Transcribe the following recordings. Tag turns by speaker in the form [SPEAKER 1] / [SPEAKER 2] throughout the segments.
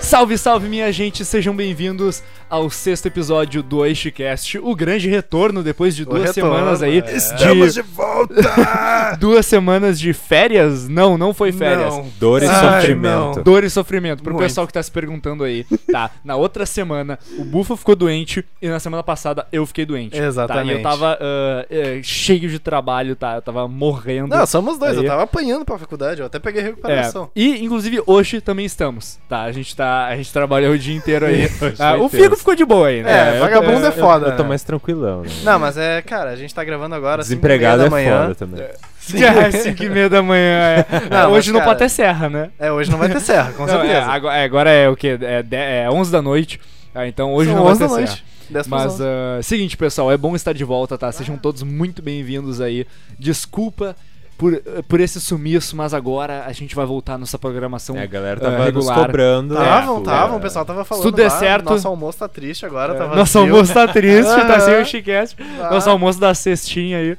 [SPEAKER 1] Salve, salve, minha gente! Sejam bem-vindos ao sexto episódio do Oishcast, o grande retorno depois de duas
[SPEAKER 2] retorno,
[SPEAKER 1] semanas aí.
[SPEAKER 2] é.
[SPEAKER 3] Estamos de volta!
[SPEAKER 1] Duas semanas de férias? Não, não foi férias.
[SPEAKER 2] Não.
[SPEAKER 3] Dor e
[SPEAKER 2] Ai,
[SPEAKER 3] sofrimento.
[SPEAKER 2] não.
[SPEAKER 1] Dor e sofrimento, pro
[SPEAKER 2] Muito.
[SPEAKER 1] pessoal que tá se perguntando aí. Tá, na outra semana, o Bufo ficou doente e na semana passada eu fiquei doente. tá?
[SPEAKER 2] Exatamente.
[SPEAKER 1] E eu tava ah, eh, cheio de trabalho, tá? Eu tava morrendo.
[SPEAKER 2] Não, somos dois.
[SPEAKER 1] Aí-
[SPEAKER 2] Eu tava apanhando pra faculdade, eu até peguei
[SPEAKER 1] É,
[SPEAKER 2] recuperação.
[SPEAKER 1] e inclusive hoje também estamos, tá? A gente tá, a gente trabalhou o dia inteiro aí. Ah,
[SPEAKER 3] foi
[SPEAKER 1] o Figo
[SPEAKER 3] tenso.
[SPEAKER 1] ficou de boa aí, né?
[SPEAKER 2] É, vagabundo é foda.
[SPEAKER 3] Eu tô
[SPEAKER 2] né?
[SPEAKER 3] mais tranquilão, né?
[SPEAKER 2] Não, mas é, cara, a gente tá gravando agora. cinco e meia
[SPEAKER 3] Desempregado
[SPEAKER 2] da
[SPEAKER 3] é
[SPEAKER 2] manhã.
[SPEAKER 1] tá?
[SPEAKER 3] foda também.
[SPEAKER 1] É, 5 e meia da manhã. É.
[SPEAKER 2] Não, mas,
[SPEAKER 1] hoje não
[SPEAKER 2] cara,
[SPEAKER 1] pode ter serra, né?
[SPEAKER 2] É, hoje não vai ter serra, com
[SPEAKER 1] Não, é,
[SPEAKER 2] certeza.
[SPEAKER 1] agora, é, agora é o quê? É, de, é 11 da noite. tá? então hoje
[SPEAKER 2] São
[SPEAKER 1] não vai
[SPEAKER 2] 11
[SPEAKER 1] ter
[SPEAKER 2] da noite.
[SPEAKER 1] serra.
[SPEAKER 2] 10
[SPEAKER 1] Mas,
[SPEAKER 2] pessoas. Ah.
[SPEAKER 1] ah, seguinte, pessoal, é bom estar de volta, tá? Sejam todos muito bem-vindos aí. Desculpa por, por esse sumiço, mas agora a gente vai voltar à nossa programação.
[SPEAKER 3] É, a galera
[SPEAKER 1] eh,
[SPEAKER 3] tava nos
[SPEAKER 1] regular.
[SPEAKER 3] cobrando.
[SPEAKER 2] um, Tavam,
[SPEAKER 3] né?
[SPEAKER 2] tavam,
[SPEAKER 3] É.
[SPEAKER 2] o pessoal tava falando.
[SPEAKER 1] tudo der
[SPEAKER 2] "Ah,
[SPEAKER 1] certo-
[SPEAKER 2] Nosso almoço tá triste agora, tá vazio.
[SPEAKER 1] É. Nosso almoço tá triste, tá sem o
[SPEAKER 2] Aham.
[SPEAKER 1] chiquete.
[SPEAKER 2] Ah.
[SPEAKER 1] Nosso almoço da cestinha aí.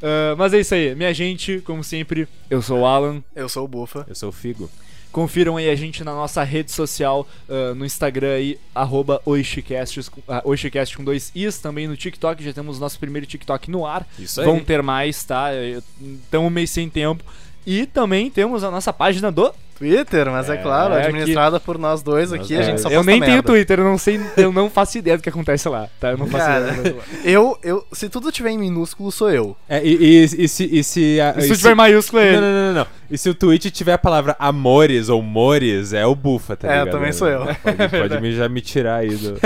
[SPEAKER 1] Ah, mas é isso aí, minha gente, como sempre, eu sou o Alan.
[SPEAKER 2] Eu sou o Bufa.
[SPEAKER 3] Eu sou o Figo.
[SPEAKER 1] Confiram aí a gente na nossa rede social, ah, no Instagram aí, arroba Oishicast, com- ah, Oishicast com dois is, também no TikTok, já temos nosso primeiro TikTok no ar.
[SPEAKER 3] Isso aí.
[SPEAKER 1] Vão ter mais, tá? Estamos meio sem tempo. E também temos a nossa página do.
[SPEAKER 2] Twitter, mas é,
[SPEAKER 3] É,
[SPEAKER 2] claro,
[SPEAKER 1] é
[SPEAKER 2] administrada por nós dois
[SPEAKER 3] Nós
[SPEAKER 2] aqui, a
[SPEAKER 3] dois.
[SPEAKER 2] gente só
[SPEAKER 1] eu
[SPEAKER 2] posta
[SPEAKER 1] nem tenho
[SPEAKER 2] merda.
[SPEAKER 1] Twitter, eu não sei, eu não faço ideia do que acontece lá, tá? Eu não faço
[SPEAKER 2] Cara,
[SPEAKER 1] ideia.
[SPEAKER 2] eu, eu, se tudo tiver em minúsculo, sou eu.
[SPEAKER 3] É, e, e, e se. E se, a-
[SPEAKER 1] Se
[SPEAKER 3] e
[SPEAKER 1] tu
[SPEAKER 3] se-
[SPEAKER 1] tiver maiúsculo, é
[SPEAKER 3] Não,
[SPEAKER 1] ele.
[SPEAKER 3] não, não, não, não. E se o tweet tiver a palavra amores ou mores, é o bufa, tá
[SPEAKER 2] É,
[SPEAKER 3] ligado?
[SPEAKER 2] também sou eu.
[SPEAKER 3] Pode, pode me, já me tirar aí do.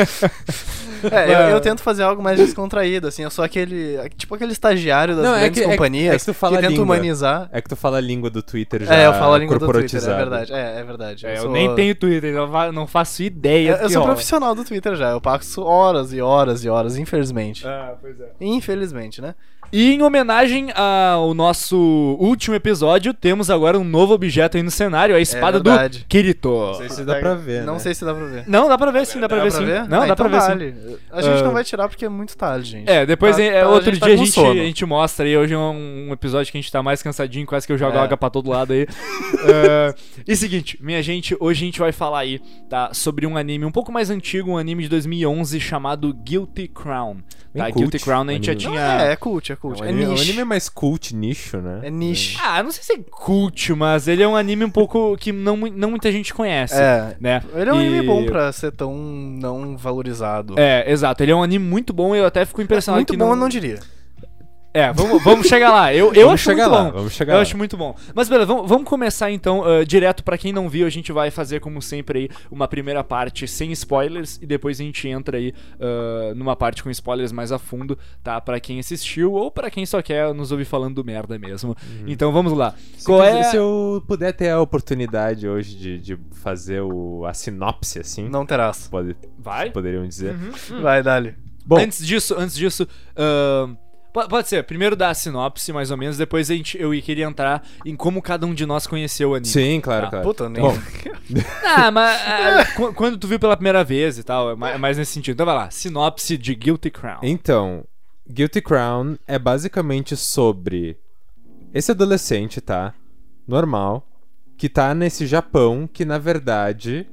[SPEAKER 2] É, eu, eu tento fazer algo mais descontraído, assim. Eu sou aquele. Tipo aquele estagiário das
[SPEAKER 3] Não, é
[SPEAKER 2] grandes
[SPEAKER 3] que- é que-
[SPEAKER 2] companhias
[SPEAKER 3] é que tu fala
[SPEAKER 2] tenta
[SPEAKER 3] língua.
[SPEAKER 2] humanizar.
[SPEAKER 3] É que tu fala a língua do Twitter já.
[SPEAKER 2] É, eu falo a língua do Twitter, é
[SPEAKER 3] corporatizada.
[SPEAKER 2] verdade. É, é verdade.
[SPEAKER 1] É, eu
[SPEAKER 2] sou-
[SPEAKER 1] nem tenho Twitter, eu fa- não faço ideia.
[SPEAKER 2] Eu,
[SPEAKER 1] do
[SPEAKER 2] eu
[SPEAKER 1] que
[SPEAKER 2] sou
[SPEAKER 1] rola.
[SPEAKER 2] profissional do Twitter já. Eu passo horas e horas e horas, infelizmente.
[SPEAKER 1] Ah, pois é.
[SPEAKER 2] Infelizmente, né?
[SPEAKER 1] E em homenagem ao nosso último episódio, temos agora um novo objeto aí no cenário, a espada do
[SPEAKER 2] verdade.
[SPEAKER 1] Kirito.
[SPEAKER 3] sei se dá pra ver,
[SPEAKER 2] Não
[SPEAKER 3] né?
[SPEAKER 2] sei se dá pra ver.
[SPEAKER 1] Não, dá pra ver sim, dá pra ver sim. Não,
[SPEAKER 2] Ah,
[SPEAKER 1] dá
[SPEAKER 2] então
[SPEAKER 1] pra ver sim.
[SPEAKER 2] vale. A gente
[SPEAKER 1] Ah.
[SPEAKER 2] não vai tirar porque é muito tarde, gente.
[SPEAKER 1] É, depois
[SPEAKER 2] Tá-
[SPEAKER 1] é,
[SPEAKER 2] tá-
[SPEAKER 1] outro
[SPEAKER 2] a gente tá
[SPEAKER 1] dia a
[SPEAKER 2] com
[SPEAKER 1] gente,
[SPEAKER 2] sono.
[SPEAKER 1] a gente mostra aí. Hoje é um, um episódio que a gente tá mais cansadinho, quase que eu jogo
[SPEAKER 2] É.
[SPEAKER 1] água pra todo lado aí. Ah, e seguinte, minha gente, hoje a gente vai falar aí, tá? Sobre um anime um pouco mais antigo, um anime de 2011 chamado Guilty Crown. Tá?
[SPEAKER 3] Bem cult,
[SPEAKER 1] Guilty Crown a gente já
[SPEAKER 3] anime.
[SPEAKER 1] tinha.
[SPEAKER 2] Não, é, é cult, é
[SPEAKER 3] É um
[SPEAKER 2] cult. É,
[SPEAKER 3] anime, é um
[SPEAKER 2] niche.
[SPEAKER 3] anime mais cult, nicho, né?
[SPEAKER 2] É niche.
[SPEAKER 1] Ah, eu não sei se é cult, mas ele é um anime um pouco que não, mu- não muita gente conhece.
[SPEAKER 2] É.
[SPEAKER 1] Né?
[SPEAKER 2] Ele é um anime
[SPEAKER 1] E-
[SPEAKER 2] bom pra ser tão não valorizado.
[SPEAKER 1] É, exato. Ele é um anime muito bom e eu até fico impressionado
[SPEAKER 2] Muito
[SPEAKER 1] que
[SPEAKER 2] bom,
[SPEAKER 1] não...
[SPEAKER 2] eu não diria.
[SPEAKER 1] É, vamos, vamos chegar lá. Eu, eu
[SPEAKER 3] Vamos
[SPEAKER 1] acho
[SPEAKER 3] chegar
[SPEAKER 1] muito
[SPEAKER 3] lá,
[SPEAKER 1] bom.
[SPEAKER 3] vamos chegar
[SPEAKER 1] eu
[SPEAKER 3] lá.
[SPEAKER 1] acho muito bom. Mas beleza, vamos, vamos começar então ah, direto pra quem não viu, a gente vai fazer como sempre aí uma primeira parte sem spoilers e depois a gente entra aí ah, numa parte com spoilers mais a fundo, tá? Pra quem assistiu ou pra quem só quer nos ouvir falando merda mesmo. Então vamos lá.
[SPEAKER 3] Uhum. Se,
[SPEAKER 1] Qual
[SPEAKER 3] quiser-
[SPEAKER 1] é
[SPEAKER 3] se eu puder ter a oportunidade hoje de, de fazer o, a sinopse, assim,
[SPEAKER 2] Não terás.
[SPEAKER 3] pode-
[SPEAKER 1] Vai?
[SPEAKER 3] poderiam dizer.
[SPEAKER 1] Hum.
[SPEAKER 2] Vai, dali.
[SPEAKER 3] Bom,
[SPEAKER 1] Antes disso, antes disso. ahn, po- Pode ser, primeiro dar a sinopse, mais ou menos, depois a gente, eu queria entrar em como cada um de nós conheceu o anime.
[SPEAKER 3] sim, claro,
[SPEAKER 1] Ah,
[SPEAKER 3] claro.
[SPEAKER 2] Puta, nem.
[SPEAKER 3] Bom,
[SPEAKER 1] Ah, mas ah, qu- quando tu viu pela primeira vez e tal, é ma- é mais nesse sentido. Então vai lá, sinopse de Guilty Crown.
[SPEAKER 3] então, Guilty Crown é basicamente sobre esse adolescente, tá? Normal, que tá nesse Japão que, na verdade,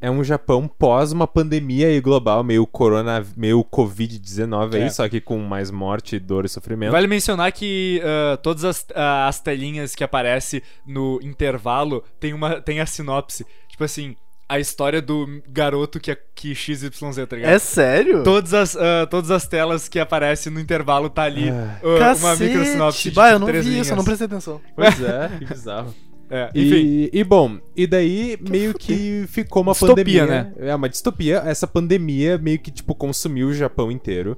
[SPEAKER 3] é um Japão pós uma pandemia aí global, meio corona, meio Covid-19 aí,
[SPEAKER 1] É.
[SPEAKER 3] só que com mais morte, dor e sofrimento.
[SPEAKER 1] Vale mencionar que ah, todas as, ah, as telinhas que aparecem no intervalo tem, uma, tem a sinopse. Tipo assim, a história do garoto que é que XYZ, tá ligado?
[SPEAKER 2] É sério?
[SPEAKER 1] Todas as, ah, todas as telas que aparecem no intervalo tá ali.
[SPEAKER 3] Ah.
[SPEAKER 1] ah, uma
[SPEAKER 2] Cacete.
[SPEAKER 1] microsinopse. de tipo
[SPEAKER 2] Bah, eu não vi
[SPEAKER 1] três linhas.
[SPEAKER 2] isso, eu não prestei atenção.
[SPEAKER 3] Pois é, que bizarro.
[SPEAKER 1] É, enfim.
[SPEAKER 3] E, e, bom, e daí meio que ficou uma
[SPEAKER 1] Distopia,
[SPEAKER 3] pandemia.
[SPEAKER 1] né?
[SPEAKER 3] É uma distopia. Essa pandemia meio que, tipo, consumiu o Japão inteiro.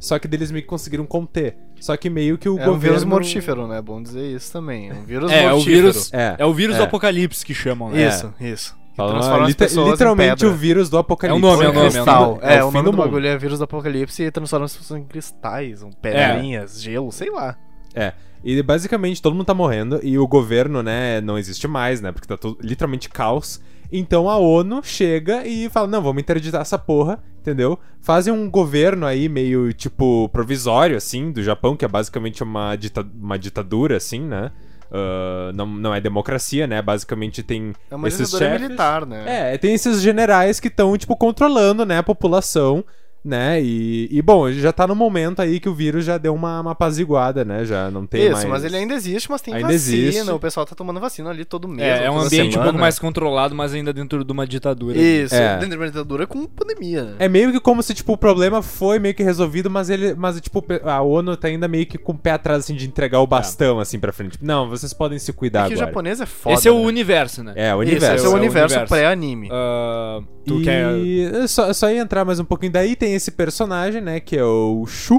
[SPEAKER 3] Só que deles meio que conseguiram conter. Só que meio que o
[SPEAKER 2] É um vírus
[SPEAKER 3] governo.
[SPEAKER 2] mortífero, né? É bom dizer isso também. É um vírus
[SPEAKER 1] É, é o
[SPEAKER 2] mortífero.
[SPEAKER 1] vírus.
[SPEAKER 3] É,
[SPEAKER 1] É o vírus
[SPEAKER 3] é.
[SPEAKER 1] do apocalipse que chamam, né?
[SPEAKER 2] Isso, isso. Que
[SPEAKER 3] Falam,
[SPEAKER 2] transforma
[SPEAKER 3] ah,
[SPEAKER 2] as
[SPEAKER 3] lita-
[SPEAKER 2] pessoas em
[SPEAKER 3] literalmente
[SPEAKER 2] pedra.
[SPEAKER 3] o vírus do apocalipse.
[SPEAKER 1] É o nome, é o
[SPEAKER 2] Ou em
[SPEAKER 1] nome, é o
[SPEAKER 2] cristal.
[SPEAKER 1] nome.
[SPEAKER 2] É,
[SPEAKER 3] É o
[SPEAKER 2] o
[SPEAKER 3] fim
[SPEAKER 2] nome
[SPEAKER 3] do
[SPEAKER 2] do
[SPEAKER 3] mundo.
[SPEAKER 2] bagulho é vírus do apocalipse e transforma as pessoas em cristais, em pedrinhas, gelo, sei lá.
[SPEAKER 3] É. E basicamente todo mundo tá morrendo e o governo, né, não existe mais, né? Porque tá tudo, literalmente caos. Então a ONU chega e fala: não, vamos interditar essa porra, entendeu? Fazem um governo aí meio, tipo, provisório, assim, do Japão, que é basicamente uma, dita- uma ditadura, assim, né? ah, não, não é democracia, né? Basicamente tem
[SPEAKER 2] É uma
[SPEAKER 3] esses
[SPEAKER 2] ditadura
[SPEAKER 3] chefes.
[SPEAKER 2] militar, né?
[SPEAKER 3] É, tem esses generais que estão, tipo, controlando, né, a população, né? E, e, bom, já tá no momento aí que o vírus já deu uma, uma apaziguada, né? Já não tem
[SPEAKER 2] Isso,
[SPEAKER 3] mais...
[SPEAKER 2] mas ele é ainda existe, mas tem
[SPEAKER 3] Ainda
[SPEAKER 2] vacina.
[SPEAKER 3] existe.
[SPEAKER 2] O pessoal tá tomando vacina ali todo mês.
[SPEAKER 1] É, é um
[SPEAKER 2] toda
[SPEAKER 1] ambiente um
[SPEAKER 2] semana.
[SPEAKER 1] pouco mais controlado, mas ainda dentro de uma ditadura.
[SPEAKER 2] Isso,
[SPEAKER 3] É.
[SPEAKER 2] dentro de uma ditadura com pandemia, né?
[SPEAKER 3] É meio que como se, tipo, o problema foi meio que resolvido, mas ele. Mas, tipo, pe- a ONU tá ainda meio que com o pé atrás, assim, de entregar o bastão, assim, pra frente. Tipo, Não, vocês podem se
[SPEAKER 2] É
[SPEAKER 3] cuidar
[SPEAKER 2] que o
[SPEAKER 3] agora.
[SPEAKER 2] japonês é foda.
[SPEAKER 1] Esse é o
[SPEAKER 2] né?
[SPEAKER 1] universo, né?
[SPEAKER 3] É, o
[SPEAKER 2] Isso,
[SPEAKER 3] universo.
[SPEAKER 2] Esse é o universo pré-anime.
[SPEAKER 1] Ah, tu
[SPEAKER 3] e
[SPEAKER 1] quer.
[SPEAKER 3] só, só ia entrar mais um pouquinho. Daí tem esse personagem, né, que é o Shu.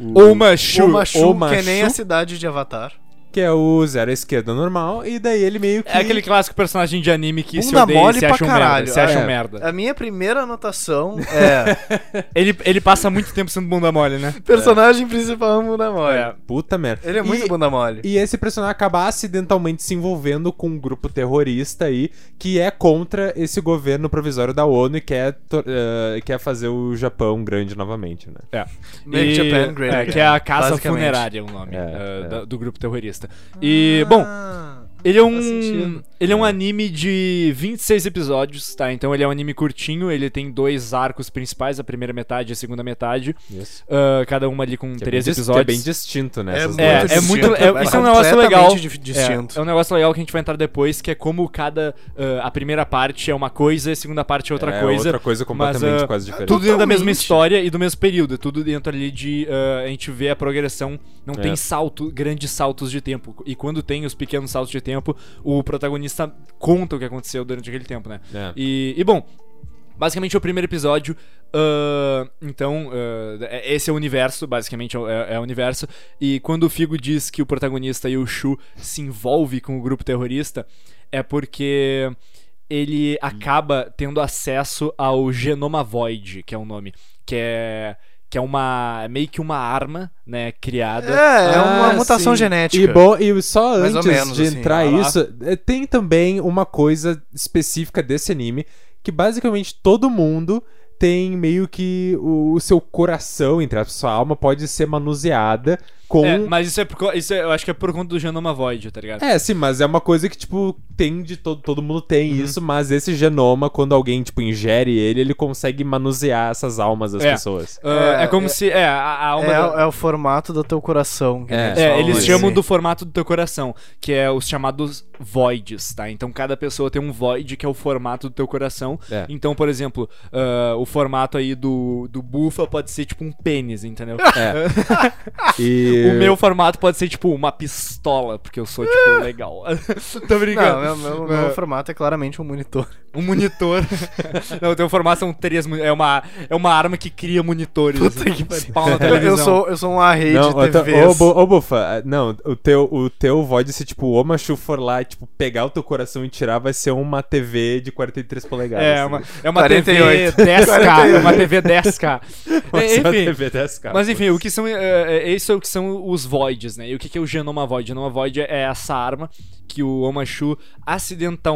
[SPEAKER 3] o-
[SPEAKER 1] Omashu.
[SPEAKER 2] Omashu,
[SPEAKER 3] Omashu.
[SPEAKER 2] que nem a cidade de Avatar.
[SPEAKER 3] Que é o zero à esquerda normal, e daí ele meio que.
[SPEAKER 1] É aquele clássico personagem de anime que se
[SPEAKER 2] Bunda
[SPEAKER 1] odeia e
[SPEAKER 2] mole
[SPEAKER 1] se
[SPEAKER 2] pra
[SPEAKER 1] acha um merda.
[SPEAKER 2] caralho. Ah,
[SPEAKER 1] Se acha
[SPEAKER 3] É.
[SPEAKER 1] um merda.
[SPEAKER 2] A minha primeira anotação é
[SPEAKER 1] Ele, ele passa muito tempo sendo bunda mole, né?
[SPEAKER 2] personagem principal é bunda mole.
[SPEAKER 3] Puta merda.
[SPEAKER 2] Ele é muito
[SPEAKER 3] e,
[SPEAKER 2] bunda mole.
[SPEAKER 3] e esse personagem acaba acidentalmente se envolvendo com um grupo terrorista aí que é contra esse governo provisório da ONU e quer, tor- eh, quer fazer o Japão grande novamente, né?
[SPEAKER 1] É.
[SPEAKER 2] Make
[SPEAKER 1] E-
[SPEAKER 2] Japan Great
[SPEAKER 1] é,
[SPEAKER 2] Again,
[SPEAKER 1] que é a Casa
[SPEAKER 2] basicamente.
[SPEAKER 1] Funerária, o nome
[SPEAKER 3] É,
[SPEAKER 1] eh,
[SPEAKER 3] é.
[SPEAKER 1] da- do grupo terrorista. E, bom,
[SPEAKER 2] Ah.
[SPEAKER 1] Ele é
[SPEAKER 3] Tá
[SPEAKER 1] um, ele é um anime de 26 episódios, tá? Então ele é um anime curtinho, ele tem dois arcos principais, a primeira metade e a segunda metade,
[SPEAKER 3] Isso.
[SPEAKER 1] ah, cada uma ali com
[SPEAKER 3] Que é
[SPEAKER 1] três
[SPEAKER 3] bem dis- que
[SPEAKER 1] episódios.
[SPEAKER 3] É bem distinto, né? essas
[SPEAKER 1] É,
[SPEAKER 3] duas.
[SPEAKER 1] é muito- é- isso é um negócio
[SPEAKER 2] completamente
[SPEAKER 1] legal.
[SPEAKER 2] dif-
[SPEAKER 1] É,
[SPEAKER 2] Distinto.
[SPEAKER 1] é um negócio legal que a gente vai entrar depois, que é como cada. ah, a primeira parte é uma coisa e a segunda parte é outra
[SPEAKER 3] É
[SPEAKER 1] coisa.
[SPEAKER 3] outra coisa completamente
[SPEAKER 1] ah,
[SPEAKER 3] quase diferente.
[SPEAKER 1] Tudo dentro da mesma
[SPEAKER 2] Totalmente.
[SPEAKER 1] história e do mesmo período. Tudo dentro ali de. ah, a gente vê a progressão. Não
[SPEAKER 3] É.
[SPEAKER 1] tem salto, grandes saltos de tempo. E quando tem os pequenos saltos de tempo, o protagonista conta o que aconteceu durante aquele tempo, né?
[SPEAKER 3] É.
[SPEAKER 1] E, e, bom. Basicamente é o primeiro episódio. ah, então, ah, é- esse é o universo, basicamente é, o- é- é o universo. E quando o Figo diz que o protagonista e o Shu se envolve com o grupo terrorista, é porque ele acaba tendo acesso ao Genoma Void, que é o nome, que é que é uma é meio que uma arma, né, criada.
[SPEAKER 2] É, é uma
[SPEAKER 3] Ah,
[SPEAKER 2] mutação
[SPEAKER 3] sim.
[SPEAKER 2] genética.
[SPEAKER 3] E, bom, e só
[SPEAKER 2] Mais ou
[SPEAKER 3] antes
[SPEAKER 2] menos,
[SPEAKER 3] de
[SPEAKER 2] assim,
[SPEAKER 3] entrar
[SPEAKER 2] vai lá.
[SPEAKER 3] isso, eh, tem também uma coisa específica desse anime que basicamente todo mundo tem meio que o, o seu coração, entre a sua alma, pode ser manuseada com.
[SPEAKER 1] É,
[SPEAKER 3] É,
[SPEAKER 1] mas isso é por, co- isso é- eu acho que é por conta do Genoma Void, tá ligado?
[SPEAKER 3] sim, mas é uma coisa que, tipo, tem de todo. Todo mundo tem
[SPEAKER 1] Uhum.
[SPEAKER 3] isso, mas esse genoma, quando alguém, tipo, ingere ele, ele consegue manusear essas almas das
[SPEAKER 1] É.
[SPEAKER 3] pessoas.
[SPEAKER 1] Ah, É,
[SPEAKER 2] É,
[SPEAKER 1] como se é a, a alma
[SPEAKER 2] É,
[SPEAKER 1] da-
[SPEAKER 2] o- é o formato do teu coração. que
[SPEAKER 3] É.
[SPEAKER 2] eles
[SPEAKER 1] É,
[SPEAKER 2] falam,
[SPEAKER 1] eles
[SPEAKER 2] assim.
[SPEAKER 1] chamam do formato do teu coração, que é os chamados voids, tá? Então cada pessoa tem um void que é o formato do teu coração.
[SPEAKER 3] É.
[SPEAKER 1] Então, por exemplo, ah, o formato aí do, do bufa pode ser tipo um pênis, entendeu?
[SPEAKER 3] É. E-
[SPEAKER 1] O meu formato pode ser tipo uma pistola, porque eu sou tipo legal. Tô
[SPEAKER 2] Não,
[SPEAKER 1] brincando.
[SPEAKER 2] meu, meu- meu formato é claramente um monitor.
[SPEAKER 1] Um monitor. Não, o teu formato são três. moni- É uma, é uma arma que cria monitores. Puta que na
[SPEAKER 2] Eu,
[SPEAKER 1] televisão.
[SPEAKER 2] eu sou, eu sou um array
[SPEAKER 3] Não,
[SPEAKER 2] de
[SPEAKER 3] então,
[SPEAKER 2] TVs.
[SPEAKER 3] ô, Bu- ô, Bufa, ah, não, o teu, o teu void, se tipo, o Omachu for lá, e, tipo, pegar o teu coração e tirar, vai ser uma TV de 43 polegadas.
[SPEAKER 1] É,
[SPEAKER 3] assim.
[SPEAKER 1] uma, é uma
[SPEAKER 2] 48.
[SPEAKER 1] TV 10K. É uma TV 10K.
[SPEAKER 3] Vai
[SPEAKER 1] É,
[SPEAKER 3] ser uma
[SPEAKER 1] enfim.
[SPEAKER 3] TV 10K,
[SPEAKER 1] Mas enfim,
[SPEAKER 3] pô.
[SPEAKER 1] o que são. É, é, isso é o que são os voids, né? E o que que é o Genoma Void? Genoma Void é essa arma que o Omashu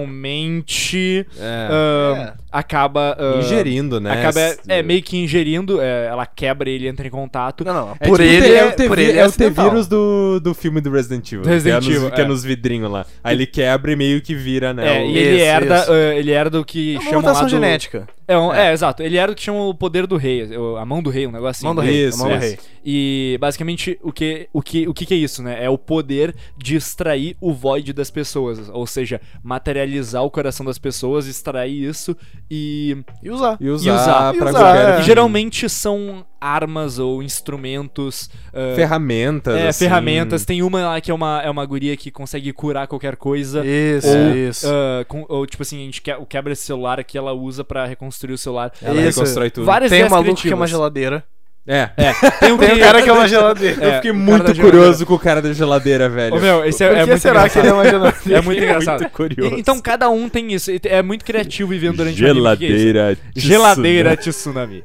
[SPEAKER 1] acidentalmente
[SPEAKER 3] É.
[SPEAKER 1] ah,
[SPEAKER 2] É.
[SPEAKER 1] acaba. ah,
[SPEAKER 3] Ingerindo, né?
[SPEAKER 1] Acaba é,
[SPEAKER 3] S-
[SPEAKER 1] é meio que ingerindo, é, ela quebra e ele entra em contato.
[SPEAKER 2] Não, não.
[SPEAKER 3] É
[SPEAKER 2] por,
[SPEAKER 3] tipo o
[SPEAKER 2] ele,
[SPEAKER 3] T-
[SPEAKER 2] é,
[SPEAKER 3] o T-
[SPEAKER 2] por ele
[SPEAKER 3] é o
[SPEAKER 2] acidental.
[SPEAKER 3] T-Vírus do, do filme do Resident Evil.
[SPEAKER 1] Do Resident
[SPEAKER 3] que é nos,
[SPEAKER 1] Evil,
[SPEAKER 3] que é
[SPEAKER 1] é.
[SPEAKER 3] nos vidrinhos lá. Aí ele quebra e meio que vira, né?
[SPEAKER 1] É,
[SPEAKER 3] o-
[SPEAKER 1] e ele
[SPEAKER 2] Isso,
[SPEAKER 1] herda,
[SPEAKER 2] isso.
[SPEAKER 1] eh, ele herda o que
[SPEAKER 2] É uma
[SPEAKER 1] chamam lá
[SPEAKER 2] mutação
[SPEAKER 1] do...
[SPEAKER 2] genética.
[SPEAKER 1] É, um- é, exato. Ele herda o que chamam o poder do rei, eu- a mão do rei, um negócio assim.
[SPEAKER 2] Mão do
[SPEAKER 3] rei,
[SPEAKER 2] rei.
[SPEAKER 3] Isso,
[SPEAKER 2] mão do
[SPEAKER 3] isso.
[SPEAKER 2] rei.
[SPEAKER 1] E basicamente o que o que o que, que é isso, né? É o poder de extrair o void das pessoas, ou seja, materializar o coração das pessoas, extrair isso é- e
[SPEAKER 2] E usar.
[SPEAKER 3] E usar,
[SPEAKER 1] usar.
[SPEAKER 3] pra
[SPEAKER 2] E usar,
[SPEAKER 3] qualquer
[SPEAKER 2] é.
[SPEAKER 3] fim.
[SPEAKER 1] geralmente são armas ou instrumentos ah,
[SPEAKER 3] né, Ferramentas,
[SPEAKER 1] é,
[SPEAKER 3] assim.
[SPEAKER 1] ferramentas. Tem uma lá que é uma, é uma guria que consegue curar qualquer coisa.
[SPEAKER 2] Isso,
[SPEAKER 1] Ou,
[SPEAKER 3] É.
[SPEAKER 2] isso.
[SPEAKER 1] ah, com- ou tipo assim, a gente que, quebra esse celular aqui, ela usa pra reconstruir o celular.
[SPEAKER 3] Ela
[SPEAKER 2] Isso.
[SPEAKER 3] reconstrói tudo.
[SPEAKER 1] Várias
[SPEAKER 2] Tem um
[SPEAKER 1] ideias
[SPEAKER 2] maluco que é uma
[SPEAKER 1] criativas.
[SPEAKER 2] geladeira.
[SPEAKER 3] É.
[SPEAKER 1] Tem um
[SPEAKER 2] Tem um
[SPEAKER 1] que-
[SPEAKER 2] cara que é uma
[SPEAKER 1] É,
[SPEAKER 2] geladeira.
[SPEAKER 3] Eu fiquei
[SPEAKER 1] o cara
[SPEAKER 3] muito
[SPEAKER 1] da geladeira.
[SPEAKER 3] curioso com o cara da geladeira, velho.
[SPEAKER 1] Ô, meu, esse é,
[SPEAKER 2] Por
[SPEAKER 1] é
[SPEAKER 2] que
[SPEAKER 1] muito
[SPEAKER 2] será que ele é
[SPEAKER 1] engraçado.
[SPEAKER 2] uma geladeira?
[SPEAKER 1] É muito engraçado.
[SPEAKER 3] Muito curioso.
[SPEAKER 1] E- então cada um tem isso. E te- É muito criativo e vendo durante o anime. que é isso.
[SPEAKER 3] Geladeira.
[SPEAKER 1] Geladeira tsunami.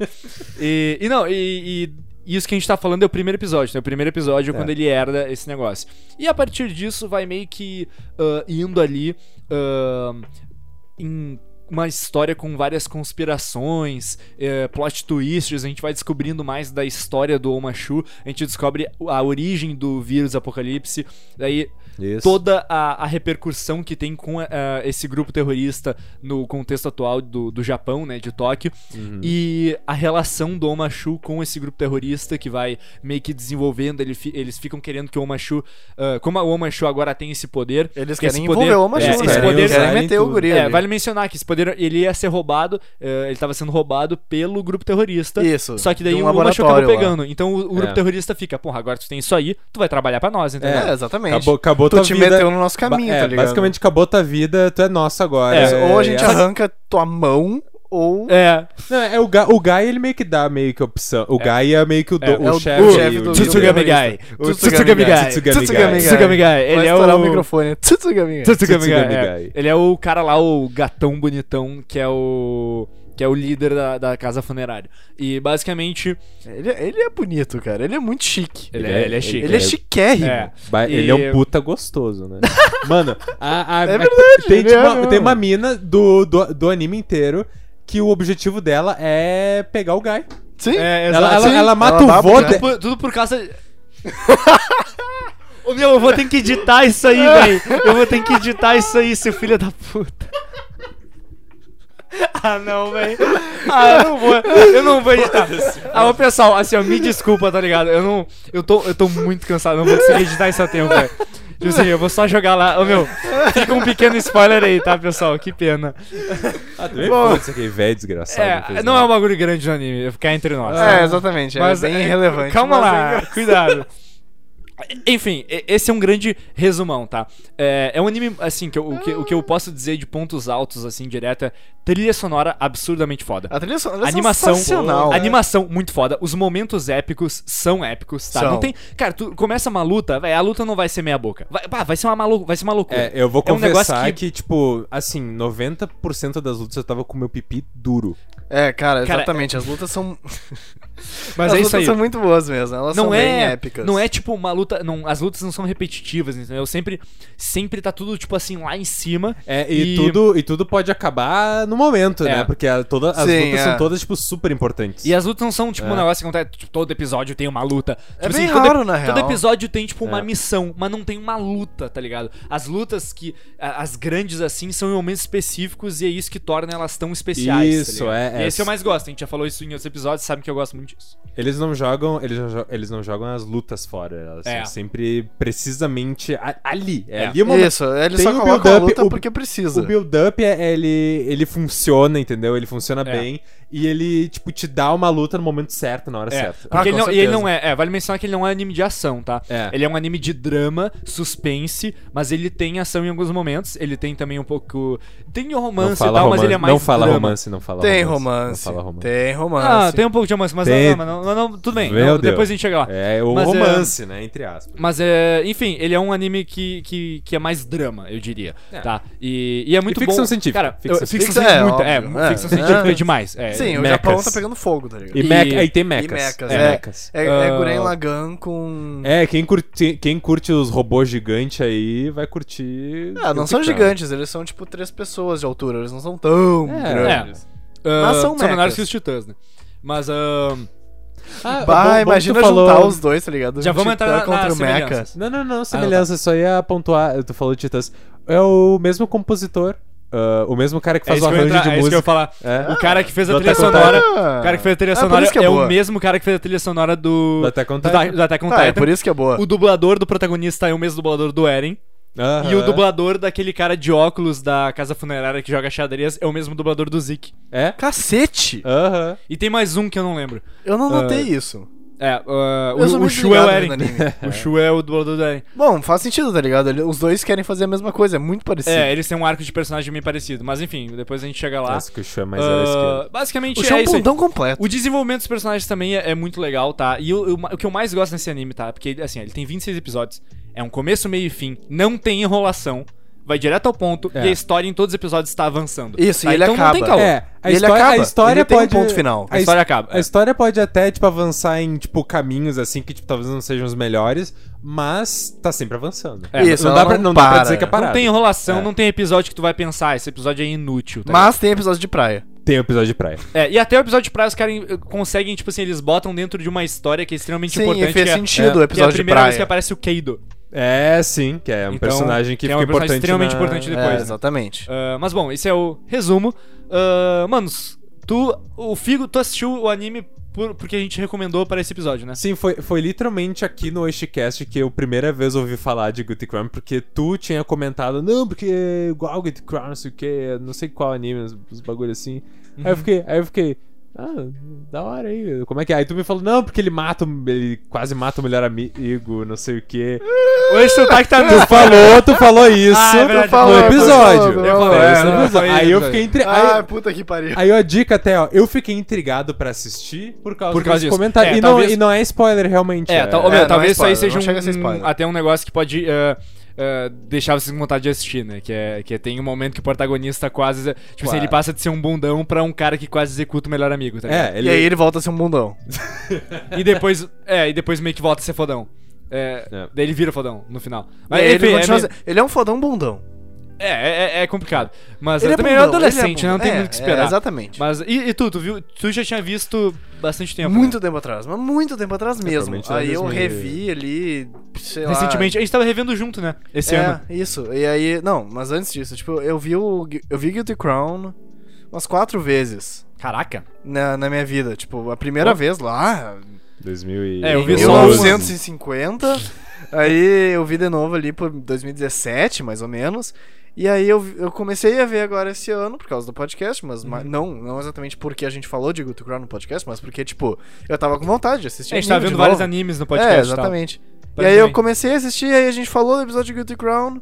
[SPEAKER 1] E, e não, e, e isso que a gente tá falando é o primeiro episódio, né? O primeiro episódio é quando ele herda esse negócio. E a partir disso vai meio que ah, indo ali ah, em uma história com várias conspirações, eh, plot twists, a gente vai descobrindo mais da história do Omashu, a gente descobre a origem do vírus Apocalipse, daí
[SPEAKER 3] Isso.
[SPEAKER 1] toda a, a repercussão que tem com eh, esse grupo terrorista no contexto atual do, do Japão, né, de Tóquio,
[SPEAKER 2] Uhum.
[SPEAKER 1] e a relação do Omashu com esse grupo terrorista que vai meio que desenvolvendo, ele fi- eles ficam querendo que o Omashu, ah, como o Omashu agora tem esse poder,
[SPEAKER 2] Eles
[SPEAKER 1] que esse
[SPEAKER 2] querem
[SPEAKER 1] poder-
[SPEAKER 2] envolver o Omashu,
[SPEAKER 1] é,
[SPEAKER 2] né?
[SPEAKER 1] esse
[SPEAKER 3] Querem
[SPEAKER 1] poder
[SPEAKER 2] Eles
[SPEAKER 3] usar
[SPEAKER 2] querem
[SPEAKER 3] em
[SPEAKER 2] meter o
[SPEAKER 3] tudo.
[SPEAKER 2] guri
[SPEAKER 1] é,
[SPEAKER 2] ali.
[SPEAKER 1] vale mencionar que esse poder ele ia ser roubado, eh, ele tava sendo roubado pelo grupo terrorista.
[SPEAKER 2] Isso,
[SPEAKER 1] Só que
[SPEAKER 2] de
[SPEAKER 1] daí
[SPEAKER 2] um
[SPEAKER 1] o Omashu acabou
[SPEAKER 2] laboratório lá.
[SPEAKER 1] pegando. Então o, o grupo
[SPEAKER 3] É.
[SPEAKER 1] terrorista fica, porra, agora tu tem isso aí, tu vai trabalhar pra nós, entendeu?
[SPEAKER 2] É, exatamente.
[SPEAKER 3] Acabou, acabou
[SPEAKER 2] Tu
[SPEAKER 3] tua
[SPEAKER 2] te
[SPEAKER 3] vida.
[SPEAKER 2] meteu no nosso
[SPEAKER 3] Ba-
[SPEAKER 2] caminho,
[SPEAKER 3] é,
[SPEAKER 2] tá ligado?
[SPEAKER 3] basicamente acabou tua vida, tu é nosso agora.
[SPEAKER 1] É,
[SPEAKER 2] ou a gente
[SPEAKER 3] essa-
[SPEAKER 2] arranca tua mão, ou
[SPEAKER 1] É.
[SPEAKER 3] Não, é o, Ga, o Guy, ele meio que dá meio que opção. O Guy é meio que o, do-
[SPEAKER 1] É,
[SPEAKER 3] o
[SPEAKER 2] é o-
[SPEAKER 3] chefe.
[SPEAKER 2] o
[SPEAKER 3] O
[SPEAKER 2] chefe do- do-
[SPEAKER 1] Tsutsuga Guy.
[SPEAKER 2] O
[SPEAKER 1] O
[SPEAKER 2] Tsutsuga
[SPEAKER 1] Tsutsuga
[SPEAKER 2] Guy.
[SPEAKER 1] Guy.
[SPEAKER 3] Tsutsuga
[SPEAKER 2] Tsutsuga
[SPEAKER 3] Guy.
[SPEAKER 2] Guy.
[SPEAKER 1] Tsutsuga Guy.
[SPEAKER 2] vai
[SPEAKER 1] Ele é
[SPEAKER 2] estourar o...
[SPEAKER 1] o...
[SPEAKER 2] microfone. Tsutsuga Guy.
[SPEAKER 1] Tsutsuga Guy,
[SPEAKER 3] Tsutsuga
[SPEAKER 1] é.
[SPEAKER 3] Guy.
[SPEAKER 1] Ele é o cara lá, o gatão bonitão, que é o... Que é o líder da, da casa funerária. E basicamente.
[SPEAKER 2] Ele, ele é bonito, cara. Ele é muito chique.
[SPEAKER 1] Ele,
[SPEAKER 3] Ele é-
[SPEAKER 1] é, ele é chique.
[SPEAKER 2] Ele é chiquérrimo.
[SPEAKER 1] É.
[SPEAKER 3] Ba-
[SPEAKER 1] E-
[SPEAKER 3] Ele é um puta gostoso, né? Mano, a, a-
[SPEAKER 2] É
[SPEAKER 3] a-
[SPEAKER 2] verdade,
[SPEAKER 3] tem,
[SPEAKER 2] ele
[SPEAKER 3] tipo,
[SPEAKER 2] é
[SPEAKER 3] uma,
[SPEAKER 2] mesmo.
[SPEAKER 3] tem uma mina do, do, do anime inteiro que o objetivo dela é pegar o Guy.
[SPEAKER 2] Sim.
[SPEAKER 1] É,
[SPEAKER 3] Ela,
[SPEAKER 1] exato.
[SPEAKER 3] ela,
[SPEAKER 2] Sim,
[SPEAKER 3] ela mata
[SPEAKER 2] ela
[SPEAKER 3] o vô
[SPEAKER 2] dá-
[SPEAKER 3] de-
[SPEAKER 1] Tudo por, tudo por causa. Ô meu, eu vou ter que editar isso aí, velho. Eu vou ter que editar isso aí, seu filho da puta. Ah, não, velho. Ah, eu não vou. Eu não vou editar. Ah, ô, pessoal, assim, ó, me desculpa, tá ligado? Eu não. Eu tô, eu tô muito cansado, não vou conseguir editar isso a tempo, velho. Tipo assim, eu vou só jogar lá. Ô meu, fica um pequeno spoiler aí, tá, pessoal? Que pena.
[SPEAKER 3] Ah, tu vem falando isso aqui, velho, desgraçado.
[SPEAKER 1] É,
[SPEAKER 3] fez
[SPEAKER 1] não é
[SPEAKER 3] nada.
[SPEAKER 1] um bagulho grande no anime, é ficar entre nós.
[SPEAKER 2] É, exatamente.
[SPEAKER 1] Mas
[SPEAKER 2] é bem
[SPEAKER 1] é,
[SPEAKER 2] irrelevante.
[SPEAKER 1] Calma
[SPEAKER 2] mas
[SPEAKER 1] lá,
[SPEAKER 2] é
[SPEAKER 1] cuidado. Enfim, e- esse é um grande resumão, tá? É, é um anime, assim, que eu- o, que, o que eu posso dizer de pontos altos, assim, direto é trilha sonora absurdamente foda.
[SPEAKER 2] A trilha sonora é
[SPEAKER 1] Animação,
[SPEAKER 2] sensacional. né?
[SPEAKER 1] pô, animação muito foda. Os momentos épicos são épicos, tá?
[SPEAKER 2] São.
[SPEAKER 1] Não tem, cara, tu começa uma luta, véi, a luta não vai ser meia boca. Vai, pá, vai ser uma malu, vai ser uma loucura.
[SPEAKER 3] É, eu vou
[SPEAKER 1] É um negócio
[SPEAKER 3] confessar
[SPEAKER 1] que-
[SPEAKER 3] que... tipo, assim, 90% das lutas eu tava com meu pipi duro.
[SPEAKER 2] É, cara,
[SPEAKER 1] Cara,
[SPEAKER 2] exatamente. As lutas são.
[SPEAKER 1] Mas
[SPEAKER 2] As
[SPEAKER 1] é isso
[SPEAKER 2] lutas
[SPEAKER 1] aí.
[SPEAKER 2] são muito boas mesmo. Elas
[SPEAKER 1] não
[SPEAKER 2] são
[SPEAKER 1] é,
[SPEAKER 2] bem épicas.
[SPEAKER 1] Não é tipo uma luta. Não, as lutas não são repetitivas, entendeu? Sempre, sempre tá tudo, tipo assim, lá em cima.
[SPEAKER 3] É, e, Tudo, e tudo pode acabar no momento,
[SPEAKER 1] É.
[SPEAKER 3] né? Porque a- toda, as
[SPEAKER 2] Sim,
[SPEAKER 3] lutas
[SPEAKER 2] é.
[SPEAKER 3] são todas, tipo, super importantes.
[SPEAKER 1] E as lutas não são, tipo,
[SPEAKER 3] É.
[SPEAKER 1] um negócio que acontece. Tipo, todo episódio tem uma luta.
[SPEAKER 2] É
[SPEAKER 1] Tipo
[SPEAKER 2] bem
[SPEAKER 1] todo,
[SPEAKER 2] raro, na
[SPEAKER 1] todo
[SPEAKER 2] real.
[SPEAKER 1] episódio tem, tipo, uma
[SPEAKER 3] É.
[SPEAKER 1] missão, mas não tem uma luta, tá ligado? As lutas que. a- As grandes, assim, são em momentos específicos e é isso que torna elas tão especiais.
[SPEAKER 3] Isso,
[SPEAKER 1] tá ligado?
[SPEAKER 3] é-
[SPEAKER 1] E
[SPEAKER 3] é-
[SPEAKER 1] esse eu mais gosto. A gente já falou isso em outros episódios, sabe que eu gosto muito disso.
[SPEAKER 3] Eles não jogam, eles não, jo- eles não jogam as lutas fora. Elas
[SPEAKER 1] É.
[SPEAKER 3] são sempre precisamente a- ali. É,
[SPEAKER 1] É.
[SPEAKER 3] ali o momento.
[SPEAKER 2] Isso, eles
[SPEAKER 3] Tem
[SPEAKER 2] só
[SPEAKER 3] o
[SPEAKER 1] um
[SPEAKER 2] colocam a
[SPEAKER 3] build-up,
[SPEAKER 2] luta
[SPEAKER 3] o-
[SPEAKER 2] porque precisa.
[SPEAKER 3] O build-up, é- ele, ele funciona, entendeu? Ele funciona
[SPEAKER 1] É.
[SPEAKER 3] bem. E ele, tipo, te dá uma luta no momento Tá certo, na hora
[SPEAKER 1] É,
[SPEAKER 3] certa.
[SPEAKER 1] porque ele
[SPEAKER 2] Ah, com
[SPEAKER 1] não, e ele
[SPEAKER 2] certeza.
[SPEAKER 1] não é, é, vale mencionar que ele não é anime de ação, tá?
[SPEAKER 3] É.
[SPEAKER 1] Ele é um anime de drama, suspense, mas ele tem ação em alguns momentos. Ele tem também um pouco. Tem o romance e tal, mas ele é mais.
[SPEAKER 3] Não fala
[SPEAKER 1] drama.
[SPEAKER 3] romance, não fala
[SPEAKER 2] Tem
[SPEAKER 3] romance.
[SPEAKER 2] romance.
[SPEAKER 3] Não fala romance.
[SPEAKER 2] Tem romance.
[SPEAKER 1] Ah, tem um pouco de romance, mas
[SPEAKER 3] Tem.
[SPEAKER 1] não, mas não, não, não, tudo bem.
[SPEAKER 3] Meu
[SPEAKER 1] não,
[SPEAKER 3] Deus.
[SPEAKER 1] Depois a gente chega lá.
[SPEAKER 3] É o
[SPEAKER 1] Mas, é,
[SPEAKER 3] romance, né? Entre aspas.
[SPEAKER 1] Mas é, enfim, ele é um anime que, que, que é mais drama, eu diria. Tá? E, e é muito
[SPEAKER 3] ficção
[SPEAKER 1] bom.
[SPEAKER 3] científica.
[SPEAKER 1] Cara,
[SPEAKER 3] Ficção
[SPEAKER 1] eu- ficção,
[SPEAKER 2] científica.
[SPEAKER 1] científica
[SPEAKER 2] É,
[SPEAKER 1] é, muito,
[SPEAKER 2] óbvio,
[SPEAKER 1] é,
[SPEAKER 2] é.
[SPEAKER 1] ficção científica
[SPEAKER 2] É.
[SPEAKER 1] é demais. É,
[SPEAKER 2] Sim, o
[SPEAKER 3] mecas.
[SPEAKER 2] Japão tá pegando fogo, tá ligado?
[SPEAKER 3] E,
[SPEAKER 1] E-
[SPEAKER 3] meca- aí tem mecas.
[SPEAKER 2] mecas,
[SPEAKER 3] é.
[SPEAKER 2] é.
[SPEAKER 3] mecas.
[SPEAKER 2] É, é
[SPEAKER 1] Ah.
[SPEAKER 2] Guren Lagan com.
[SPEAKER 3] É, quem curte, quem curte os robôs gigantes aí vai curtir.
[SPEAKER 2] Ah, não são
[SPEAKER 3] Guilty Crown.
[SPEAKER 2] gigantes, eles são tipo três pessoas de altura, eles não são tão
[SPEAKER 3] É.
[SPEAKER 2] grandes.
[SPEAKER 1] Ah,
[SPEAKER 2] Mas são
[SPEAKER 1] são
[SPEAKER 2] mecas.
[SPEAKER 1] menores que os titãs, né? Mas. ah, É,
[SPEAKER 3] Ah, bom- bom
[SPEAKER 2] Bah,
[SPEAKER 3] que
[SPEAKER 2] imagina
[SPEAKER 3] tu falou...
[SPEAKER 2] juntar os dois, tá ligado?
[SPEAKER 1] Já vamos
[SPEAKER 2] Titã
[SPEAKER 1] entrar na-
[SPEAKER 2] contra
[SPEAKER 1] nas
[SPEAKER 2] o Mecha.
[SPEAKER 1] semelhanças.
[SPEAKER 3] Não, não,
[SPEAKER 2] tá.
[SPEAKER 3] não, semelhança, só ia pontuar. Tu falou de Titãs. É o mesmo compositor, ah, o mesmo cara que
[SPEAKER 1] é
[SPEAKER 3] faz
[SPEAKER 1] isso
[SPEAKER 3] o
[SPEAKER 1] que eu ia
[SPEAKER 3] arranjo
[SPEAKER 1] entrar-
[SPEAKER 3] de
[SPEAKER 1] é isso que eu ia
[SPEAKER 3] música.
[SPEAKER 1] falar.
[SPEAKER 3] É.
[SPEAKER 1] O cara que fez a
[SPEAKER 3] Do
[SPEAKER 1] trilha
[SPEAKER 3] Attack on
[SPEAKER 1] sonora.
[SPEAKER 2] Titan.
[SPEAKER 1] O cara que fez a trilha
[SPEAKER 2] Ah, por
[SPEAKER 1] sonora
[SPEAKER 2] isso que é
[SPEAKER 1] é,
[SPEAKER 2] boa.
[SPEAKER 1] o mesmo cara que fez a trilha sonora do.
[SPEAKER 3] Do Attack on
[SPEAKER 1] do
[SPEAKER 3] Titan.
[SPEAKER 1] Da, do Attack on
[SPEAKER 2] Tá, é
[SPEAKER 1] Titan.
[SPEAKER 2] por isso que é boa.
[SPEAKER 1] O dublador do protagonista é o mesmo dublador do Eren.
[SPEAKER 3] Aham.
[SPEAKER 1] E o dublador daquele cara de óculos da casa funerária que joga xadrez é o mesmo dublador do Zeke.
[SPEAKER 3] É?
[SPEAKER 2] Cacete!
[SPEAKER 3] Aham.
[SPEAKER 1] E tem mais um que eu não lembro.
[SPEAKER 2] Eu não
[SPEAKER 1] Ah.
[SPEAKER 2] notei isso.
[SPEAKER 1] É, ah,
[SPEAKER 2] Eu sou
[SPEAKER 1] o, o
[SPEAKER 2] muito
[SPEAKER 1] Shu é o
[SPEAKER 2] ligado
[SPEAKER 1] Eren.
[SPEAKER 2] no anime.
[SPEAKER 1] O Shu é o dublador do Eren.
[SPEAKER 2] Bom, faz sentido, tá ligado? Ele- Os dois querem fazer a mesma coisa, é muito parecido.
[SPEAKER 1] É, eles têm um arco de personagem meio parecido. Mas enfim, depois a gente chega lá.
[SPEAKER 3] Acho que o show é mais
[SPEAKER 1] Ah,
[SPEAKER 3] à esquerda.
[SPEAKER 1] basicamente
[SPEAKER 2] o chão
[SPEAKER 1] é
[SPEAKER 2] é um
[SPEAKER 1] isso. aí.
[SPEAKER 2] pontão completo.
[SPEAKER 1] O desenvolvimento dos personagens também é, é muito legal, tá? E o, o- o que eu mais gosto nesse anime, tá? Porque, assim, ele tem 26 episódios. É um começo, meio e fim. Não tem enrolação. vai direto ao ponto
[SPEAKER 3] É.
[SPEAKER 1] e a história em todos os episódios está avançando.
[SPEAKER 2] Isso, e
[SPEAKER 1] Tá?
[SPEAKER 2] ele
[SPEAKER 1] então
[SPEAKER 2] acaba.
[SPEAKER 1] Não tem caô.
[SPEAKER 3] É, a
[SPEAKER 2] E ele
[SPEAKER 3] história,
[SPEAKER 2] acaba.
[SPEAKER 3] a história
[SPEAKER 2] Ele tem um
[SPEAKER 3] pode
[SPEAKER 2] ponto final.
[SPEAKER 1] A história acaba,
[SPEAKER 3] A
[SPEAKER 1] é.
[SPEAKER 3] história pode até tipo avançar em tipo caminhos assim que tipo talvez não sejam os melhores, mas tá sempre avançando.
[SPEAKER 1] É,
[SPEAKER 2] Isso,
[SPEAKER 3] não
[SPEAKER 2] ela
[SPEAKER 3] dá pra,
[SPEAKER 2] não
[SPEAKER 3] não dá pra
[SPEAKER 2] para.
[SPEAKER 3] dizer que é
[SPEAKER 2] Não
[SPEAKER 3] parado.
[SPEAKER 1] Não tem enrolação,
[SPEAKER 3] É.
[SPEAKER 1] não tem episódio que tu vai pensar, esse episódio é inútil. tá
[SPEAKER 2] Mas tem episódio de praia.
[SPEAKER 3] Tem o episódio de praia.
[SPEAKER 1] É, e até o episódio de praia os caras eh, conseguem, tipo assim, eles botam dentro de uma história que é extremamente
[SPEAKER 2] Sim,
[SPEAKER 1] importante.
[SPEAKER 2] e fez
[SPEAKER 1] que é-
[SPEAKER 2] sentido
[SPEAKER 1] é,
[SPEAKER 2] o episódio
[SPEAKER 1] que é a
[SPEAKER 2] de
[SPEAKER 1] primeira
[SPEAKER 2] praia.
[SPEAKER 1] vez que aparece o Kaido.
[SPEAKER 3] É, sim, que é um
[SPEAKER 1] Então,
[SPEAKER 3] personagem que,
[SPEAKER 1] que é um
[SPEAKER 3] fica
[SPEAKER 1] personagem
[SPEAKER 3] importante
[SPEAKER 1] extremamente
[SPEAKER 3] na-
[SPEAKER 1] importante
[SPEAKER 2] É,
[SPEAKER 1] Depois, né?
[SPEAKER 2] exatamente.
[SPEAKER 1] Ah, mas bom, esse é o resumo. Ah, manos, tu. O Figo, tu assistiu o anime por- porque a gente recomendou para esse episódio, né?
[SPEAKER 3] Sim, foi, foi literalmente aqui no Oishicast que eu primeira vez ouvi falar de Guilty Crown, porque tu tinha comentado, não, porque é igual Guilty Crown, não sei o que, não sei qual anime, uns, uns bagulho assim. Aí
[SPEAKER 1] Uhum.
[SPEAKER 3] eu fiquei, aí eu fiquei, ah, da hora aí, como é que é? Aí tu me falou, não, porque ele mata, o- ele quase mata o melhor amigo, não sei o que.
[SPEAKER 2] Ah!
[SPEAKER 1] Hoje seu tá que tá
[SPEAKER 3] Tu falou, tu falou isso
[SPEAKER 1] Ah, é verdade,
[SPEAKER 3] tu
[SPEAKER 1] falou,
[SPEAKER 3] É falou, no
[SPEAKER 1] eu
[SPEAKER 3] episódio.
[SPEAKER 2] falei,
[SPEAKER 1] eu falei,
[SPEAKER 3] É, Ah,
[SPEAKER 1] eu
[SPEAKER 3] no
[SPEAKER 1] falei,
[SPEAKER 3] episódio.
[SPEAKER 1] eu
[SPEAKER 3] Aí eu
[SPEAKER 1] falei.
[SPEAKER 3] fiquei entre. aí-
[SPEAKER 2] Ah, puta que pariu.
[SPEAKER 3] Aí, ó, dica até, ó. Eu fiquei intrigado pra assistir por causa,
[SPEAKER 1] Por causa
[SPEAKER 3] desse
[SPEAKER 1] disso.
[SPEAKER 3] comentário.
[SPEAKER 1] É,
[SPEAKER 3] e, não,
[SPEAKER 1] talvez-
[SPEAKER 3] e não é spoiler, realmente.
[SPEAKER 1] É, tal- ou melhor,
[SPEAKER 2] não é
[SPEAKER 1] talvez isso aí
[SPEAKER 2] spoiler,
[SPEAKER 1] seja
[SPEAKER 2] não chega a ser
[SPEAKER 1] um,
[SPEAKER 2] spoiler.
[SPEAKER 1] até um negócio que pode ah, ah, deixar vocês com vontade de assistir, né? Que, é, que é- tem um momento que o protagonista quase. Tipo assim,
[SPEAKER 3] Claro.
[SPEAKER 1] ele passa de ser um bundão pra um cara que quase executa o melhor amigo, tá ligado?
[SPEAKER 3] É, ele...
[SPEAKER 2] E aí ele volta a ser um bundão.
[SPEAKER 1] E depois. É, e depois meio que volta a ser fodão. É,
[SPEAKER 3] É.
[SPEAKER 1] Daí ele vira fodão no final.
[SPEAKER 2] E aí
[SPEAKER 1] Mas enfim,
[SPEAKER 2] ele,
[SPEAKER 1] é,
[SPEAKER 2] continua
[SPEAKER 1] meio-
[SPEAKER 2] sendo- ele é um fodão bundão.
[SPEAKER 1] é, é- é complicado. Mas
[SPEAKER 2] ele
[SPEAKER 1] eu também é
[SPEAKER 2] bundão,
[SPEAKER 1] adolescente,
[SPEAKER 2] ele é
[SPEAKER 1] né? Não tem
[SPEAKER 2] bundão.
[SPEAKER 1] muito o que
[SPEAKER 2] É,
[SPEAKER 1] esperar.
[SPEAKER 2] é, exatamente.
[SPEAKER 1] Mas e, e tu, tu viu? Tu já tinha visto bastante tempo. né?
[SPEAKER 2] muito
[SPEAKER 1] É,
[SPEAKER 2] tempo atrás, mas muito tempo atrás mesmo.
[SPEAKER 3] provavelmente lá
[SPEAKER 2] Aí eu
[SPEAKER 3] 2000
[SPEAKER 2] revi ali, sei lá,
[SPEAKER 1] Recentemente, a gente tava revendo junto, né? Esse
[SPEAKER 2] é,
[SPEAKER 1] ano.
[SPEAKER 2] isso. E aí, não, mas antes disso, tipo, eu vi o Gu- eu vi Guilty Crown umas quatro vezes
[SPEAKER 1] Caraca.
[SPEAKER 2] na, na minha vida, tipo, a primeira
[SPEAKER 1] Pô.
[SPEAKER 2] vez lá,
[SPEAKER 3] 2000 e...
[SPEAKER 1] É, eu vi
[SPEAKER 2] em
[SPEAKER 1] só uma.
[SPEAKER 2] 1950. aí eu vi de novo ali por 2017, mais ou menos. E aí eu, vi- eu comecei a ver agora esse ano, por causa do podcast, mas
[SPEAKER 1] Uhum.
[SPEAKER 2] ma- não, não exatamente porque a gente falou de Guilty Crown no podcast, mas porque, tipo, eu tava com vontade de assistir
[SPEAKER 1] a gente
[SPEAKER 2] anime
[SPEAKER 1] tava
[SPEAKER 2] de
[SPEAKER 1] vendo vários
[SPEAKER 2] novo.
[SPEAKER 1] animes no podcast.
[SPEAKER 2] É,
[SPEAKER 1] e tal. Tá
[SPEAKER 2] exatamente. E
[SPEAKER 1] Parece
[SPEAKER 2] aí eu
[SPEAKER 1] bem.
[SPEAKER 2] comecei a assistir, aí a gente falou do episódio de Guilty Crown.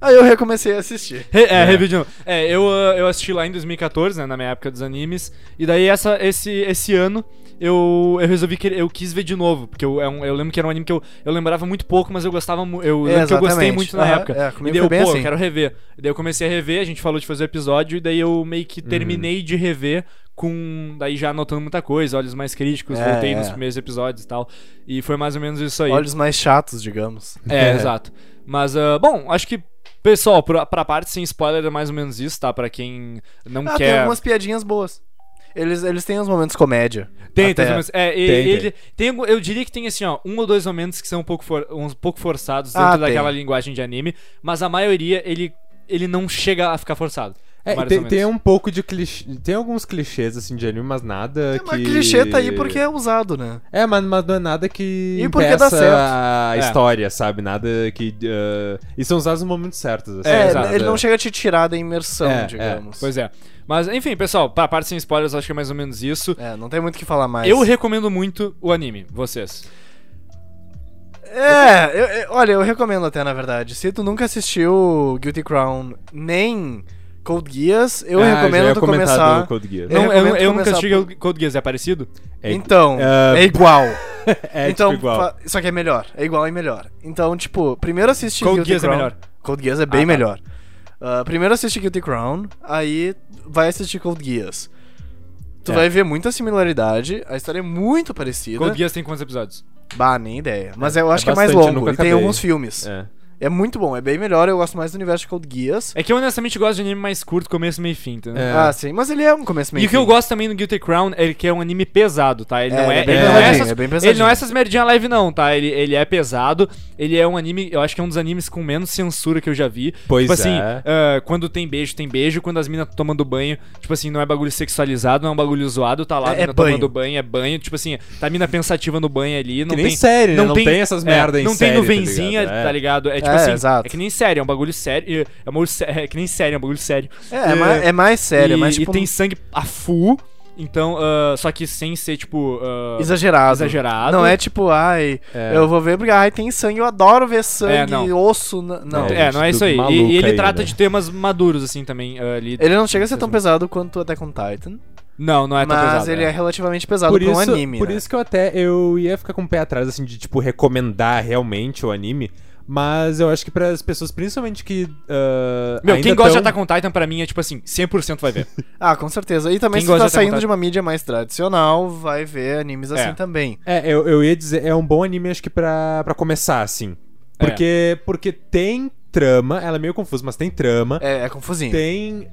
[SPEAKER 2] Aí eu recomecei a assistir.
[SPEAKER 1] Re- é,
[SPEAKER 3] É.
[SPEAKER 1] review de novo. É, eu, ah, eu assisti lá em 2014, né, na minha época dos animes. E daí essa, esse, esse ano eu, eu resolvi que eu quis ver de novo. Porque eu, é um- eu lembro que era um anime que eu, eu lembrava muito pouco, mas eu gostava mu- Eu
[SPEAKER 2] É,
[SPEAKER 1] lembro que eu gostei
[SPEAKER 2] exatamente.
[SPEAKER 1] muito na
[SPEAKER 2] Aham,
[SPEAKER 1] época.
[SPEAKER 2] é,
[SPEAKER 1] e
[SPEAKER 2] comigo
[SPEAKER 1] daí eu,
[SPEAKER 2] foi bem
[SPEAKER 1] pô, eu
[SPEAKER 2] assim.
[SPEAKER 1] quero rever. E daí eu comecei a rever, a gente falou de fazer o episódio, e daí eu meio
[SPEAKER 2] Uhum.
[SPEAKER 1] que terminei de rever. Com. Daí já anotando muita coisa, olhos mais críticos,
[SPEAKER 2] É,
[SPEAKER 1] voltei
[SPEAKER 2] é.
[SPEAKER 1] nos primeiros episódios e tal. E foi mais ou menos isso aí.
[SPEAKER 2] Olhos mais chatos, digamos.
[SPEAKER 1] É,
[SPEAKER 3] É.
[SPEAKER 1] exato. Mas, ah, bom, acho que. Pessoal, pra, pra parte sem spoiler é mais ou menos isso, tá? Pra quem é? não
[SPEAKER 2] Ah, tem
[SPEAKER 1] quer.
[SPEAKER 2] algumas piadinhas boas. Eles, eles têm uns momentos comédia.
[SPEAKER 1] Tem,
[SPEAKER 2] até.
[SPEAKER 1] tem, mas, é, e-
[SPEAKER 3] Tem,
[SPEAKER 1] ele, tem. algum- Eu diria que tem assim, ó, um ou dois momentos que são um pouco, for- uns pouco forçados dentro
[SPEAKER 2] Ah, tem.
[SPEAKER 1] daquela linguagem de anime, mas a maioria ele, ele não chega a ficar forçado.
[SPEAKER 3] É,
[SPEAKER 1] mais ou
[SPEAKER 3] tem,
[SPEAKER 1] menos.
[SPEAKER 3] tem um pouco de clichê... Tem alguns clichês, assim, de anime, mas nada
[SPEAKER 2] Tem uma
[SPEAKER 3] que...
[SPEAKER 2] clichê tá aí porque é usado, né?
[SPEAKER 3] É, mas, mas não é nada que
[SPEAKER 2] E porque dá
[SPEAKER 3] impeça
[SPEAKER 2] certo.
[SPEAKER 3] a
[SPEAKER 1] É.
[SPEAKER 3] história, sabe? Nada que... ah, E são usados nos momentos certos, assim.
[SPEAKER 1] É,
[SPEAKER 2] É,
[SPEAKER 1] exato,
[SPEAKER 2] ele não chega a te tirar da imersão,
[SPEAKER 3] É, é.
[SPEAKER 2] digamos.
[SPEAKER 1] Pois é. Mas, enfim, pessoal, pra parte sem spoilers, acho que é mais ou menos isso.
[SPEAKER 2] É, não tem muito o que falar mais.
[SPEAKER 1] Eu recomendo muito o anime, vocês.
[SPEAKER 2] É, eu- eu- olha, eu recomendo até, na verdade. Se tu nunca assistiu Guilty Crown nem Cold Geass, eu
[SPEAKER 3] Ah, já
[SPEAKER 2] recomendo
[SPEAKER 3] ia
[SPEAKER 2] tu
[SPEAKER 3] comentar
[SPEAKER 2] começar.
[SPEAKER 3] do Code Geass.
[SPEAKER 2] Eu
[SPEAKER 1] Não, eu, eu,
[SPEAKER 2] recomendo
[SPEAKER 1] nunca
[SPEAKER 2] começar
[SPEAKER 1] assisti Code Geass, é parecido?
[SPEAKER 3] É,
[SPEAKER 2] Então,
[SPEAKER 3] Ah,
[SPEAKER 2] é igual.
[SPEAKER 3] é,
[SPEAKER 2] então,
[SPEAKER 3] tipo, igual.
[SPEAKER 2] fa- Só que é melhor. É igual e melhor. Então, tipo, primeiro assiste
[SPEAKER 1] Cold
[SPEAKER 2] Guilty
[SPEAKER 1] Geass é
[SPEAKER 2] Crown.
[SPEAKER 1] melhor.
[SPEAKER 2] Cold Geass é
[SPEAKER 1] Ah,
[SPEAKER 2] bem
[SPEAKER 1] tá.
[SPEAKER 2] melhor. Ah, primeiro assiste Guilty Crown, aí vai assistir Cold Geass. Tu
[SPEAKER 3] É.
[SPEAKER 2] vai ver muita similaridade, a história é muito parecida.
[SPEAKER 1] Code Geass tem quantos episódios?
[SPEAKER 2] Bah, nem ideia. Mas eu acho
[SPEAKER 3] é
[SPEAKER 2] que é mais
[SPEAKER 3] bastante, eu
[SPEAKER 2] longo
[SPEAKER 3] nunca
[SPEAKER 2] e tem
[SPEAKER 3] acabei.
[SPEAKER 2] alguns filmes.
[SPEAKER 3] É.
[SPEAKER 2] É muito bom, é bem melhor. Eu gosto mais do universo de Cold Geass.
[SPEAKER 1] É que eu honestamente gosto de anime mais curto, começo, meio e fim, entendeu?
[SPEAKER 3] É.
[SPEAKER 2] Ah, sim, mas ele é um começo meio
[SPEAKER 1] E o que
[SPEAKER 2] fim.
[SPEAKER 1] eu gosto também no Guilty Crown é que é um anime pesado, tá? Ele
[SPEAKER 2] É,
[SPEAKER 1] não é,
[SPEAKER 2] ele é bem
[SPEAKER 1] ele não é
[SPEAKER 2] pesadinho,
[SPEAKER 1] essas,
[SPEAKER 2] é bem
[SPEAKER 1] ele não
[SPEAKER 2] pesadinho.
[SPEAKER 1] é essas merdinha live não, tá? Ele, ele é pesado, ele é um anime, eu acho que é um dos animes com menos censura que eu já vi.
[SPEAKER 3] Pois
[SPEAKER 1] tipo assim,
[SPEAKER 3] é.
[SPEAKER 1] ah, quando tem beijo, tem beijo, quando as minas tomando banho, tipo assim, não é bagulho sexualizado, não é um bagulho zoado, tá lá, a
[SPEAKER 2] É- é
[SPEAKER 1] mina
[SPEAKER 2] banho.
[SPEAKER 1] tomando banho, é banho, tipo assim, tá a mina pensativa no banho ali, não
[SPEAKER 3] que nem
[SPEAKER 1] tem
[SPEAKER 3] série, né? Não tem essas
[SPEAKER 1] é,
[SPEAKER 3] merda em
[SPEAKER 1] Não
[SPEAKER 3] série,
[SPEAKER 1] tem
[SPEAKER 3] tá
[SPEAKER 1] nuvenzinha,
[SPEAKER 3] ligado? É.
[SPEAKER 1] tá ligado? É tipo
[SPEAKER 2] É,
[SPEAKER 1] assim,
[SPEAKER 2] exato.
[SPEAKER 1] é que nem série, é um bagulho sério, é, um bagulho sé- é que nem série, é um bagulho sério.
[SPEAKER 2] É, é
[SPEAKER 1] E-
[SPEAKER 2] mais, é mais sério,
[SPEAKER 1] e,
[SPEAKER 2] é mais tipo
[SPEAKER 1] e tem sangue a full, então, ah, só que sem ser, tipo, ah,
[SPEAKER 2] um- exagerado.
[SPEAKER 1] exagerado.
[SPEAKER 2] Não é tipo, ai,
[SPEAKER 3] É.
[SPEAKER 2] eu vou ver porque ai tem sangue, eu adoro ver sangue,
[SPEAKER 1] É, não.
[SPEAKER 2] osso. na- Não.
[SPEAKER 1] É, não é
[SPEAKER 3] Gente,
[SPEAKER 1] isso aí.
[SPEAKER 3] tudo
[SPEAKER 1] E, e ele
[SPEAKER 3] maluco
[SPEAKER 1] trata
[SPEAKER 3] ainda.
[SPEAKER 1] de temas maduros, assim, também. ah, ali.
[SPEAKER 2] Ele não chega a ser tão pesado quanto Attack on Titan,
[SPEAKER 1] Não, não é tão
[SPEAKER 2] mas
[SPEAKER 1] pesado,
[SPEAKER 2] ele é.
[SPEAKER 1] é.
[SPEAKER 2] relativamente pesado
[SPEAKER 3] por
[SPEAKER 2] pra
[SPEAKER 3] isso,
[SPEAKER 2] um anime.
[SPEAKER 3] por
[SPEAKER 2] né?
[SPEAKER 3] isso que eu até eu ia ficar com o pé atrás assim de tipo recomendar realmente o anime, Mas eu acho que para as pessoas, principalmente que. ah,
[SPEAKER 1] Meu,
[SPEAKER 3] ainda
[SPEAKER 1] quem gosta
[SPEAKER 3] tão-
[SPEAKER 1] de Attack on Titan pra mim é tipo assim, 100% vai ver.
[SPEAKER 2] Ah, com certeza. E
[SPEAKER 1] Quem
[SPEAKER 2] também se tu
[SPEAKER 1] gosta
[SPEAKER 2] tá
[SPEAKER 1] de
[SPEAKER 2] saindo
[SPEAKER 1] contar-
[SPEAKER 2] de uma mídia mais tradicional, vai ver animes assim
[SPEAKER 1] É.
[SPEAKER 2] também.
[SPEAKER 3] É, eu, eu ia dizer, é um bom anime, acho que pra, pra começar, assim.
[SPEAKER 1] É.
[SPEAKER 3] Porque, porque tem trama, ela é meio confusa, mas tem trama.
[SPEAKER 2] É, é confusinho.
[SPEAKER 3] Tem.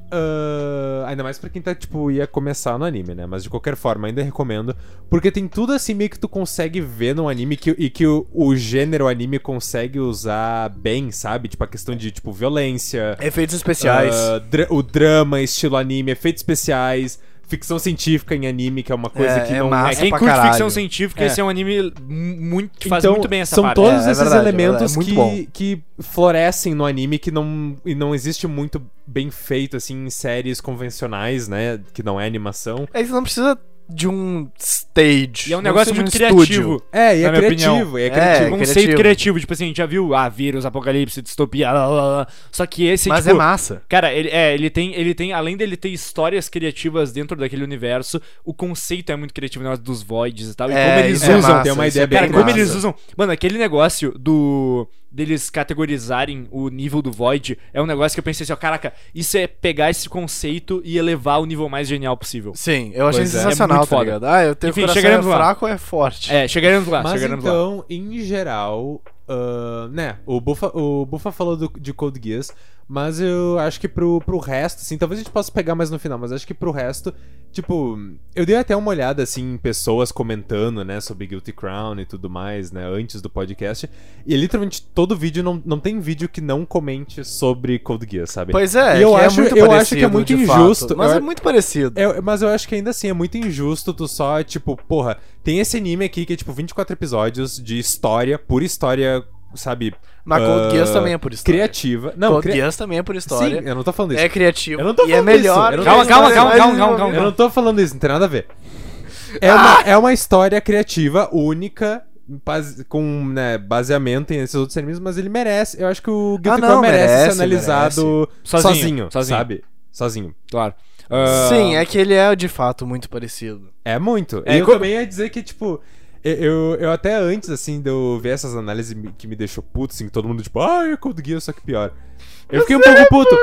[SPEAKER 3] ah, ainda mais pra quem tá, tipo, ia começar no anime, né? Mas de qualquer forma, ainda recomendo. Porque tem tudo assim meio que tu consegue ver num anime que, e que o, o gênero anime consegue usar bem, sabe? Tipo, a questão de, tipo, violência.
[SPEAKER 2] Efeitos especiais.
[SPEAKER 3] ah, dra- o drama, estilo anime, efeitos especiais, ficção científica em anime, que é uma coisa
[SPEAKER 2] É,
[SPEAKER 3] que
[SPEAKER 2] é
[SPEAKER 3] não
[SPEAKER 2] massa.
[SPEAKER 1] É, quem
[SPEAKER 2] pra
[SPEAKER 1] curte
[SPEAKER 2] caralho.
[SPEAKER 1] ficção científica,
[SPEAKER 3] É.
[SPEAKER 1] esse é um anime mu- muito, que faz
[SPEAKER 3] Então,
[SPEAKER 1] muito bem essa
[SPEAKER 3] são
[SPEAKER 1] parte.
[SPEAKER 3] todos
[SPEAKER 2] É, é
[SPEAKER 3] esses
[SPEAKER 2] verdade, é
[SPEAKER 3] elementos
[SPEAKER 2] verdade, é muito bom.
[SPEAKER 3] que, que florescem no anime que não, e não existe muito bem feito, assim, em séries convencionais, né? Que não é animação.
[SPEAKER 2] É que tu não precisa de um stage.
[SPEAKER 1] E é um
[SPEAKER 2] não
[SPEAKER 1] negócio
[SPEAKER 2] precisa
[SPEAKER 1] muito
[SPEAKER 2] de um estúdio.
[SPEAKER 1] criativo.
[SPEAKER 3] É, e é
[SPEAKER 1] Na minha
[SPEAKER 3] criativo, e é
[SPEAKER 2] É,
[SPEAKER 3] criativo.
[SPEAKER 1] um conceito
[SPEAKER 2] criativo.
[SPEAKER 1] criativo. Tipo assim, a gente já viu, ah, vírus, apocalipse, distopia, lá, lá, lá. Só que esse,
[SPEAKER 2] Mas é
[SPEAKER 1] tipo,
[SPEAKER 2] massa.
[SPEAKER 1] Cara, ele, é, ele tem, ele tem, além dele ter histórias criativas dentro daquele universo, o conceito é muito criativo, o negócio dos voids e tal. e
[SPEAKER 2] É,
[SPEAKER 1] como eles
[SPEAKER 2] isso é
[SPEAKER 1] usam.
[SPEAKER 2] massa,
[SPEAKER 3] tem uma
[SPEAKER 2] isso
[SPEAKER 3] ideia
[SPEAKER 2] é
[SPEAKER 3] bem
[SPEAKER 1] cara,
[SPEAKER 2] massa.
[SPEAKER 1] como eles usam. Mano, aquele negócio do. deles categorizarem o nível do void é um negócio que eu pensei assim, ó, caraca, isso é pegar esse conceito e elevar o nível mais genial possível.
[SPEAKER 2] Sim, eu achei
[SPEAKER 3] Pois é.
[SPEAKER 1] É
[SPEAKER 2] sensacional,
[SPEAKER 1] muito
[SPEAKER 2] tá
[SPEAKER 1] foda.
[SPEAKER 2] ligado? Ah, eu tenho
[SPEAKER 1] Enfim,
[SPEAKER 2] coração
[SPEAKER 1] chegaremos
[SPEAKER 2] é
[SPEAKER 1] lá.
[SPEAKER 2] fraco é forte.
[SPEAKER 1] É, chegaremos lá,
[SPEAKER 3] Mas
[SPEAKER 1] chegaremos lá.
[SPEAKER 3] então, em geral, ah, né, o Bufa, o Bufa falou do- de Code Geass, mas eu acho que pro, pro resto, assim, talvez a gente possa pegar mais no final, mas acho que pro resto, tipo, eu dei até uma olhada, assim, em pessoas comentando, né, sobre Guilty Crown e tudo mais, né, antes do podcast, e literalmente todo vídeo, não, não tem vídeo que não comente sobre Code Geass, sabe?
[SPEAKER 2] Pois é,
[SPEAKER 3] E eu
[SPEAKER 2] que é
[SPEAKER 3] acho-
[SPEAKER 2] muito
[SPEAKER 3] eu acho
[SPEAKER 2] parecido,
[SPEAKER 3] que é muito
[SPEAKER 2] de fato.
[SPEAKER 3] injusto.
[SPEAKER 2] Mas
[SPEAKER 3] Eu-
[SPEAKER 2] é muito parecido.
[SPEAKER 3] É, mas eu acho que ainda assim é muito injusto tu só, tipo, porra, tem esse anime aqui que é tipo 24 episódios de história, pura história, sabe,
[SPEAKER 2] Mas Cold Geass
[SPEAKER 3] Ah,
[SPEAKER 2] também é por história.
[SPEAKER 3] criativa. Não,
[SPEAKER 2] Cold
[SPEAKER 3] cria-
[SPEAKER 2] Geass também é por história.
[SPEAKER 3] Sim, eu não tô falando isso.
[SPEAKER 2] É criativo.
[SPEAKER 3] Eu não tô
[SPEAKER 2] e é
[SPEAKER 3] falando isso,
[SPEAKER 2] melhor.
[SPEAKER 3] eu não
[SPEAKER 2] e
[SPEAKER 1] tô
[SPEAKER 2] é
[SPEAKER 1] falando Calma,
[SPEAKER 2] mais-
[SPEAKER 1] calma,
[SPEAKER 2] mais
[SPEAKER 1] calma, calma,
[SPEAKER 2] desenvolvido.
[SPEAKER 3] Eu não tô falando isso, não tem nada a ver. É
[SPEAKER 2] Ah!
[SPEAKER 3] uma, é uma história criativa única. base- Com né, baseamento em esses outros animes, mas ele merece. Eu acho que o Guilty
[SPEAKER 2] Ah, não,
[SPEAKER 3] Crown merece, ser
[SPEAKER 2] merece,
[SPEAKER 3] analisado
[SPEAKER 1] Sozinho,
[SPEAKER 3] sozinho,
[SPEAKER 1] sozinho.
[SPEAKER 3] sabe? Sozinho.
[SPEAKER 1] Claro. Ah,
[SPEAKER 2] Sim, é que ele é de fato muito parecido.
[SPEAKER 3] É muito.
[SPEAKER 1] É,
[SPEAKER 3] e eu
[SPEAKER 1] co-
[SPEAKER 3] também ia dizer que, tipo, eu, eu, eu até antes, assim, de eu ver essas análises me- que me deixou puto, assim, todo mundo, tipo, ah, é Code Geass, só que pior. Eu fiquei um pouco puto.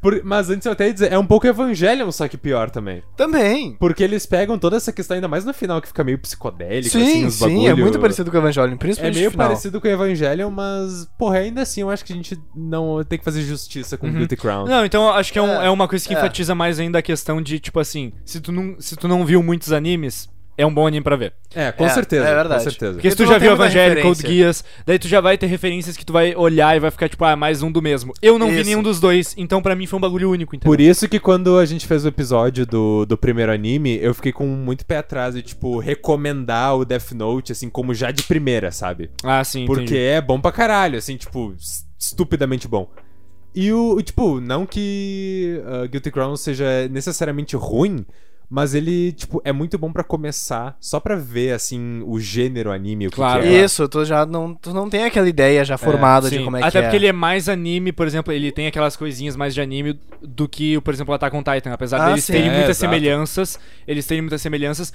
[SPEAKER 3] Por- mas antes eu até ia dizer, é um pouco Evangelion, só que pior também.
[SPEAKER 2] Também.
[SPEAKER 3] Porque eles pegam toda essa questão, ainda mais no final, que fica meio psicodélico, assim,
[SPEAKER 2] Sim,
[SPEAKER 3] os
[SPEAKER 2] sim, é
[SPEAKER 3] bagulho-
[SPEAKER 2] muito parecido com o Evangelion,
[SPEAKER 3] É
[SPEAKER 2] principalmente
[SPEAKER 3] meio
[SPEAKER 2] no final.
[SPEAKER 3] parecido com Evangelion, mas, porra, ainda assim eu acho que a gente não tem que fazer justiça com
[SPEAKER 1] Uhum.
[SPEAKER 3] Guilty Crown.
[SPEAKER 1] Não, então eu acho que é, um-
[SPEAKER 2] É,
[SPEAKER 1] é uma coisa que
[SPEAKER 2] é.
[SPEAKER 1] enfatiza mais ainda a questão de, tipo assim, se tu não, se tu não viu muitos animes, é um bom anime pra ver.
[SPEAKER 3] É, com
[SPEAKER 2] É,
[SPEAKER 3] certeza.
[SPEAKER 2] é verdade.
[SPEAKER 3] Com certeza.
[SPEAKER 1] Porque se tu
[SPEAKER 2] Porque tu
[SPEAKER 1] já
[SPEAKER 2] não
[SPEAKER 1] viu
[SPEAKER 2] tem muita
[SPEAKER 1] Evangelho, Code
[SPEAKER 2] referência.
[SPEAKER 1] Guias, daí tu já vai ter referências que tu vai olhar e vai ficar tipo, ah, mais um do mesmo. Eu não vi
[SPEAKER 2] Isso.
[SPEAKER 1] nenhum dos dois, então pra mim foi um bagulho único, entendeu?
[SPEAKER 3] Por isso que quando a gente fez o episódio do, do primeiro anime, eu fiquei com muito pé atrás de, tipo, recomendar o Death Note, assim, como já de primeira, sabe?
[SPEAKER 1] Ah, sim,
[SPEAKER 3] Porque
[SPEAKER 1] entendi.
[SPEAKER 3] é bom pra caralho, assim, tipo, es- estupidamente bom. E o, o, tipo, não que uh, Guilty Crown seja necessariamente ruim, mas ele, tipo, é muito bom pra começar, só pra ver, assim, o gênero anime, o que
[SPEAKER 1] Claro.
[SPEAKER 3] que é.
[SPEAKER 2] Isso, tu já não, tu não tem aquela ideia já formada de
[SPEAKER 1] Sim.
[SPEAKER 2] como é que
[SPEAKER 1] Até
[SPEAKER 2] é.
[SPEAKER 1] porque ele é mais anime, por exemplo, ele tem aquelas coisinhas mais de anime do que, por exemplo, Attack on Titan. Apesar
[SPEAKER 2] Ah,
[SPEAKER 1] deles
[SPEAKER 2] sim.
[SPEAKER 1] terem
[SPEAKER 3] É,
[SPEAKER 1] muitas
[SPEAKER 3] exato.
[SPEAKER 1] semelhanças, eles terem muitas semelhanças,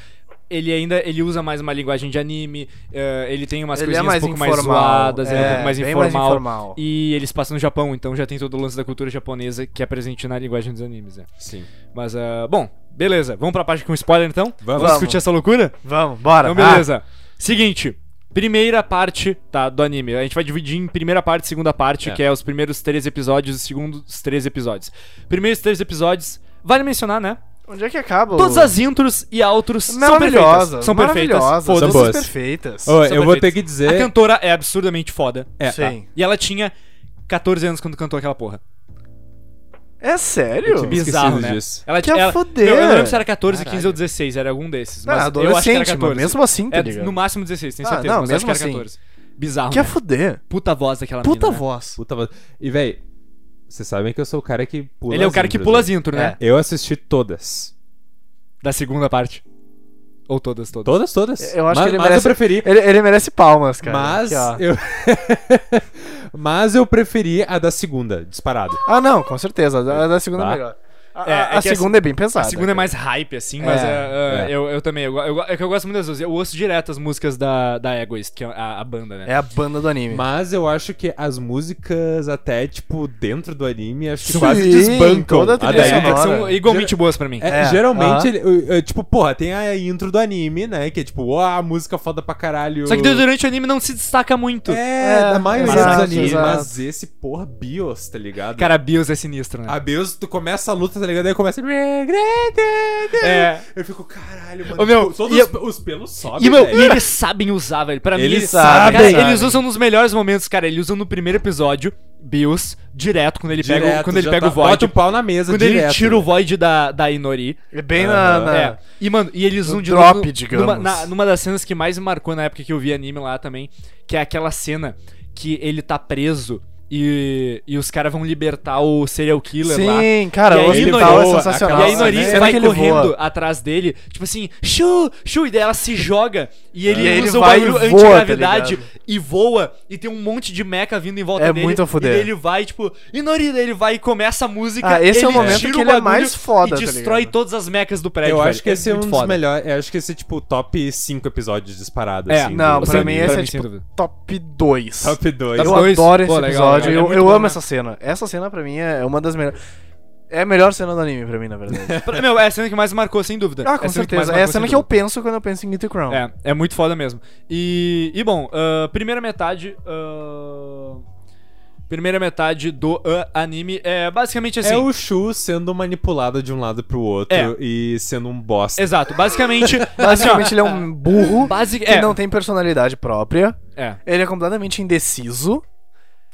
[SPEAKER 1] ele ainda ele usa mais uma linguagem de anime, eh, ele tem umas
[SPEAKER 2] Ele
[SPEAKER 1] coisinhas
[SPEAKER 2] é mais
[SPEAKER 1] um pouco mais
[SPEAKER 2] informal,
[SPEAKER 1] zoadas, ele é um
[SPEAKER 2] é,
[SPEAKER 1] pouco mais
[SPEAKER 2] bem
[SPEAKER 1] informal,
[SPEAKER 2] mais informal.
[SPEAKER 1] E eles passam no Japão, então já tem todo o lance da cultura japonesa que é presente na linguagem dos animes, né?
[SPEAKER 3] Sim.
[SPEAKER 1] Mas, ah, bom, beleza. Vamos pra parte com spoiler, então?
[SPEAKER 3] Vamos.
[SPEAKER 1] discutir essa loucura?
[SPEAKER 2] Vamos, bora. Ah.
[SPEAKER 1] Então, beleza. Seguinte. Primeira parte, tá, do anime. A gente vai dividir em primeira parte e segunda parte,
[SPEAKER 3] É.
[SPEAKER 1] que é os primeiros três episódios e os segundos três episódios. Primeiros três episódios, vale mencionar, né?
[SPEAKER 2] Ah, onde é que acaba? o-
[SPEAKER 1] Todas as intros e outros são perfeitas.
[SPEAKER 2] maravilhosas,
[SPEAKER 1] São perfeitas.
[SPEAKER 2] maravilhosas,
[SPEAKER 1] Foda-se.
[SPEAKER 3] São
[SPEAKER 2] todas
[SPEAKER 3] boas.
[SPEAKER 2] perfeitas.
[SPEAKER 3] Ô,
[SPEAKER 1] São
[SPEAKER 3] eu vou
[SPEAKER 1] perfeitos.
[SPEAKER 3] ter que
[SPEAKER 1] A
[SPEAKER 3] dizer...
[SPEAKER 1] cantora é absurdamente foda. Tá.
[SPEAKER 3] É,
[SPEAKER 2] Sim.
[SPEAKER 1] E ela tinha 14 anos quando cantou aquela porra.
[SPEAKER 2] É sério?
[SPEAKER 3] Eu tinha me
[SPEAKER 1] Bizarro,
[SPEAKER 3] esquecido
[SPEAKER 1] né?
[SPEAKER 3] disso.
[SPEAKER 1] Ela
[SPEAKER 2] Que a
[SPEAKER 1] ela-
[SPEAKER 2] fuder.
[SPEAKER 1] Meu, Eu, não lembro se era 14, 15
[SPEAKER 3] Caralho.
[SPEAKER 1] ou 16, era algum desses.
[SPEAKER 2] Não,
[SPEAKER 1] Mas
[SPEAKER 2] Tá, adolescente,
[SPEAKER 1] eu acho que era
[SPEAKER 2] mas
[SPEAKER 1] 14.
[SPEAKER 2] mesmo assim, tá
[SPEAKER 1] É,
[SPEAKER 2] ligado?
[SPEAKER 1] no máximo 16, tenho
[SPEAKER 2] Ah,
[SPEAKER 1] certeza.
[SPEAKER 2] não,
[SPEAKER 1] mas eu acho que
[SPEAKER 2] mesmo
[SPEAKER 1] era
[SPEAKER 2] assim.
[SPEAKER 1] 14. Bizarro.
[SPEAKER 2] Que é
[SPEAKER 1] né?
[SPEAKER 2] foder.
[SPEAKER 1] Puta voz daquela
[SPEAKER 2] Puta
[SPEAKER 1] mina, né?
[SPEAKER 2] voz.
[SPEAKER 3] Puta voz. E, véi, vocês sabem que eu sou o cara que pula
[SPEAKER 1] Ele é o
[SPEAKER 3] as
[SPEAKER 1] cara que
[SPEAKER 3] intros,
[SPEAKER 1] pula
[SPEAKER 3] né?
[SPEAKER 1] as intro, né?
[SPEAKER 2] É.
[SPEAKER 3] Eu assisti todas.
[SPEAKER 1] Da segunda parte. Ou todas, todas.
[SPEAKER 3] Todas, todas.
[SPEAKER 2] Eu acho
[SPEAKER 3] mas,
[SPEAKER 2] que ele
[SPEAKER 3] mas
[SPEAKER 2] merece-
[SPEAKER 3] eu preferi.
[SPEAKER 2] Ele, ele merece palmas, cara.
[SPEAKER 3] mas,
[SPEAKER 2] Aqui, ó.
[SPEAKER 3] eu... mas eu preferi a da segunda, disparado.
[SPEAKER 2] Ah, não, com certeza. A da segunda é
[SPEAKER 3] Tá.
[SPEAKER 2] melhor. A,
[SPEAKER 1] É,
[SPEAKER 2] a-
[SPEAKER 1] é
[SPEAKER 2] a
[SPEAKER 1] que a
[SPEAKER 2] segunda é bem
[SPEAKER 1] A
[SPEAKER 2] pesada.
[SPEAKER 1] segunda é mais hype, assim, mas
[SPEAKER 3] É,
[SPEAKER 1] é, é,
[SPEAKER 3] é.
[SPEAKER 1] Eu, eu também. Eu, go- eu go- é que eu gosto muito das duas. Eu ouço direto as músicas da, da Egoist, que é a, a banda, né?
[SPEAKER 2] É a banda do anime.
[SPEAKER 3] Mas eu acho que as músicas, até, tipo, dentro do anime, acho que
[SPEAKER 2] Sim,
[SPEAKER 3] quase desbancam.
[SPEAKER 2] toda a
[SPEAKER 3] a
[SPEAKER 2] trilha
[SPEAKER 3] da
[SPEAKER 1] É,
[SPEAKER 3] Ego.
[SPEAKER 2] sonora.
[SPEAKER 1] são igualmente boas pra mim.
[SPEAKER 3] É,
[SPEAKER 2] É,
[SPEAKER 3] geralmente,
[SPEAKER 2] ah.
[SPEAKER 3] ele- eh, tipo, porra, tem a intro do anime, né? Que é tipo, ó, a música foda pra caralho.
[SPEAKER 1] Só que durante o anime não se destaca muito.
[SPEAKER 3] É,
[SPEAKER 2] É,
[SPEAKER 3] da maioria
[SPEAKER 1] exato,
[SPEAKER 3] dos animes.
[SPEAKER 2] exato.
[SPEAKER 3] Mas esse, porra, Bios, tá ligado?
[SPEAKER 1] Cara, Bios é sinistro, né?
[SPEAKER 3] A Bios, tu começa a luta, tá ligado? Aí começa. É. Eu fico, caralho, mano.
[SPEAKER 1] Ô, meu,
[SPEAKER 3] tipo, todos
[SPEAKER 1] e
[SPEAKER 3] os, os pelos sobem.
[SPEAKER 1] E, meu,
[SPEAKER 3] velho.
[SPEAKER 1] e eles sabem usar, velho. Pra mim,
[SPEAKER 3] Eles
[SPEAKER 1] eles
[SPEAKER 3] sabem,
[SPEAKER 1] Cara,
[SPEAKER 3] sabem.
[SPEAKER 1] eles usam nos melhores momentos, cara. Eles usam no primeiro episódio, Bios, direto, quando ele pega, o-
[SPEAKER 3] Direto,
[SPEAKER 1] quando ele
[SPEAKER 3] já
[SPEAKER 1] pega
[SPEAKER 3] tá-
[SPEAKER 1] o Void.
[SPEAKER 3] Bota o pau na mesa,
[SPEAKER 1] Quando
[SPEAKER 3] direto. né?
[SPEAKER 1] ele tira o Void da, da Inori.
[SPEAKER 2] É bem na. na-
[SPEAKER 1] É. E, mano, e eles
[SPEAKER 2] No
[SPEAKER 1] usam de
[SPEAKER 2] drop,
[SPEAKER 1] novo
[SPEAKER 2] digamos.
[SPEAKER 1] Numa, na- numa das cenas que mais me marcou na época que eu vi anime lá também, que é aquela cena que ele tá preso e, e os caras vão libertar o serial killer lá.
[SPEAKER 2] Sim, cara,
[SPEAKER 1] E aí
[SPEAKER 2] o
[SPEAKER 1] ele
[SPEAKER 2] hospital
[SPEAKER 1] voa,
[SPEAKER 2] é sensacional.
[SPEAKER 1] E aí
[SPEAKER 3] Nossa,
[SPEAKER 1] Nori
[SPEAKER 2] Cena
[SPEAKER 1] vai
[SPEAKER 2] que ele
[SPEAKER 1] correndo
[SPEAKER 2] voa.
[SPEAKER 1] atrás dele, tipo assim, chu, chu, e daí ela se joga. E ele
[SPEAKER 2] E aí ele
[SPEAKER 1] usa o
[SPEAKER 2] vai e
[SPEAKER 1] barulho
[SPEAKER 2] voa,
[SPEAKER 1] antigravidade
[SPEAKER 2] tá
[SPEAKER 1] e voa. E tem um monte de mecha vindo em volta
[SPEAKER 2] É
[SPEAKER 1] dele.
[SPEAKER 2] muito a fuder.
[SPEAKER 1] E daí ele vai, tipo, e Nori, daí ele vai e começa a música.
[SPEAKER 2] Ah, esse é o
[SPEAKER 1] ele
[SPEAKER 2] momento
[SPEAKER 1] tira
[SPEAKER 2] que
[SPEAKER 1] o
[SPEAKER 2] ele é
[SPEAKER 1] bagulho
[SPEAKER 2] mais foda,
[SPEAKER 1] E
[SPEAKER 2] tá
[SPEAKER 1] destrói
[SPEAKER 2] ligado?
[SPEAKER 1] todas as mechas do prédio.
[SPEAKER 3] Eu
[SPEAKER 1] velho.
[SPEAKER 3] acho que esse é um
[SPEAKER 1] muito
[SPEAKER 3] dos
[SPEAKER 1] foda.
[SPEAKER 3] melhores. Eu acho que esse é tipo top 5 episódios disparado.
[SPEAKER 1] É,
[SPEAKER 3] assim,
[SPEAKER 2] Não,
[SPEAKER 3] do-
[SPEAKER 2] pra
[SPEAKER 3] do
[SPEAKER 2] mim esse
[SPEAKER 3] anime.
[SPEAKER 1] pra
[SPEAKER 2] é
[SPEAKER 1] mim, sem
[SPEAKER 2] tipo
[SPEAKER 1] dúvida.
[SPEAKER 2] top 2.
[SPEAKER 3] Top 2.
[SPEAKER 1] Top
[SPEAKER 2] Eu
[SPEAKER 1] dois?
[SPEAKER 2] adoro esse
[SPEAKER 1] Pô, legal,
[SPEAKER 2] episódio,
[SPEAKER 1] legal.
[SPEAKER 2] eu,
[SPEAKER 1] É muito
[SPEAKER 2] eu
[SPEAKER 1] bom,
[SPEAKER 2] amo
[SPEAKER 1] né?
[SPEAKER 2] essa cena. Essa cena pra mim é uma das melhores. É a melhor cena do anime pra mim, na verdade.
[SPEAKER 1] Pra- Meu, é a cena que mais marcou, sem dúvida.
[SPEAKER 2] ah, com
[SPEAKER 1] é a cena que mais
[SPEAKER 2] certeza. É
[SPEAKER 1] marcou,
[SPEAKER 2] a cena
[SPEAKER 1] sem
[SPEAKER 2] que eu
[SPEAKER 1] dúvida.
[SPEAKER 2] penso quando eu penso em Guilty Crown.
[SPEAKER 1] É, é muito foda mesmo. E, e bom, ah, primeira metade. ah, primeira metade do ah, anime é basicamente assim.
[SPEAKER 3] É o Shu sendo manipulado de um lado pro outro
[SPEAKER 1] É.
[SPEAKER 3] e sendo um bosta.
[SPEAKER 1] Exato, basicamente.
[SPEAKER 2] Basicamente, ele é um burro
[SPEAKER 1] Basic...
[SPEAKER 2] que
[SPEAKER 1] É,
[SPEAKER 2] não tem personalidade própria.
[SPEAKER 1] é.
[SPEAKER 2] Ele é completamente indeciso.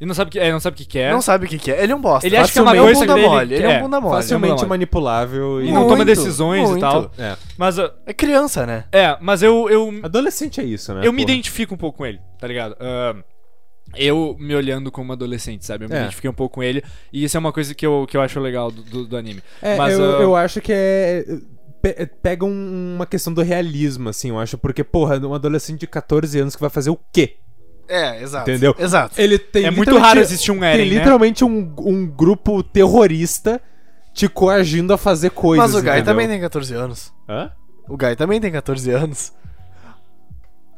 [SPEAKER 1] E não sabe o que, é, não sabe o que quer.
[SPEAKER 2] Não sabe o que, que é. Ele é um bosta.
[SPEAKER 1] Ele acha que é uma
[SPEAKER 2] Facilmente
[SPEAKER 1] coisa
[SPEAKER 2] um bunda
[SPEAKER 1] dele
[SPEAKER 2] mole. Ele
[SPEAKER 1] que
[SPEAKER 2] é
[SPEAKER 1] é.
[SPEAKER 2] um bunda mole.
[SPEAKER 3] Facilmente
[SPEAKER 1] Muito.
[SPEAKER 3] manipulável e.
[SPEAKER 1] E não toma
[SPEAKER 2] Muito,
[SPEAKER 1] decisões e
[SPEAKER 2] muito.
[SPEAKER 1] tal.
[SPEAKER 3] É.
[SPEAKER 1] Mas, ah,
[SPEAKER 2] É criança, né?
[SPEAKER 1] é, mas eu, eu
[SPEAKER 3] Adolescente é isso, né?
[SPEAKER 1] eu me
[SPEAKER 3] porra?
[SPEAKER 1] identifico um pouco com ele, tá ligado? Ahn, eu me olhando como adolescente, sabe? Eu me
[SPEAKER 3] É.
[SPEAKER 1] identifiquei um pouco com ele. E isso é uma coisa que eu, que eu acho legal do, do, do anime.
[SPEAKER 3] É,
[SPEAKER 1] Mas,
[SPEAKER 3] eu,
[SPEAKER 1] ah,
[SPEAKER 3] eu acho que é. pe- Pega um- uma questão do realismo, assim, eu acho, porque, porra, um adolescente de 14 anos que vai fazer o quê?
[SPEAKER 2] É, exato.
[SPEAKER 3] Entendeu?
[SPEAKER 2] Exato.
[SPEAKER 3] Ele tem
[SPEAKER 1] é muito
[SPEAKER 3] literalmente-
[SPEAKER 1] raro existir um
[SPEAKER 3] Tem
[SPEAKER 1] Eren, né?
[SPEAKER 3] literalmente um, um grupo terrorista te coagindo a fazer coisas.
[SPEAKER 2] Mas o Guy
[SPEAKER 3] entendeu?
[SPEAKER 2] também tem 14 anos.
[SPEAKER 3] Hã?
[SPEAKER 2] O Guy também tem 14 anos.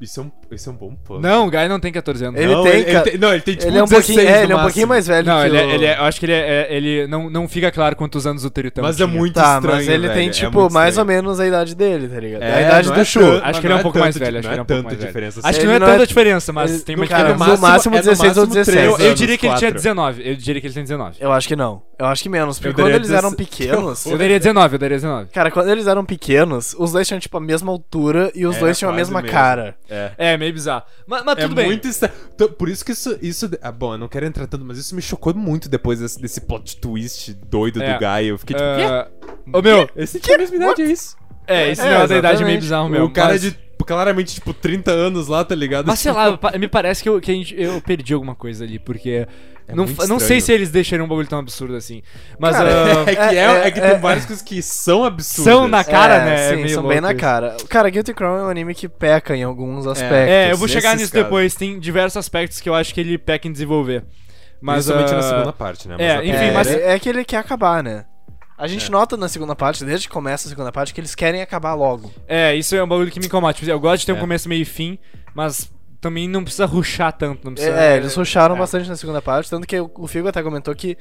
[SPEAKER 3] Isso é um, isso é um bom plano.
[SPEAKER 1] Não, o Guy não tem 14 anos.
[SPEAKER 2] Ele
[SPEAKER 3] Não,
[SPEAKER 2] tem, cara.
[SPEAKER 3] Não, ele tem tipo
[SPEAKER 2] Ele é um
[SPEAKER 3] 16
[SPEAKER 2] pouquinho, é, ele é
[SPEAKER 3] no
[SPEAKER 2] um pouquinho
[SPEAKER 3] máximo.
[SPEAKER 2] mais velho
[SPEAKER 1] Não,
[SPEAKER 2] que
[SPEAKER 1] ele,
[SPEAKER 2] o...
[SPEAKER 1] é- ele é- eu acho que ele, é, é- ele não, não fica claro quantos anos o Terutam
[SPEAKER 3] Mas é
[SPEAKER 1] tinha.
[SPEAKER 3] muito
[SPEAKER 2] Tá,
[SPEAKER 3] estranho.
[SPEAKER 2] mas ele tem,
[SPEAKER 3] velho, é
[SPEAKER 2] tipo,
[SPEAKER 3] muito
[SPEAKER 2] mais ou
[SPEAKER 3] estranho.
[SPEAKER 2] menos a idade dele, tá ligado?
[SPEAKER 3] É,
[SPEAKER 2] a idade
[SPEAKER 3] não
[SPEAKER 2] do
[SPEAKER 3] é
[SPEAKER 2] Shu.
[SPEAKER 3] tanto, mas
[SPEAKER 1] Acho que ele é
[SPEAKER 3] não
[SPEAKER 1] um pouco
[SPEAKER 3] tanto
[SPEAKER 1] mais
[SPEAKER 3] de-
[SPEAKER 1] velho. Acho
[SPEAKER 3] não
[SPEAKER 1] que ele é um pouco mais
[SPEAKER 3] tanta
[SPEAKER 1] velho.
[SPEAKER 3] diferença.
[SPEAKER 1] Acho
[SPEAKER 3] assim.
[SPEAKER 1] que não é
[SPEAKER 2] Ele não é-
[SPEAKER 1] tanta diferença, mas
[SPEAKER 2] ele-
[SPEAKER 1] tem
[SPEAKER 2] no
[SPEAKER 1] uma
[SPEAKER 2] cara,
[SPEAKER 1] diferença.
[SPEAKER 2] no máximo
[SPEAKER 3] é
[SPEAKER 2] 16 ou
[SPEAKER 3] máximo
[SPEAKER 2] 16
[SPEAKER 3] três
[SPEAKER 1] Eu, eu
[SPEAKER 3] anos,
[SPEAKER 1] diria que ele tinha
[SPEAKER 3] quatro.
[SPEAKER 1] 19. Eu diria que ele tem 19.
[SPEAKER 2] Eu acho que não. Eu acho que menos, porque
[SPEAKER 3] Eu
[SPEAKER 2] quando
[SPEAKER 3] daria
[SPEAKER 2] eles eram
[SPEAKER 3] 16.
[SPEAKER 2] pequenos...
[SPEAKER 1] Eu daria 19, eu daria 19.
[SPEAKER 2] Cara, quando eles eram pequenos, os dois tinham, tipo, a mesma altura e os
[SPEAKER 3] Era
[SPEAKER 2] dois tinham a
[SPEAKER 3] quase
[SPEAKER 2] mesma
[SPEAKER 3] mesmo.
[SPEAKER 2] cara.
[SPEAKER 3] É.
[SPEAKER 1] É, meio bizarro. Mas, mas tudo
[SPEAKER 3] é
[SPEAKER 1] bem.
[SPEAKER 3] muito estranho. Então, Por isso que isso. isso ah, bom, eu não quero entrar tanto, mas isso me chocou muito depois desse, desse plot twist doido
[SPEAKER 1] É.
[SPEAKER 3] do Guy. Eu fiquei tipo. "Quê?
[SPEAKER 1] Ah, Ô, meu,
[SPEAKER 3] Esse tinha a mesma idade, é isso.
[SPEAKER 1] é, esse
[SPEAKER 2] É,
[SPEAKER 1] negócio da idade é meio
[SPEAKER 2] exatamente.
[SPEAKER 1] bizarro mesmo.
[SPEAKER 3] o cara
[SPEAKER 1] mas-
[SPEAKER 3] de claramente, tipo, 30 anos lá, tá ligado?
[SPEAKER 1] Mas sei lá, pa- me parece que, eu, que a gente- eu perdi alguma coisa ali, porque.
[SPEAKER 3] É
[SPEAKER 1] não,
[SPEAKER 3] muito
[SPEAKER 1] fa- não sei
[SPEAKER 3] estranho.
[SPEAKER 1] se eles deixariam um bagulho tão absurdo assim. Mas.
[SPEAKER 2] Cara,
[SPEAKER 1] ah,
[SPEAKER 3] É que, é, é,
[SPEAKER 2] É,
[SPEAKER 3] que
[SPEAKER 2] é,
[SPEAKER 3] tem
[SPEAKER 2] é.
[SPEAKER 3] várias coisas que são absurdas.
[SPEAKER 1] São na cara, né? É
[SPEAKER 2] Sim,
[SPEAKER 1] meio
[SPEAKER 2] são bem
[SPEAKER 1] louco
[SPEAKER 2] na
[SPEAKER 1] isso.
[SPEAKER 2] cara. Cara, Guilty Crown é um anime que peca em alguns aspectos.
[SPEAKER 1] é, eu vou
[SPEAKER 3] nesses
[SPEAKER 1] chegar nisso
[SPEAKER 3] casos.
[SPEAKER 1] depois. Tem diversos aspectos que eu acho que ele peca em desenvolver. Mas,
[SPEAKER 3] Principalmente
[SPEAKER 1] ah,
[SPEAKER 3] na segunda parte, né?
[SPEAKER 1] é,
[SPEAKER 3] na
[SPEAKER 1] enfim,
[SPEAKER 2] É,
[SPEAKER 3] primeira-
[SPEAKER 1] mas-
[SPEAKER 2] é que ele quer acabar, né? A gente nota na segunda parte, desde que começa a segunda parte, que eles querem acabar logo.
[SPEAKER 1] É, isso é um bagulho que me incomoda. Tipo, eu gosto de ter um
[SPEAKER 3] É.
[SPEAKER 1] começo, meio e fim, mas também não precisa ruxar tanto. Não precisa,
[SPEAKER 2] É, eles rusharam
[SPEAKER 1] é.
[SPEAKER 2] bastante na segunda parte, tanto que o Figo até comentou que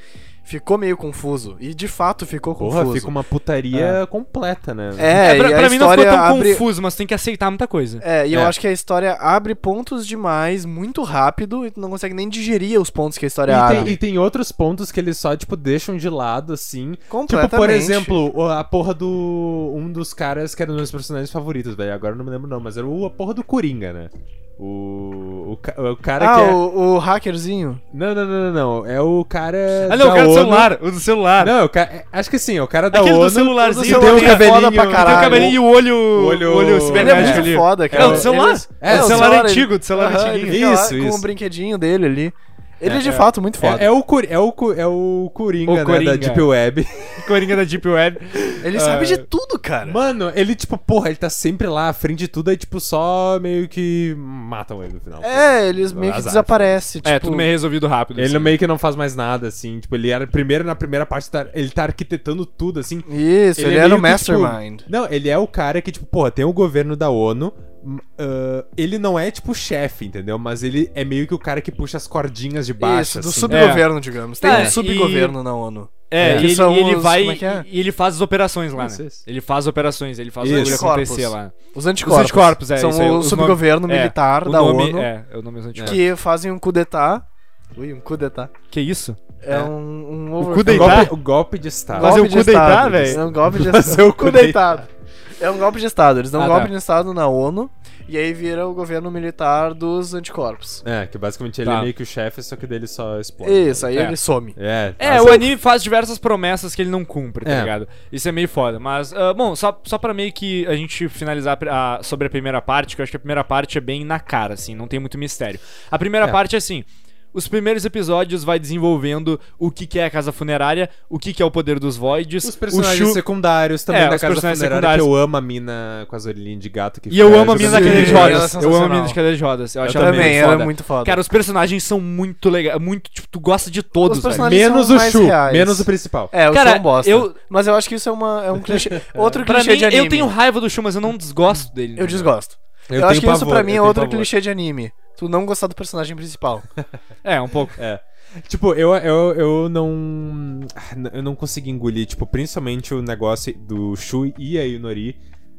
[SPEAKER 2] ficou meio confuso. E de fato ficou
[SPEAKER 3] Porra,
[SPEAKER 2] confuso.
[SPEAKER 3] fica uma putaria completa, né?
[SPEAKER 2] É,
[SPEAKER 1] É, pra,
[SPEAKER 2] e a
[SPEAKER 1] pra mim não ficou
[SPEAKER 2] história
[SPEAKER 1] tão
[SPEAKER 2] abre...
[SPEAKER 1] confuso, mas tem que aceitar muita coisa.
[SPEAKER 2] É, e eu
[SPEAKER 3] É.
[SPEAKER 2] acho que a história abre pontos demais muito rápido e tu não consegue nem digerir os pontos que a história
[SPEAKER 3] E
[SPEAKER 2] abre.
[SPEAKER 3] tem, e tem outros pontos que eles só, tipo, deixam de lado, assim. Tipo,
[SPEAKER 2] Completamente.
[SPEAKER 3] por exemplo, o- a porra do. Um dos caras que era um dos meus personagens favoritos, velho. Agora eu não me lembro, não, mas era o, a porra do Coringa, né? O. O, ca- o cara
[SPEAKER 2] Ah,
[SPEAKER 3] que é.
[SPEAKER 2] o, o hackerzinho.
[SPEAKER 3] Não, não, não, não, não. É o cara.
[SPEAKER 1] Ah, não,
[SPEAKER 3] da
[SPEAKER 1] o cara do
[SPEAKER 3] ONU.
[SPEAKER 1] celular. O do celular.
[SPEAKER 3] Não, é o cara. é- Acho que sim, é o cara da
[SPEAKER 1] Aquele
[SPEAKER 3] ONU.
[SPEAKER 1] do celularzinho.
[SPEAKER 3] que tem
[SPEAKER 2] celular
[SPEAKER 3] o
[SPEAKER 2] é foda
[SPEAKER 3] cabelinho.
[SPEAKER 2] pra
[SPEAKER 3] que tem o
[SPEAKER 2] caralho.
[SPEAKER 1] cabelinho e o olho.
[SPEAKER 3] O olho-
[SPEAKER 1] olho
[SPEAKER 2] Ele é muito
[SPEAKER 1] cibernético ali.
[SPEAKER 2] foda, cara.
[SPEAKER 1] É, o do celular.
[SPEAKER 2] Eles-
[SPEAKER 3] É,
[SPEAKER 1] É,
[SPEAKER 3] o
[SPEAKER 1] o celular antigo, do celular
[SPEAKER 2] Aham,
[SPEAKER 1] antiguinho.
[SPEAKER 2] ele fica
[SPEAKER 3] Isso,
[SPEAKER 2] lá com
[SPEAKER 3] isso.
[SPEAKER 2] o brinquedinho dele ali. Ele é, de
[SPEAKER 1] é.
[SPEAKER 2] fato muito foda.
[SPEAKER 3] É, é o, Cori- é, o, Co- é o Coringa,
[SPEAKER 1] O
[SPEAKER 3] né,
[SPEAKER 1] Coringa.
[SPEAKER 3] da Deep Web.
[SPEAKER 1] Coringa da Deep Web.
[SPEAKER 2] Ele
[SPEAKER 1] Ah.
[SPEAKER 2] sabe de tudo, cara.
[SPEAKER 3] Mano, ele, tipo, porra, ele tá sempre lá à frente de tudo, aí, tipo, só meio que matam ele no final.
[SPEAKER 2] É, eles meio que
[SPEAKER 3] Azar.
[SPEAKER 2] desaparecem. Tipo,
[SPEAKER 1] É, tudo meio resolvido rápido.
[SPEAKER 3] Ele é
[SPEAKER 1] assim.
[SPEAKER 3] meio que não faz mais nada, assim. Tipo, ele era. Primeiro, na primeira parte, tá- ele tá arquitetando tudo, assim.
[SPEAKER 2] Isso, ele,
[SPEAKER 3] é
[SPEAKER 2] era o
[SPEAKER 3] meio que, tipo,
[SPEAKER 2] mastermind.
[SPEAKER 3] não, ele é o cara que, tipo, porra, tem o governo da ONU. hum, ah, ele não é, tipo, o chefe, entendeu? Mas ele é meio que o cara que puxa as cordinhas de
[SPEAKER 2] Isso,
[SPEAKER 3] baixo.
[SPEAKER 2] do
[SPEAKER 3] assim.
[SPEAKER 2] subgoverno, digamos. Tem
[SPEAKER 1] É,
[SPEAKER 2] um
[SPEAKER 1] e-
[SPEAKER 2] subgoverno na ONU.
[SPEAKER 1] É,
[SPEAKER 2] É.
[SPEAKER 1] e
[SPEAKER 2] Que
[SPEAKER 1] ele,
[SPEAKER 2] são
[SPEAKER 1] e ele
[SPEAKER 2] os-
[SPEAKER 1] vai
[SPEAKER 2] como é que é?
[SPEAKER 1] e ele faz as operações lá, né?
[SPEAKER 3] Esses.
[SPEAKER 1] Ele faz as operações, ele faz
[SPEAKER 3] Isso.
[SPEAKER 1] o bagulho
[SPEAKER 2] Corpos.
[SPEAKER 1] acontecer lá.
[SPEAKER 2] Os anticorpos.
[SPEAKER 1] Os anticorpos, é,
[SPEAKER 2] São
[SPEAKER 1] isso aí,
[SPEAKER 2] o
[SPEAKER 1] os
[SPEAKER 2] subgoverno
[SPEAKER 1] nomes- é,
[SPEAKER 2] militar
[SPEAKER 1] O
[SPEAKER 2] da
[SPEAKER 1] nome
[SPEAKER 2] ONU
[SPEAKER 1] é, é o nome dos anticorpos.
[SPEAKER 2] que fazem um cudetá. Ui, um cudetá.
[SPEAKER 1] Que isso?
[SPEAKER 2] É,
[SPEAKER 3] É.
[SPEAKER 2] um, um
[SPEAKER 1] cu
[SPEAKER 3] O
[SPEAKER 1] deitar.
[SPEAKER 3] golpe, o golpe de Estado.
[SPEAKER 1] Fazer o
[SPEAKER 2] de
[SPEAKER 1] cu deitar,
[SPEAKER 2] Estado,
[SPEAKER 1] velho?
[SPEAKER 2] eles dão um golpe de
[SPEAKER 3] Fazer
[SPEAKER 2] Estado.
[SPEAKER 3] o cu
[SPEAKER 2] É um golpe de Estado. Eles dão um
[SPEAKER 1] Ah,
[SPEAKER 2] golpe
[SPEAKER 1] tá.
[SPEAKER 2] de Estado na ONU e aí vira o governo militar dos anticorpos.
[SPEAKER 3] É, que basicamente ele
[SPEAKER 1] Tá.
[SPEAKER 3] é meio que o chefe, só que dele só explode.
[SPEAKER 2] Isso, aí
[SPEAKER 1] É.
[SPEAKER 2] ele some.
[SPEAKER 3] É,
[SPEAKER 1] É,
[SPEAKER 3] assim,
[SPEAKER 1] o anime faz diversas promessas que ele não cumpre, tá
[SPEAKER 3] É.
[SPEAKER 1] ligado? Isso é meio foda. Mas, ah, bom, só, só pra meio que a gente finalizar a- sobre a primeira parte, que eu acho que a primeira parte é bem na cara, assim, não tem muito mistério. A primeira
[SPEAKER 3] É.
[SPEAKER 1] parte é assim. Os primeiros episódios vai desenvolvendo o que, que é a casa funerária, o que, que é o poder dos voids,
[SPEAKER 3] Os
[SPEAKER 1] o
[SPEAKER 3] personagens
[SPEAKER 1] Shu-
[SPEAKER 3] secundários também
[SPEAKER 1] É,
[SPEAKER 3] da
[SPEAKER 1] os
[SPEAKER 3] casa
[SPEAKER 1] personagens
[SPEAKER 3] funerária, que
[SPEAKER 1] secundários.
[SPEAKER 3] eu amo a mina com as orelhinhas de gato que
[SPEAKER 1] E eu
[SPEAKER 3] fica
[SPEAKER 1] amo a mina da
[SPEAKER 3] jogando-
[SPEAKER 2] Sim,
[SPEAKER 1] cadeira de
[SPEAKER 2] ela é
[SPEAKER 1] rodas. Eu amo a mina da cadeira de rodas. Eu, acho ela
[SPEAKER 2] Também,
[SPEAKER 1] muito
[SPEAKER 2] ela
[SPEAKER 1] foda.
[SPEAKER 2] é muito foda.
[SPEAKER 1] Cara, os personagens são muito legais. Muito, tipo, tu gosta de todos,
[SPEAKER 2] Os
[SPEAKER 1] velho.
[SPEAKER 2] personagens-
[SPEAKER 3] Menos
[SPEAKER 2] são
[SPEAKER 3] o
[SPEAKER 2] mais
[SPEAKER 3] Shu,
[SPEAKER 2] reais.
[SPEAKER 3] menos o principal.
[SPEAKER 2] É, o
[SPEAKER 1] Cara,
[SPEAKER 2] Sean bosta.
[SPEAKER 1] eu-
[SPEAKER 2] Mas eu acho que isso é, uma, é um clichê. Outro
[SPEAKER 1] Pra
[SPEAKER 2] clichê
[SPEAKER 1] mim,
[SPEAKER 2] de anime.
[SPEAKER 1] eu tenho raiva do Shu, mas eu não desgosto dele.
[SPEAKER 2] Eu
[SPEAKER 1] entendeu?
[SPEAKER 2] desgosto. Eu,
[SPEAKER 3] tenho
[SPEAKER 2] acho que isso
[SPEAKER 3] pavor,
[SPEAKER 2] pra mim
[SPEAKER 3] eu
[SPEAKER 2] é
[SPEAKER 3] tenho
[SPEAKER 2] outro
[SPEAKER 3] pavor.
[SPEAKER 2] clichê de anime. Tu não gostar do personagem principal.
[SPEAKER 1] É, um pouco.
[SPEAKER 3] É. Tipo, eu, eu, eu não. ah, n- Eu não consegui engolir, tipo, principalmente o negócio do Shu e a Yunori.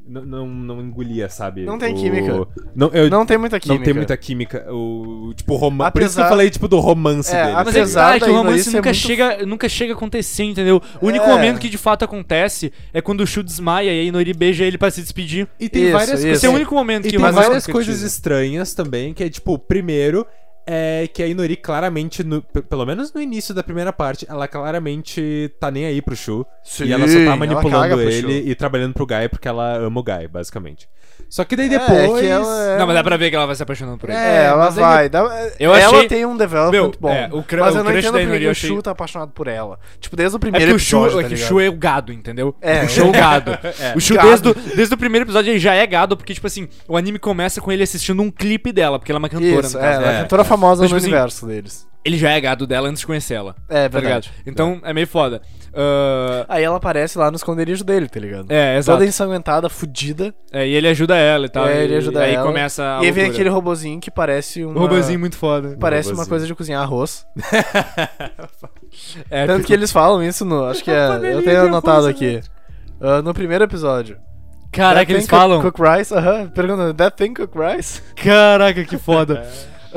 [SPEAKER 3] Não, não, não engolia, sabe?
[SPEAKER 2] Não tem
[SPEAKER 3] O-
[SPEAKER 2] química.
[SPEAKER 3] Não, eu, não,
[SPEAKER 2] Não tem muita química.
[SPEAKER 3] tem muita química. O, tipo, romance. Por isso que eu
[SPEAKER 2] Apesar-
[SPEAKER 3] falei, tipo, do romance
[SPEAKER 2] É,
[SPEAKER 3] dele.
[SPEAKER 1] Mas
[SPEAKER 3] sabe?
[SPEAKER 1] é que tá, é que
[SPEAKER 2] da
[SPEAKER 1] o romance
[SPEAKER 2] Inoice é
[SPEAKER 1] nunca,
[SPEAKER 2] muito-
[SPEAKER 1] chega, nunca chega a acontecer, entendeu? O único
[SPEAKER 2] É.
[SPEAKER 1] momento que de fato acontece é quando o Shu desmaia e a Inori beija ele pra se despedir.
[SPEAKER 3] E tem
[SPEAKER 2] Isso,
[SPEAKER 3] várias
[SPEAKER 2] isso.
[SPEAKER 3] coisas.
[SPEAKER 1] Esse é o único momento
[SPEAKER 3] E
[SPEAKER 1] que
[SPEAKER 3] tem
[SPEAKER 1] mas
[SPEAKER 3] várias
[SPEAKER 1] não
[SPEAKER 3] coisas
[SPEAKER 1] concretiza.
[SPEAKER 3] estranhas também, que é tipo, primeiro, é que a Inori claramente, no- pe- pelo menos no início da primeira parte, ela claramente tá nem aí pro Shu.
[SPEAKER 2] Sim,
[SPEAKER 3] e ela só
[SPEAKER 2] ela
[SPEAKER 3] tá manipulando
[SPEAKER 2] caga pro
[SPEAKER 3] ele e trabalhando pro Guy porque ela ama o Guy, basicamente. Só que daí
[SPEAKER 2] É,
[SPEAKER 3] depois.
[SPEAKER 2] é que ela é-
[SPEAKER 1] Não, mas dá pra ver que ela vai se apaixonando por ele.
[SPEAKER 2] É,
[SPEAKER 3] É,
[SPEAKER 2] ela
[SPEAKER 3] mas aí
[SPEAKER 2] vai. dá-
[SPEAKER 1] Eu
[SPEAKER 2] ela
[SPEAKER 1] achei-
[SPEAKER 2] tem um development
[SPEAKER 1] Meu,
[SPEAKER 2] bom.
[SPEAKER 1] é, o cru-
[SPEAKER 2] mas
[SPEAKER 1] o
[SPEAKER 2] eu não
[SPEAKER 1] crush
[SPEAKER 2] entendo
[SPEAKER 1] da
[SPEAKER 2] porque
[SPEAKER 1] Inori eu
[SPEAKER 2] o
[SPEAKER 1] achei-
[SPEAKER 2] Shu tá apaixonado por ela. Tipo, desde o
[SPEAKER 1] É
[SPEAKER 2] primeiro
[SPEAKER 1] que o
[SPEAKER 2] episódio,
[SPEAKER 1] Shu,
[SPEAKER 2] tá
[SPEAKER 1] é, que o
[SPEAKER 2] ligado?
[SPEAKER 1] Shu é o gado, entendeu?
[SPEAKER 2] É.
[SPEAKER 1] O Shu é o gado. o Shu,
[SPEAKER 2] Gado.
[SPEAKER 1] desde, o- desde o primeiro episódio, ele já é gado, porque, tipo assim, o anime começa com ele assistindo um clipe dela, porque ela é uma cantora,
[SPEAKER 2] Isso,
[SPEAKER 1] no
[SPEAKER 2] é,
[SPEAKER 1] caso.
[SPEAKER 2] ela é
[SPEAKER 3] É.
[SPEAKER 2] cantora famosa
[SPEAKER 1] Mas, tipo
[SPEAKER 2] no
[SPEAKER 1] assim,
[SPEAKER 2] universo deles.
[SPEAKER 1] Ele já é gado dela antes de conhecer ela.
[SPEAKER 2] É,
[SPEAKER 1] Tá ligado?
[SPEAKER 2] verdade.
[SPEAKER 1] Então, é meio foda. Ah,
[SPEAKER 2] Aí ela aparece lá no esconderijo dele, tá ligado?
[SPEAKER 1] é, exato.
[SPEAKER 2] Toda ensanguentada, fudida.
[SPEAKER 1] É, e ele ajuda ela e tal.
[SPEAKER 2] É,
[SPEAKER 1] e-
[SPEAKER 2] ele ajuda
[SPEAKER 1] aí
[SPEAKER 2] ela.
[SPEAKER 1] começa a
[SPEAKER 2] e aí vem
[SPEAKER 1] loucura.
[SPEAKER 2] aquele robozinho que parece um.
[SPEAKER 1] Um robozinho muito foda.
[SPEAKER 2] Parece uma
[SPEAKER 3] robozinho.
[SPEAKER 2] coisa de cozinhar arroz.
[SPEAKER 1] É,
[SPEAKER 2] Tanto que eles falam isso no. Acho que é. Eu tenho anotado aqui. Ah, no primeiro episódio.
[SPEAKER 1] né? Caraca,
[SPEAKER 2] That
[SPEAKER 1] eles
[SPEAKER 2] thing cook-
[SPEAKER 1] falam.
[SPEAKER 2] Cook rice? Aham. Pergunta, that thing cook rice?
[SPEAKER 1] Caraca, que foda.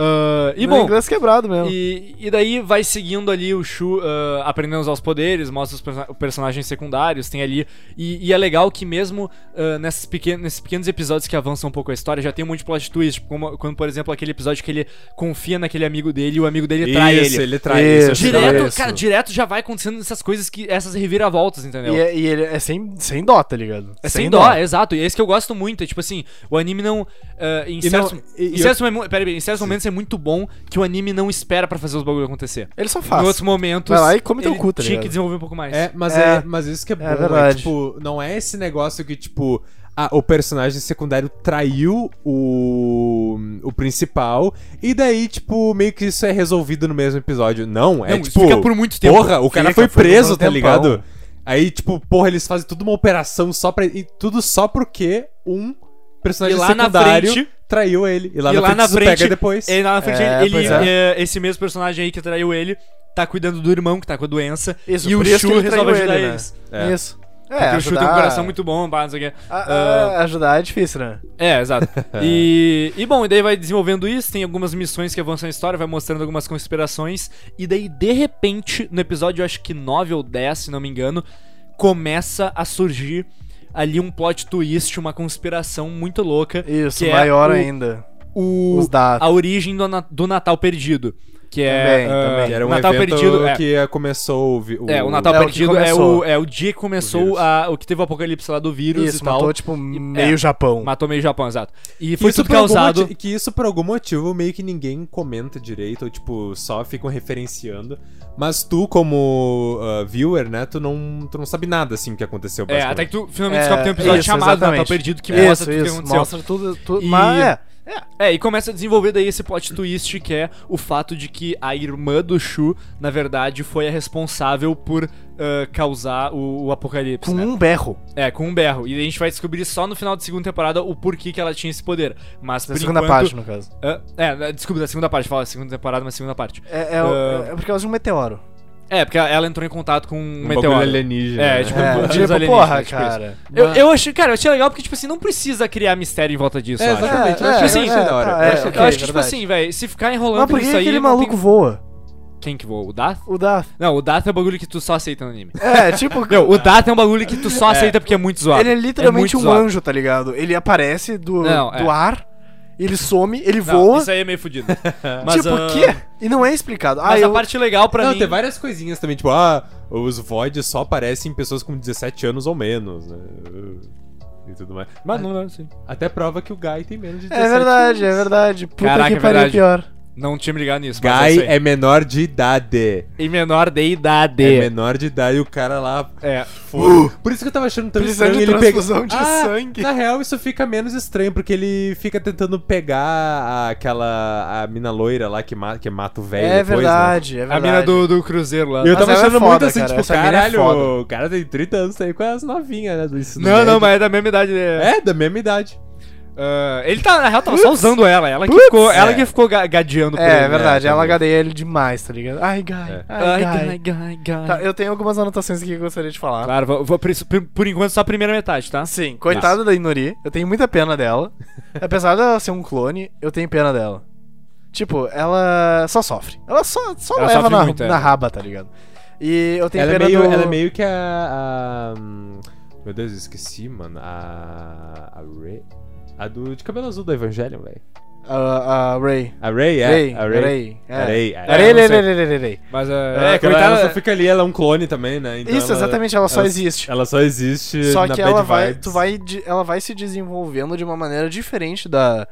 [SPEAKER 1] Ah, e
[SPEAKER 2] No
[SPEAKER 1] bom,
[SPEAKER 2] inglês quebrado mesmo.
[SPEAKER 1] e, e daí vai seguindo ali o Shu ah, aprendendo a usar os poderes, mostra os perso- personagens secundários, tem ali. E, e é legal que mesmo ah, nessas pequen- nesses pequenos episódios que avançam um pouco a história, já tem um monte de plot twist. Tipo, como, quando, por exemplo, aquele episódio que ele confia naquele amigo dele e o amigo dele trai
[SPEAKER 3] Isso,
[SPEAKER 1] ele.
[SPEAKER 3] ele trai
[SPEAKER 2] Isso,
[SPEAKER 3] isso. eu achei da hora.
[SPEAKER 1] Direto,
[SPEAKER 2] Isso.
[SPEAKER 1] cara, direto já vai acontecendo essas coisas que. essas reviravoltas, entendeu?
[SPEAKER 2] E, é- e ele é sem, sem dó, tá ligado?
[SPEAKER 1] É sem dó, é exato. E é isso que eu gosto muito. É tipo assim, o anime não. eh, em
[SPEAKER 3] E não-
[SPEAKER 1] certos,
[SPEAKER 3] e-
[SPEAKER 1] em
[SPEAKER 3] e
[SPEAKER 1] certos mom- pera aí, em certos momentos é muito bom que o anime não espera pra fazer os bagulho acontecer.
[SPEAKER 2] Ele só
[SPEAKER 1] Em
[SPEAKER 2] faz.
[SPEAKER 1] outros momentos.
[SPEAKER 2] Vai lá e come teu
[SPEAKER 1] ele
[SPEAKER 2] cu, tá
[SPEAKER 1] Tinha
[SPEAKER 2] ligado?
[SPEAKER 1] que desenvolver um pouco mais.
[SPEAKER 3] É, mas,
[SPEAKER 2] É.
[SPEAKER 3] é. mas isso que é bom, é,
[SPEAKER 2] verdade.
[SPEAKER 3] tipo, não é esse negócio que, tipo, ah, o personagem secundário traiu o, o principal, e daí, tipo, meio que isso é resolvido no mesmo episódio. Não, é
[SPEAKER 1] Não, isso
[SPEAKER 3] tipo.
[SPEAKER 1] fica por muito tempo.
[SPEAKER 3] Porra, o cara
[SPEAKER 2] Fica,
[SPEAKER 3] foi
[SPEAKER 2] foi por um
[SPEAKER 3] preso, tá
[SPEAKER 2] tempão.
[SPEAKER 3] ligado? Aí, tipo, porra, eles fazem tudo uma operação só pra. E tudo só porque um personagem
[SPEAKER 1] E lá na
[SPEAKER 3] secundário
[SPEAKER 1] frente-
[SPEAKER 3] traiu ele. E lá,
[SPEAKER 1] e
[SPEAKER 3] na,
[SPEAKER 1] lá
[SPEAKER 3] frente
[SPEAKER 1] na
[SPEAKER 3] isso
[SPEAKER 1] frente.
[SPEAKER 3] pega depois.
[SPEAKER 1] ele- lá na frente,
[SPEAKER 2] É,
[SPEAKER 1] ele,
[SPEAKER 2] pois
[SPEAKER 1] eh, esse mesmo personagem aí que traiu ele, tá cuidando do irmão que tá com a doença.
[SPEAKER 2] Isso,
[SPEAKER 1] e o
[SPEAKER 2] por isso
[SPEAKER 1] Shu
[SPEAKER 2] que ele traiu
[SPEAKER 1] resolve ajudar
[SPEAKER 2] ele, né?
[SPEAKER 1] eles.
[SPEAKER 3] É.
[SPEAKER 2] Isso. É,
[SPEAKER 1] Porque o Shu tem um
[SPEAKER 2] ajudar-
[SPEAKER 1] coração muito bom, pá, não sei o quê.
[SPEAKER 2] a-
[SPEAKER 1] Ah,
[SPEAKER 2] a- ajudar é difícil, né?
[SPEAKER 1] É, exato. E, e bom, e daí vai desenvolvendo isso, tem algumas missões que avançam a história, vai mostrando algumas conspirações, e daí, de repente, no episódio, eu acho que 9 ou 10, se não me engano, começa a surgir ali um plot twist, uma conspiração muito louca.
[SPEAKER 2] Isso,
[SPEAKER 1] que é
[SPEAKER 2] maior
[SPEAKER 1] o-
[SPEAKER 2] ainda.
[SPEAKER 1] O,
[SPEAKER 2] Os dados.
[SPEAKER 1] a origem do, na- do Natal perdido. Que é
[SPEAKER 2] Também,
[SPEAKER 1] ah,
[SPEAKER 2] também.
[SPEAKER 3] Que era um
[SPEAKER 1] Natal
[SPEAKER 3] evento
[SPEAKER 1] Perdido. é.
[SPEAKER 3] que eh, começou o... vi-
[SPEAKER 1] É, o Natal
[SPEAKER 2] É o que
[SPEAKER 1] Perdido é o,
[SPEAKER 2] começou.
[SPEAKER 1] é o dia que começou
[SPEAKER 3] vírus.
[SPEAKER 1] a- o que teve o apocalipse lá do vírus
[SPEAKER 2] Isso,
[SPEAKER 1] e é. tal.
[SPEAKER 2] matou, tipo, um. meio Japão.
[SPEAKER 1] Matou meio Japão, exato. E
[SPEAKER 3] Que
[SPEAKER 1] foi
[SPEAKER 3] isso
[SPEAKER 1] tudo
[SPEAKER 3] por algum
[SPEAKER 1] causado.
[SPEAKER 3] moti- que isso por algum motivo meio que ninguém comenta direito, ou tipo, só ficam referenciando. Mas tu, como ah, viewer, né, tu não, tu não sabe nada assim que aconteceu.
[SPEAKER 1] É, até que
[SPEAKER 3] basicamente.
[SPEAKER 1] tu finalmente
[SPEAKER 2] É,
[SPEAKER 1] descobre que tem um episódio
[SPEAKER 2] isso,
[SPEAKER 1] chamado Natal
[SPEAKER 2] exatamente. É.
[SPEAKER 1] Perdido que
[SPEAKER 2] isso,
[SPEAKER 1] mostra tudo o que
[SPEAKER 2] isso,
[SPEAKER 1] aconteceu.
[SPEAKER 2] mostra tudo, tudo
[SPEAKER 1] E-
[SPEAKER 2] mas é,
[SPEAKER 1] É, e começa a desenvolver daí esse plot twist que é o fato de que a irmã do Shu, na verdade, foi a responsável por ah, causar o, o apocalipse.
[SPEAKER 2] com
[SPEAKER 1] né?
[SPEAKER 2] um berro.
[SPEAKER 1] É, com um berro. E a gente vai descobrir só no final da segunda temporada o porquê que ela tinha esse poder. Mas
[SPEAKER 2] Na
[SPEAKER 1] por
[SPEAKER 2] segunda
[SPEAKER 1] enquanto,
[SPEAKER 2] parte, no caso.
[SPEAKER 1] Ah, é, na- desculpa, da segunda parte, fala segunda temporada, mas segunda parte.
[SPEAKER 2] É, é, o-
[SPEAKER 1] Ah.
[SPEAKER 2] é por causa de um meteoro.
[SPEAKER 1] É, porque ela entrou em contato com um,
[SPEAKER 3] Um bagulho
[SPEAKER 1] meteoro.
[SPEAKER 3] alienígena.
[SPEAKER 1] É,
[SPEAKER 3] né?
[SPEAKER 1] tipo,
[SPEAKER 2] É,
[SPEAKER 1] vírus
[SPEAKER 2] tipo,
[SPEAKER 1] alienígena, tipo
[SPEAKER 2] porra,
[SPEAKER 1] isso.
[SPEAKER 2] cara.
[SPEAKER 1] Eu, eu achei, cara, eu achei legal porque, tipo assim, não precisa criar mistério em volta disso,
[SPEAKER 3] É,
[SPEAKER 1] eu acho.
[SPEAKER 3] exatamente.
[SPEAKER 2] É, é,
[SPEAKER 3] eu achei- eu achei
[SPEAKER 2] é,
[SPEAKER 3] da hora.
[SPEAKER 2] tá,
[SPEAKER 3] eu
[SPEAKER 2] é,
[SPEAKER 3] achei
[SPEAKER 1] eu
[SPEAKER 3] da
[SPEAKER 2] ok.
[SPEAKER 3] hora.
[SPEAKER 1] acho que, tipo
[SPEAKER 2] verdade.
[SPEAKER 1] assim, velho, se ficar enrolando
[SPEAKER 2] Mas por que
[SPEAKER 1] isso aí.
[SPEAKER 2] aquele
[SPEAKER 1] não tem-
[SPEAKER 2] maluco voa?
[SPEAKER 1] Quem que voa? O Dath?
[SPEAKER 2] é um O da.
[SPEAKER 1] Não, o Dath é o bagulho que tu só aceita no anime.
[SPEAKER 2] É, tipo.
[SPEAKER 1] Não, o Dath é um bagulho que tu só aceita porque é muito zoado.
[SPEAKER 2] Ele é literalmente
[SPEAKER 1] muito
[SPEAKER 2] um
[SPEAKER 1] zoado.
[SPEAKER 2] anjo, tá ligado? Ele aparece do,
[SPEAKER 1] Não, é.
[SPEAKER 2] do ar, ele some, ele
[SPEAKER 1] Não,
[SPEAKER 2] voa.
[SPEAKER 1] Isso aí é meio fudido. Mas,
[SPEAKER 2] tipo, o
[SPEAKER 1] ah,
[SPEAKER 2] quê? E não é explicado. Ah,
[SPEAKER 1] Mas
[SPEAKER 2] eu...
[SPEAKER 1] a parte legal pra
[SPEAKER 3] Não,
[SPEAKER 1] mim.
[SPEAKER 3] tem várias coisinhas também, tipo, ah, os voids só aparecem em pessoas com 17 anos ou menos, né? E tudo mais.
[SPEAKER 1] Mas não, não, sim.
[SPEAKER 3] Até prova que o Guy tem menos de 17
[SPEAKER 2] É verdade, é
[SPEAKER 3] anos.
[SPEAKER 2] verdade. Puta
[SPEAKER 1] Caraca, é
[SPEAKER 2] que pariu
[SPEAKER 1] verdade.
[SPEAKER 2] pior.
[SPEAKER 1] Não tinha me ligado nisso. mas
[SPEAKER 3] Guy
[SPEAKER 1] eu sei.
[SPEAKER 3] é menor de idade.
[SPEAKER 1] Em menor de idade.
[SPEAKER 3] É menor de idade e o cara lá.
[SPEAKER 1] É.
[SPEAKER 3] Foda. Por isso que eu tava achando tão
[SPEAKER 2] Precisando
[SPEAKER 3] estranho
[SPEAKER 2] de
[SPEAKER 3] ele pegar.
[SPEAKER 2] transfusão de
[SPEAKER 1] tá.
[SPEAKER 3] Ah,
[SPEAKER 2] sangue.
[SPEAKER 3] Na real, isso fica menos estranho, porque ele fica tentando pegar a- aquela. a mina loira lá que, ma- que mata o velho.
[SPEAKER 2] É
[SPEAKER 3] depois,
[SPEAKER 2] verdade, é
[SPEAKER 1] né? A
[SPEAKER 2] verdade.
[SPEAKER 1] mina do, do Cruzeiro lá. Ah,
[SPEAKER 3] Né? E eu
[SPEAKER 2] Mas
[SPEAKER 3] tava
[SPEAKER 2] ela é
[SPEAKER 3] achando muito
[SPEAKER 2] foda,
[SPEAKER 3] assim,
[SPEAKER 2] cara,
[SPEAKER 3] tipo,
[SPEAKER 2] essa mina é
[SPEAKER 3] caralho,
[SPEAKER 2] foda.
[SPEAKER 3] o cara tem 30 anos, tá aí com as novinhas, né? Do ensino
[SPEAKER 1] Não, não,
[SPEAKER 3] médio.
[SPEAKER 1] mas é da mesma idade dele.
[SPEAKER 3] É, da mesma idade.
[SPEAKER 1] Ah, ele tá, na real, tava só usando ela. Ela que
[SPEAKER 2] Putz.
[SPEAKER 1] ficou, ela
[SPEAKER 3] É.
[SPEAKER 1] que ficou ga- gadeando por
[SPEAKER 2] É, é
[SPEAKER 1] ele, né?
[SPEAKER 2] verdade,
[SPEAKER 3] né,
[SPEAKER 2] ela
[SPEAKER 3] também.
[SPEAKER 2] gadeia ele demais, tá ligado? Ai, Guy.
[SPEAKER 3] É.
[SPEAKER 2] Ai, Guy.
[SPEAKER 1] gai, gai.
[SPEAKER 2] Tá, eu tenho algumas anotações aqui que eu gostaria de falar.
[SPEAKER 1] Claro, vou- vou- por, isso- por- por enquanto só a primeira metade, tá?
[SPEAKER 2] Tá. Sim, coitada da Inori, eu tenho muita pena dela. Apesar dela ser um clone, eu tenho pena dela. Tipo, ela só sofre. Ela só, só
[SPEAKER 1] Ela
[SPEAKER 2] leva
[SPEAKER 1] sofre
[SPEAKER 2] na,
[SPEAKER 1] muito, é.
[SPEAKER 2] na raba, tá ligado? E eu tenho
[SPEAKER 3] Ela é,
[SPEAKER 2] pena
[SPEAKER 3] meio,
[SPEAKER 2] do...
[SPEAKER 3] ela é meio que a. a- hum, Meu Deus, eu esqueci, mano. A. A Ray. A do de cabelo azul do Evangelion, velho.
[SPEAKER 2] A, a Ray.
[SPEAKER 3] A Ray, é.
[SPEAKER 2] Ray,
[SPEAKER 3] a Ray.
[SPEAKER 2] Ray, é.
[SPEAKER 3] Ray,
[SPEAKER 2] É, Ray,
[SPEAKER 3] não
[SPEAKER 2] Ray,
[SPEAKER 3] sei.
[SPEAKER 2] Ray, Ray, Ray, Ray.
[SPEAKER 1] Mas
[SPEAKER 3] É,
[SPEAKER 1] é,
[SPEAKER 3] é,
[SPEAKER 1] coitada.
[SPEAKER 3] coitada... ela só fica ali, ela é um clone também, né? Então
[SPEAKER 2] Isso,
[SPEAKER 3] ela-
[SPEAKER 2] exatamente, ela só
[SPEAKER 3] ela-
[SPEAKER 2] existe.
[SPEAKER 3] Ela só existe
[SPEAKER 2] Só
[SPEAKER 3] na
[SPEAKER 2] que
[SPEAKER 3] Bad
[SPEAKER 2] ela vai,
[SPEAKER 3] Vibes.
[SPEAKER 2] tu vai, de- ela vai se desenvolvendo de uma maneira diferente da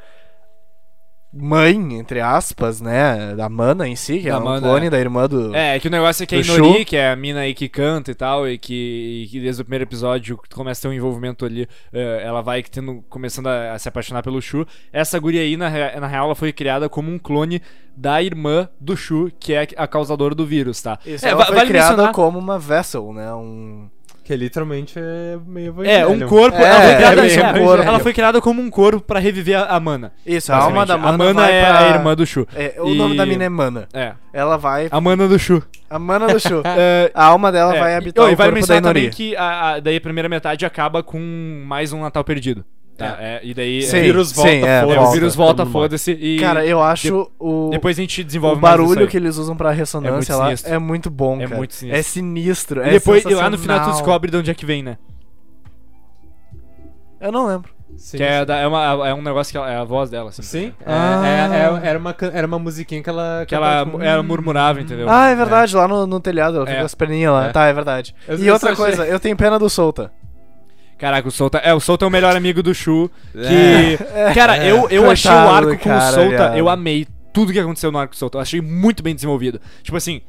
[SPEAKER 2] mãe, entre aspas, né? Da mana em si, que
[SPEAKER 1] Da
[SPEAKER 2] é um
[SPEAKER 1] mana,
[SPEAKER 2] clone da irmã do.
[SPEAKER 1] É, que o negócio é que a
[SPEAKER 2] Do
[SPEAKER 1] Inori,
[SPEAKER 2] Shu.
[SPEAKER 1] que é a mina aí que canta e tal, e que, e que desde o primeiro episódio começa a ter um envolvimento ali, eh, ela vai tendo, começando a, a se apaixonar pelo Shu. Essa guria aí, na, rea- na real, ela foi criada como um clone da irmã do Shu, que é a causadora do vírus, tá?
[SPEAKER 2] Isso,
[SPEAKER 1] é,
[SPEAKER 2] ela
[SPEAKER 1] va-
[SPEAKER 2] foi
[SPEAKER 1] vale
[SPEAKER 2] criada
[SPEAKER 1] mencionar-
[SPEAKER 2] como uma vessel, né? Um.
[SPEAKER 3] Que literalmente é meio
[SPEAKER 1] É,
[SPEAKER 3] Evangelion.
[SPEAKER 1] um corpo.
[SPEAKER 2] É,
[SPEAKER 1] ela, foi criada,
[SPEAKER 2] é,
[SPEAKER 1] é,
[SPEAKER 2] um corpo.
[SPEAKER 1] ela foi criada como um corpo pra reviver a, a Mana.
[SPEAKER 2] Isso, a alma
[SPEAKER 1] basicamente.
[SPEAKER 2] da mana.
[SPEAKER 1] A Mana
[SPEAKER 2] vai
[SPEAKER 1] é
[SPEAKER 2] pra-
[SPEAKER 1] a irmã do Shu.
[SPEAKER 2] É, o nome
[SPEAKER 1] E-
[SPEAKER 2] da mina é Mana.
[SPEAKER 1] É.
[SPEAKER 2] Ela vai.
[SPEAKER 1] A Mana do Shu.
[SPEAKER 2] A mana do Shu.
[SPEAKER 1] É,
[SPEAKER 2] A alma dela
[SPEAKER 1] é,
[SPEAKER 2] vai
[SPEAKER 1] e-
[SPEAKER 2] habitar
[SPEAKER 1] oh, e
[SPEAKER 2] o
[SPEAKER 1] vale
[SPEAKER 2] corpo da
[SPEAKER 1] mencionar também
[SPEAKER 2] Inori.
[SPEAKER 1] que a, a- daí a primeira metade acaba com mais um Natal perdido. Tá? É, e daí
[SPEAKER 3] O
[SPEAKER 2] Sim,
[SPEAKER 3] vírus volta,
[SPEAKER 2] sim, é,
[SPEAKER 1] é,
[SPEAKER 3] foda-se.
[SPEAKER 1] o vírus volta,
[SPEAKER 3] Todo mundo morre.
[SPEAKER 1] foda-se. E
[SPEAKER 2] Cara, eu acho o.
[SPEAKER 1] depois a gente desenvolve
[SPEAKER 2] O
[SPEAKER 1] mais isso
[SPEAKER 2] barulho
[SPEAKER 1] aí. É
[SPEAKER 2] que eles usam pra ressonância
[SPEAKER 1] muito
[SPEAKER 2] lá
[SPEAKER 1] sinistro.
[SPEAKER 2] é muito bom,
[SPEAKER 1] É
[SPEAKER 2] cara.
[SPEAKER 1] muito sinistro.
[SPEAKER 2] É sinistro.
[SPEAKER 1] E
[SPEAKER 2] é
[SPEAKER 1] depois, e lá no final tu
[SPEAKER 2] sensacional.
[SPEAKER 1] descobre de onde é que vem, né?
[SPEAKER 2] Eu não lembro.
[SPEAKER 3] Sim,
[SPEAKER 1] Que é, da- é uma- é um negócio que ela- é a voz dela, assim.
[SPEAKER 3] Sim, é-
[SPEAKER 2] Ah.
[SPEAKER 3] é- é- era, uma, can- era uma musiquinha que ela...
[SPEAKER 1] Que ela,
[SPEAKER 3] cantava, tipo,
[SPEAKER 1] ela murmurava, entendeu?
[SPEAKER 2] tá Ah, é verdade, lá no, no telhado, ela fica
[SPEAKER 1] É.
[SPEAKER 2] com as perninhas lá.
[SPEAKER 3] É.
[SPEAKER 2] Tá, é verdade.
[SPEAKER 3] Eu-
[SPEAKER 2] e
[SPEAKER 3] eu
[SPEAKER 2] outra
[SPEAKER 3] só achei-
[SPEAKER 2] coisa, eu tenho pena do Solta.
[SPEAKER 1] Caraca, o Solta. É, o Solta é o melhor amigo do Shu.
[SPEAKER 3] É.
[SPEAKER 1] Que. Cara,
[SPEAKER 3] É.
[SPEAKER 1] eu, eu achei o
[SPEAKER 2] Coitado
[SPEAKER 1] arco
[SPEAKER 2] do
[SPEAKER 1] com o
[SPEAKER 2] cara,
[SPEAKER 1] Solta,
[SPEAKER 2] viado.
[SPEAKER 1] eu amei tudo que aconteceu no arco do Solta. tá, Eu achei muito bem desenvolvido. Tipo assim.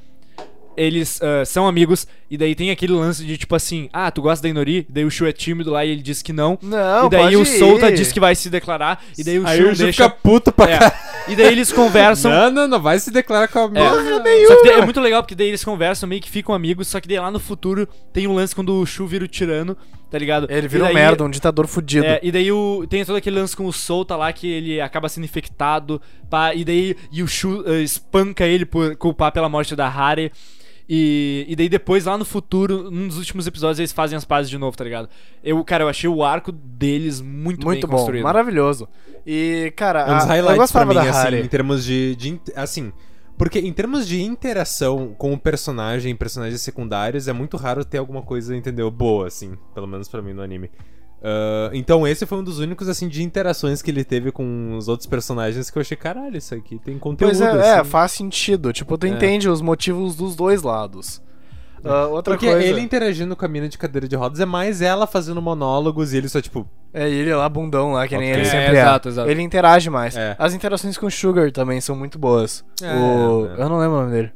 [SPEAKER 1] Eles ah, são amigos, e daí tem aquele lance de tipo assim: Ah, tu gosta da Inori? Daí o Shu é tímido lá e ele diz que não.
[SPEAKER 2] Não,
[SPEAKER 1] e daí
[SPEAKER 2] pode
[SPEAKER 1] o Solta
[SPEAKER 2] ir.
[SPEAKER 1] diz que vai se declarar, e daí o
[SPEAKER 3] Aí
[SPEAKER 1] Shu
[SPEAKER 3] o Ju
[SPEAKER 1] deixa.
[SPEAKER 3] fica puto pra
[SPEAKER 1] É.
[SPEAKER 3] caralho.
[SPEAKER 1] E daí eles conversam.
[SPEAKER 3] Não, não, não vai se declarar com a minha.
[SPEAKER 1] Só que daí é muito legal, porque daí eles conversam, meio que ficam amigos, só que daí lá no futuro tem um lance quando o Shu vira o tirano, tá ligado?
[SPEAKER 2] Ele
[SPEAKER 1] E
[SPEAKER 2] virou
[SPEAKER 1] daí-
[SPEAKER 2] merda, um ditador fudido.
[SPEAKER 1] É, e daí o- tem todo aquele lance com o Solta lá que ele acaba sendo infectado, pá, e daí e o Shu eh, espanca ele por culpar pela morte da Hare. E, e daí depois, lá no futuro, num dos últimos episódios, eles fazem as pazes de novo, tá ligado? Eu, cara, eu achei o arco deles muito,
[SPEAKER 2] muito
[SPEAKER 1] bem
[SPEAKER 2] bom,
[SPEAKER 1] construído.
[SPEAKER 2] maravilhoso. E, cara,
[SPEAKER 3] É um dos
[SPEAKER 2] a, eu
[SPEAKER 3] highlights pra
[SPEAKER 2] gostava
[SPEAKER 3] mim,
[SPEAKER 2] da
[SPEAKER 3] assim,
[SPEAKER 2] Harry.
[SPEAKER 3] em termos de, de in- Assim, porque em termos de interação com o personagem e personagens secundários, é muito raro ter alguma coisa, entendeu? Boa, assim. Pelo menos pra mim no anime. Ah, então esse foi um dos únicos, assim, de interações que ele teve com os outros personagens que eu achei, caralho, isso aqui tem conteúdo,
[SPEAKER 2] Pois é, é,
[SPEAKER 3] assim.
[SPEAKER 2] faz sentido. Tipo, tu
[SPEAKER 1] É.
[SPEAKER 2] entende os motivos dos dois lados. Ah, outra
[SPEAKER 3] Porque
[SPEAKER 2] coisa.
[SPEAKER 3] ele interagindo com a mina de cadeira de rodas é mais ela fazendo monólogos e ele só, tipo,
[SPEAKER 2] É, e ele lá, bundão lá, que nem
[SPEAKER 3] Ok.
[SPEAKER 2] ele
[SPEAKER 3] É,
[SPEAKER 2] sempre é.
[SPEAKER 1] exato, exato.
[SPEAKER 2] Ele interage mais.
[SPEAKER 3] É.
[SPEAKER 2] As interações com o Sugar também são muito boas.
[SPEAKER 3] É,
[SPEAKER 2] o...
[SPEAKER 3] né?
[SPEAKER 2] Eu não lembro o nome dele.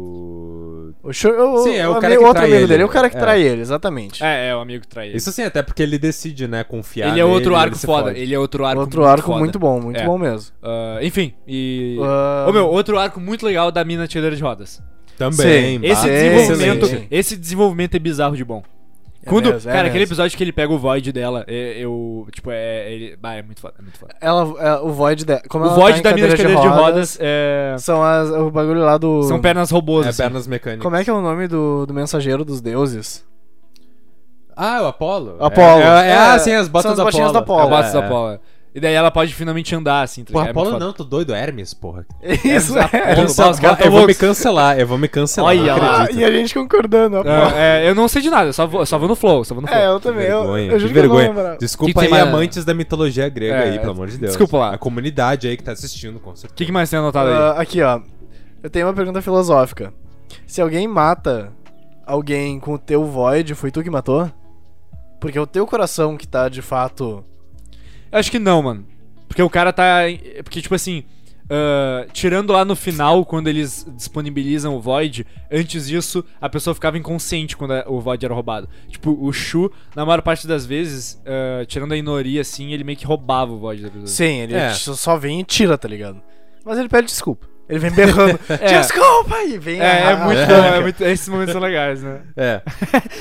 [SPEAKER 3] o...
[SPEAKER 2] O Sugar. O...
[SPEAKER 3] Sim, é o
[SPEAKER 2] ami-
[SPEAKER 3] cara que
[SPEAKER 2] outro
[SPEAKER 3] trai
[SPEAKER 2] amigo
[SPEAKER 3] ele.
[SPEAKER 2] dele. É o cara que
[SPEAKER 3] É.
[SPEAKER 2] trai ele, exatamente.
[SPEAKER 1] É, é, o amigo traído.
[SPEAKER 3] Isso sim, até porque ele decide, né, confiar
[SPEAKER 1] ele é outro
[SPEAKER 3] nele,
[SPEAKER 1] arco
[SPEAKER 3] se
[SPEAKER 1] foda.
[SPEAKER 3] fode.
[SPEAKER 1] Ele é outro arco
[SPEAKER 2] outro
[SPEAKER 1] muito
[SPEAKER 2] arco
[SPEAKER 1] foda.
[SPEAKER 2] muito bom, muito
[SPEAKER 1] É.
[SPEAKER 2] bom mesmo.
[SPEAKER 1] Ah, enfim, e...
[SPEAKER 2] Ah,
[SPEAKER 1] Ô, meu, outro arco muito legal da mina tireira de rodas.
[SPEAKER 3] Também, É
[SPEAKER 2] Sim.
[SPEAKER 3] bah,
[SPEAKER 1] Esse
[SPEAKER 2] sim,
[SPEAKER 1] desenvolvimento,
[SPEAKER 2] sim.
[SPEAKER 1] esse desenvolvimento é bizarro de bom.
[SPEAKER 2] é
[SPEAKER 1] Quando,
[SPEAKER 2] mesmo, é
[SPEAKER 1] cara, aquele
[SPEAKER 2] mesmo.
[SPEAKER 1] episódio que ele pega o Void dela, é- eu, tipo, é, ele, bah, é muito foda, é muito foda.
[SPEAKER 2] Ela, é, o Void dela. Como
[SPEAKER 1] O
[SPEAKER 2] ela
[SPEAKER 1] Void da
[SPEAKER 2] tá em
[SPEAKER 1] mina de cadeira de rodas, é,
[SPEAKER 2] São as, o bagulho lá do.
[SPEAKER 1] são pernas robôs,
[SPEAKER 3] É
[SPEAKER 1] assim.
[SPEAKER 3] pernas mecânicas.
[SPEAKER 2] Como é que é o nome do, do mensageiro dos deuses?
[SPEAKER 3] Ah, é o Apollo?
[SPEAKER 2] Apollo.
[SPEAKER 3] É, é, é, ah,
[SPEAKER 2] É,
[SPEAKER 3] sim, as
[SPEAKER 2] são
[SPEAKER 3] botas
[SPEAKER 2] as
[SPEAKER 3] do
[SPEAKER 2] botinhas
[SPEAKER 3] Apollo.
[SPEAKER 2] do Apollo.
[SPEAKER 1] Eu gosto
[SPEAKER 3] É,
[SPEAKER 1] da Paula. E daí ela pode finalmente andar, assim, tá
[SPEAKER 3] Pô,
[SPEAKER 1] ligado? É muito
[SPEAKER 3] Apollo
[SPEAKER 1] foda.
[SPEAKER 3] não, tô doido, Hermes, porra.
[SPEAKER 2] Isso é.
[SPEAKER 3] Cancela-
[SPEAKER 1] os caras tão
[SPEAKER 3] eu vou me
[SPEAKER 1] loucos.
[SPEAKER 3] cancelar, eu vou me cancelar.
[SPEAKER 1] Olha
[SPEAKER 3] não
[SPEAKER 1] lá.
[SPEAKER 2] Ah,
[SPEAKER 3] acredito.
[SPEAKER 2] e a gente concordando, ó. pô.
[SPEAKER 1] É, é, eu não sei de nada, eu só vou, eu só vou no flow, só vou no flow.
[SPEAKER 2] tá É, eu
[SPEAKER 3] Que
[SPEAKER 2] também. eu-
[SPEAKER 3] vergonha,
[SPEAKER 2] eu, juro
[SPEAKER 3] que
[SPEAKER 2] que eu não
[SPEAKER 3] vergonha.
[SPEAKER 2] lembrava.
[SPEAKER 3] Desculpa
[SPEAKER 1] Que que
[SPEAKER 3] aí,
[SPEAKER 1] tem mais?
[SPEAKER 3] amantes da mitologia grega
[SPEAKER 1] É,
[SPEAKER 3] aí, pelo amor de Deus.
[SPEAKER 1] desculpa lá.
[SPEAKER 3] A comunidade aí que tá assistindo, com certeza.
[SPEAKER 1] O que, que mais tem anotado aí?
[SPEAKER 2] Ah, aqui, ó. Eu tenho uma pergunta filosófica. Se alguém mata alguém com o teu void, foi tu que matou? Porque é o teu coração que tá de fato.
[SPEAKER 1] Eu acho que não, mano. Porque o cara tá. em- Porque, tipo assim. ah, tirando lá no final, quando eles disponibilizam o Void, antes disso a pessoa ficava inconsciente quando a- o Void era roubado. Tipo, o Shu, na maior parte das vezes, ah, tirando a Inori assim, ele meio que roubava o Void da pessoa.
[SPEAKER 2] Sim, ele
[SPEAKER 3] É.
[SPEAKER 2] t- só vem e tira, tá ligado? Mas ele pede desculpa. Ele vem berrando.
[SPEAKER 1] É.
[SPEAKER 2] Desculpa! E vem.
[SPEAKER 1] É, é muito
[SPEAKER 3] é.
[SPEAKER 1] bom, é muito- esses momentos são legais, né?
[SPEAKER 3] É.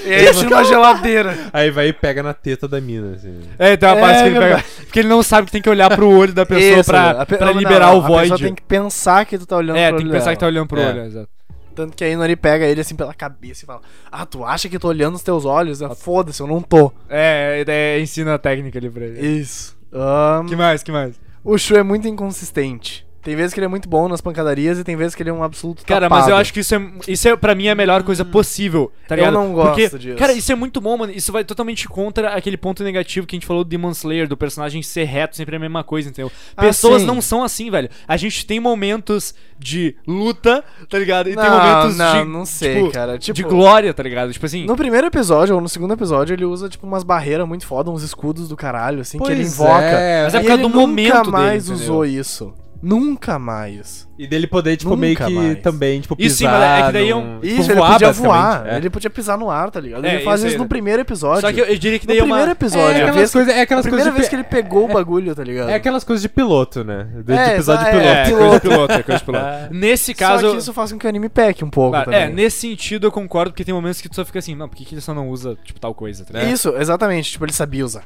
[SPEAKER 2] E aí tira uma geladeira.
[SPEAKER 3] Aí vai e pega na teta da mina, assim.
[SPEAKER 1] É, tem uma
[SPEAKER 2] É,
[SPEAKER 1] parte que ele
[SPEAKER 2] verdade.
[SPEAKER 1] pega. Porque ele não sabe que tem que olhar pro olho da pessoa
[SPEAKER 2] Isso,
[SPEAKER 1] pra,
[SPEAKER 2] a pe-
[SPEAKER 1] pra
[SPEAKER 2] não,
[SPEAKER 1] liberar
[SPEAKER 2] não,
[SPEAKER 1] o
[SPEAKER 2] A pessoa
[SPEAKER 1] Void.
[SPEAKER 2] tem que pensar que tu tá olhando
[SPEAKER 1] É,
[SPEAKER 2] pro
[SPEAKER 1] tem que
[SPEAKER 2] olho
[SPEAKER 1] pensar que tá
[SPEAKER 2] dela.
[SPEAKER 1] olhando pro
[SPEAKER 3] É.
[SPEAKER 1] olho, exato.
[SPEAKER 2] Tanto que a Inori pega ele assim pela cabeça e fala: Ah, tu acha que eu tô olhando os teus olhos?
[SPEAKER 1] tá.
[SPEAKER 2] Ah, Foda-se, eu não tô.
[SPEAKER 1] É, é, ensina a técnica ali pra ele.
[SPEAKER 2] Isso. Ahn,
[SPEAKER 1] Que mais, que mais?
[SPEAKER 2] O Shu é muito inconsistente. Tem vezes que ele é muito bom nas pancadarias e tem vezes que ele é um absoluto
[SPEAKER 1] Cara,
[SPEAKER 2] tapado.
[SPEAKER 1] mas eu acho que isso é, isso é pra mim é a melhor coisa possível, tá
[SPEAKER 2] Hum. Eu
[SPEAKER 1] ligado?
[SPEAKER 2] não gosto
[SPEAKER 1] Porque,
[SPEAKER 2] disso.
[SPEAKER 1] Cara, isso é muito bom, mano. Isso vai totalmente contra aquele ponto negativo que a gente falou do Demon Slayer, do personagem ser reto, sempre é a mesma coisa, entendeu?
[SPEAKER 2] Ah,
[SPEAKER 1] Pessoas
[SPEAKER 2] sim.
[SPEAKER 1] não são assim, velho. A gente tem momentos de luta, tá ligado? E tem
[SPEAKER 2] Não,
[SPEAKER 1] momentos
[SPEAKER 2] não,
[SPEAKER 1] de.
[SPEAKER 2] não sei,
[SPEAKER 1] tipo,
[SPEAKER 2] cara. Tipo,
[SPEAKER 1] De glória, tá ligado? Tipo assim.
[SPEAKER 2] No primeiro episódio ou no segundo episódio, ele usa, tipo, umas barreiras muito foda, uns escudos do caralho, assim, que ele
[SPEAKER 3] Pois
[SPEAKER 2] invoca.
[SPEAKER 3] é,
[SPEAKER 1] Mas é
[SPEAKER 2] E
[SPEAKER 1] por causa
[SPEAKER 2] ele
[SPEAKER 1] do
[SPEAKER 2] nunca
[SPEAKER 1] momento dele,
[SPEAKER 2] mais
[SPEAKER 1] entendeu?
[SPEAKER 2] usou isso. Nunca mais.
[SPEAKER 3] E dele poder, tipo, meio
[SPEAKER 2] Nunca
[SPEAKER 3] que
[SPEAKER 2] mais.
[SPEAKER 3] também, tipo, pisar
[SPEAKER 1] Isso sim, mas é que daí é um-
[SPEAKER 3] num-
[SPEAKER 2] Isso,
[SPEAKER 3] tipo,
[SPEAKER 2] ele
[SPEAKER 3] voar,
[SPEAKER 2] podia
[SPEAKER 3] basicamente,
[SPEAKER 2] voar,
[SPEAKER 3] é.
[SPEAKER 2] ele podia pisar no ar, tá ligado?
[SPEAKER 1] É,
[SPEAKER 2] Ele faz
[SPEAKER 1] isso
[SPEAKER 2] isso,
[SPEAKER 1] aí,
[SPEAKER 2] no
[SPEAKER 1] né?
[SPEAKER 2] primeiro episódio.
[SPEAKER 1] Só que eu, eu diria que
[SPEAKER 2] No
[SPEAKER 1] daí é uma.
[SPEAKER 2] primeiro
[SPEAKER 3] É
[SPEAKER 2] episódio, a,
[SPEAKER 3] aquelas
[SPEAKER 2] vez-
[SPEAKER 3] coisas, é aquelas
[SPEAKER 2] a primeira
[SPEAKER 3] coisas de
[SPEAKER 2] vez
[SPEAKER 3] pi-
[SPEAKER 2] que ele pegou o bagulho, tá ligado?
[SPEAKER 3] É aquelas coisas de piloto, né? De,
[SPEAKER 2] É,
[SPEAKER 3] de episódio de
[SPEAKER 2] exa-
[SPEAKER 3] piloto.
[SPEAKER 2] é,
[SPEAKER 1] É, coisa de piloto, é coisa de piloto. Nesse caso.
[SPEAKER 2] Só que isso faz com que o anime peque um pouco
[SPEAKER 1] Claro,
[SPEAKER 2] também.
[SPEAKER 1] é, nesse sentido eu concordo, porque tem momentos que tu só fica assim, não, por que, que ele só não usa, tipo, tal coisa, tá ligado?
[SPEAKER 2] Isso, exatamente. Tipo, ele sabia usar.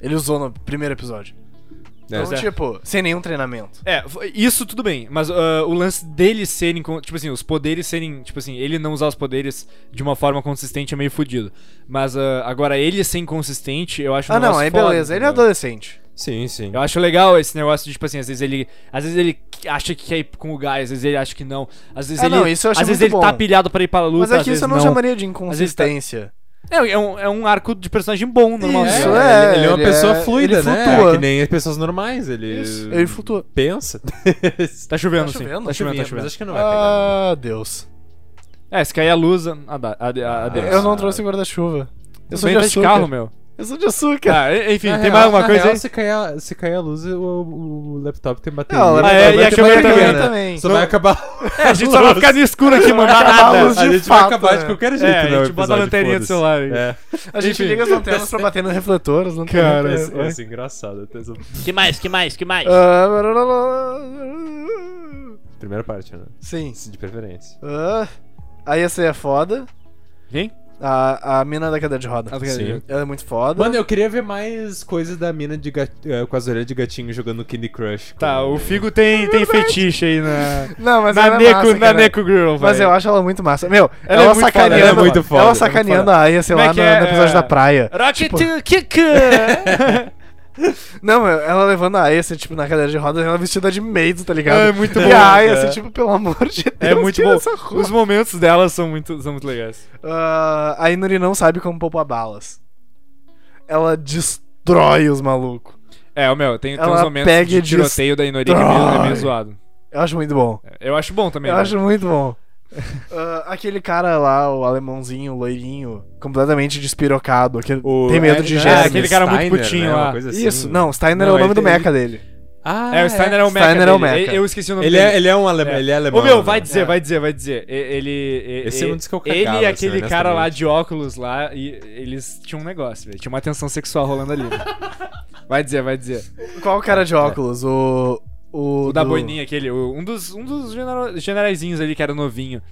[SPEAKER 2] Ele usou no primeiro episódio.
[SPEAKER 3] É.
[SPEAKER 2] Então,
[SPEAKER 1] Pois é.
[SPEAKER 2] tipo, sem nenhum treinamento.
[SPEAKER 1] É, f- isso tudo bem, mas ah, o lance dele serem, con- tipo assim, os poderes serem, tipo assim, ele não usar os poderes de uma forma consistente é meio fudido. Mas ah, agora ele ser inconsistente, eu acho um
[SPEAKER 2] Ah, não,
[SPEAKER 1] negócio
[SPEAKER 2] aí
[SPEAKER 1] foda,
[SPEAKER 2] beleza. Ele é
[SPEAKER 1] entendeu?
[SPEAKER 2] adolescente.
[SPEAKER 3] Sim, sim.
[SPEAKER 1] Eu acho legal esse negócio de, tipo assim, às vezes ele. Às vezes ele acha que quer ir com o gás, às vezes ele acha que não. Às vezes
[SPEAKER 2] Ah,
[SPEAKER 1] ele.
[SPEAKER 2] não, isso eu achei
[SPEAKER 1] às vezes
[SPEAKER 2] muito
[SPEAKER 1] ele tá
[SPEAKER 2] bom.
[SPEAKER 1] pilhado pra ir pra luta.
[SPEAKER 2] Mas
[SPEAKER 1] às
[SPEAKER 2] aqui
[SPEAKER 1] vezes
[SPEAKER 2] isso eu não,
[SPEAKER 1] não.
[SPEAKER 2] chamaria de
[SPEAKER 1] Às vezes tá-
[SPEAKER 2] inconsistência.
[SPEAKER 1] É, é um, é um arco de personagem bom, normal.
[SPEAKER 2] Isso,
[SPEAKER 1] É.
[SPEAKER 2] é,
[SPEAKER 3] ele é uma
[SPEAKER 2] ele
[SPEAKER 3] pessoa
[SPEAKER 2] é-
[SPEAKER 3] fluida,
[SPEAKER 2] ele
[SPEAKER 3] né?
[SPEAKER 2] flutua.
[SPEAKER 3] Que nem as pessoas normais, ele.
[SPEAKER 2] Isso, ele flutua.
[SPEAKER 3] Pensa.
[SPEAKER 1] Tá chovendo,
[SPEAKER 2] Tá
[SPEAKER 1] sim.
[SPEAKER 2] chovendo?
[SPEAKER 1] Tá chovendo, tá
[SPEAKER 3] Mas
[SPEAKER 1] chovendo.
[SPEAKER 3] acho que não vai pegar.
[SPEAKER 2] Ah, Deus.
[SPEAKER 1] É, se cair a luz, a, da- a, de- a, a Deus.
[SPEAKER 2] Ah, Eu não trouxe guarda-chuva. Eu sou
[SPEAKER 1] Bem,
[SPEAKER 2] de
[SPEAKER 1] tá de
[SPEAKER 2] açúcar.
[SPEAKER 1] carro, meu.
[SPEAKER 2] Eu sou de açúcar.
[SPEAKER 1] Tá, e- enfim,
[SPEAKER 3] Na
[SPEAKER 1] tem
[SPEAKER 3] real-
[SPEAKER 1] mais alguma
[SPEAKER 3] na
[SPEAKER 1] coisa
[SPEAKER 3] real,
[SPEAKER 1] aí?
[SPEAKER 3] Se cair, a, se cair a luz, o, o laptop tem bateria.
[SPEAKER 2] Não,
[SPEAKER 1] Ah, é, e a
[SPEAKER 2] tem
[SPEAKER 1] câmera
[SPEAKER 2] bateria
[SPEAKER 1] também, né?
[SPEAKER 2] também. Então,
[SPEAKER 3] Só vai acabar.
[SPEAKER 1] É, a gente só vai ficar no escuro aqui, mano. Dá
[SPEAKER 2] acabar a
[SPEAKER 1] nada.
[SPEAKER 2] luz
[SPEAKER 3] a
[SPEAKER 2] de
[SPEAKER 3] gente vai
[SPEAKER 2] fato,
[SPEAKER 3] acabar de
[SPEAKER 2] né?
[SPEAKER 3] qualquer jeito,
[SPEAKER 1] É,
[SPEAKER 3] né,
[SPEAKER 1] a
[SPEAKER 3] o
[SPEAKER 1] gente bota a
[SPEAKER 3] episódio,
[SPEAKER 1] lanterninha do
[SPEAKER 3] foda-se.
[SPEAKER 1] celular. aí.
[SPEAKER 3] É.
[SPEAKER 2] A gente
[SPEAKER 1] Enfim.
[SPEAKER 2] liga as lanternas pra bater no refletor. As lanternas.
[SPEAKER 1] Cara,
[SPEAKER 3] Esse,
[SPEAKER 1] é.
[SPEAKER 3] esse é engraçado. tem essa-
[SPEAKER 4] Que mais, que mais, que mais?
[SPEAKER 2] Ah,
[SPEAKER 3] Primeira parte, né?
[SPEAKER 2] Sim.
[SPEAKER 3] Esse De preferência.
[SPEAKER 2] Ah, Aí essa aí é foda.
[SPEAKER 1] Quem?
[SPEAKER 2] A, a mina da cadeira de roda.
[SPEAKER 1] Ah, tá Sim.
[SPEAKER 2] Ela é muito foda.
[SPEAKER 3] Mano, eu queria ver mais coisas da mina de gat... eh, com as orelhas de gatinho jogando Candy Crush. com-
[SPEAKER 1] Tá, o Figo tem, tem fetiche aí na.
[SPEAKER 2] Não, é mas ela
[SPEAKER 1] na
[SPEAKER 2] é
[SPEAKER 1] Neko,
[SPEAKER 2] massa,
[SPEAKER 1] na
[SPEAKER 2] cara.
[SPEAKER 1] Neko Girl, velho.
[SPEAKER 2] Mas eu acho ela muito massa. Meu,
[SPEAKER 1] Ela
[SPEAKER 2] ela,
[SPEAKER 1] é muito foda,
[SPEAKER 2] sacaneando.
[SPEAKER 3] ela é muito
[SPEAKER 2] Ela
[SPEAKER 3] foda, ela é muito
[SPEAKER 2] sacaneando
[SPEAKER 1] foda.
[SPEAKER 2] a Aya, sei
[SPEAKER 1] Como é
[SPEAKER 2] lá,
[SPEAKER 1] que
[SPEAKER 2] no,
[SPEAKER 1] é?
[SPEAKER 2] no episódio da praia.
[SPEAKER 1] Rocket to Kick!
[SPEAKER 2] Não, meu, ela levando a Aya, assim, tipo, na cadeira de rodas, ela vestida de maid, tá ligado?
[SPEAKER 1] É muito
[SPEAKER 2] e
[SPEAKER 1] bom,
[SPEAKER 2] a Aya,
[SPEAKER 1] cara.
[SPEAKER 2] assim, tipo, pelo amor de Deus,
[SPEAKER 1] É muito
[SPEAKER 2] tira
[SPEAKER 1] bom.
[SPEAKER 2] essa roupa.
[SPEAKER 1] Os momentos dela são muito, são muito legais.
[SPEAKER 2] Ah, a Inuri não sabe como poupar balas. ela destrói os malucos.
[SPEAKER 1] É, o meu, tem, tem
[SPEAKER 2] Ela
[SPEAKER 1] uns momentos
[SPEAKER 2] pega
[SPEAKER 1] de
[SPEAKER 2] e
[SPEAKER 1] tiroteio da Inori que é meio, é meio zoado.
[SPEAKER 2] Eu acho muito bom.
[SPEAKER 1] Eu acho bom também.
[SPEAKER 2] Eu
[SPEAKER 1] né?
[SPEAKER 2] acho muito bom. Ah, aquele cara lá, o alemãozinho, loirinho, completamente despirocado. Aquele...
[SPEAKER 3] O-
[SPEAKER 2] tem medo de
[SPEAKER 3] é,
[SPEAKER 2] gêmeos.
[SPEAKER 1] Ah, aquele cara muito
[SPEAKER 3] Steiner,
[SPEAKER 1] putinho
[SPEAKER 3] né, uma
[SPEAKER 1] lá.
[SPEAKER 3] coisa assim.
[SPEAKER 2] Isso, não, Steiner
[SPEAKER 1] Não,
[SPEAKER 2] é o nome
[SPEAKER 1] ele-
[SPEAKER 2] do mecha dele.
[SPEAKER 3] Ah,
[SPEAKER 1] É, o Steiner é o mecha.
[SPEAKER 2] Steiner é o
[SPEAKER 1] dele.
[SPEAKER 2] mecha.
[SPEAKER 1] Eu- Eu esqueci o nome
[SPEAKER 3] Ele
[SPEAKER 1] dele.
[SPEAKER 3] é, ele é um alemão. Ele é alemão.
[SPEAKER 1] Ô meu,
[SPEAKER 3] né?
[SPEAKER 1] vai dizer,
[SPEAKER 2] É.
[SPEAKER 1] vai dizer, vai dizer. E- Ele. e-
[SPEAKER 3] Esse
[SPEAKER 1] e-
[SPEAKER 3] é um dos que eu cagava,
[SPEAKER 1] Ele e
[SPEAKER 3] assim,
[SPEAKER 1] aquele cara lá
[SPEAKER 3] honestamente.
[SPEAKER 1] de óculos lá, e eles tinham um negócio, velho. Tinha uma tensão sexual rolando ali. né? Vai dizer, vai dizer.
[SPEAKER 2] Qual o cara de óculos? O. O,
[SPEAKER 1] É. O da
[SPEAKER 2] do-
[SPEAKER 1] boininha, aquele. o- Um dos, um dos genera- generaizinhos ali que era novinho.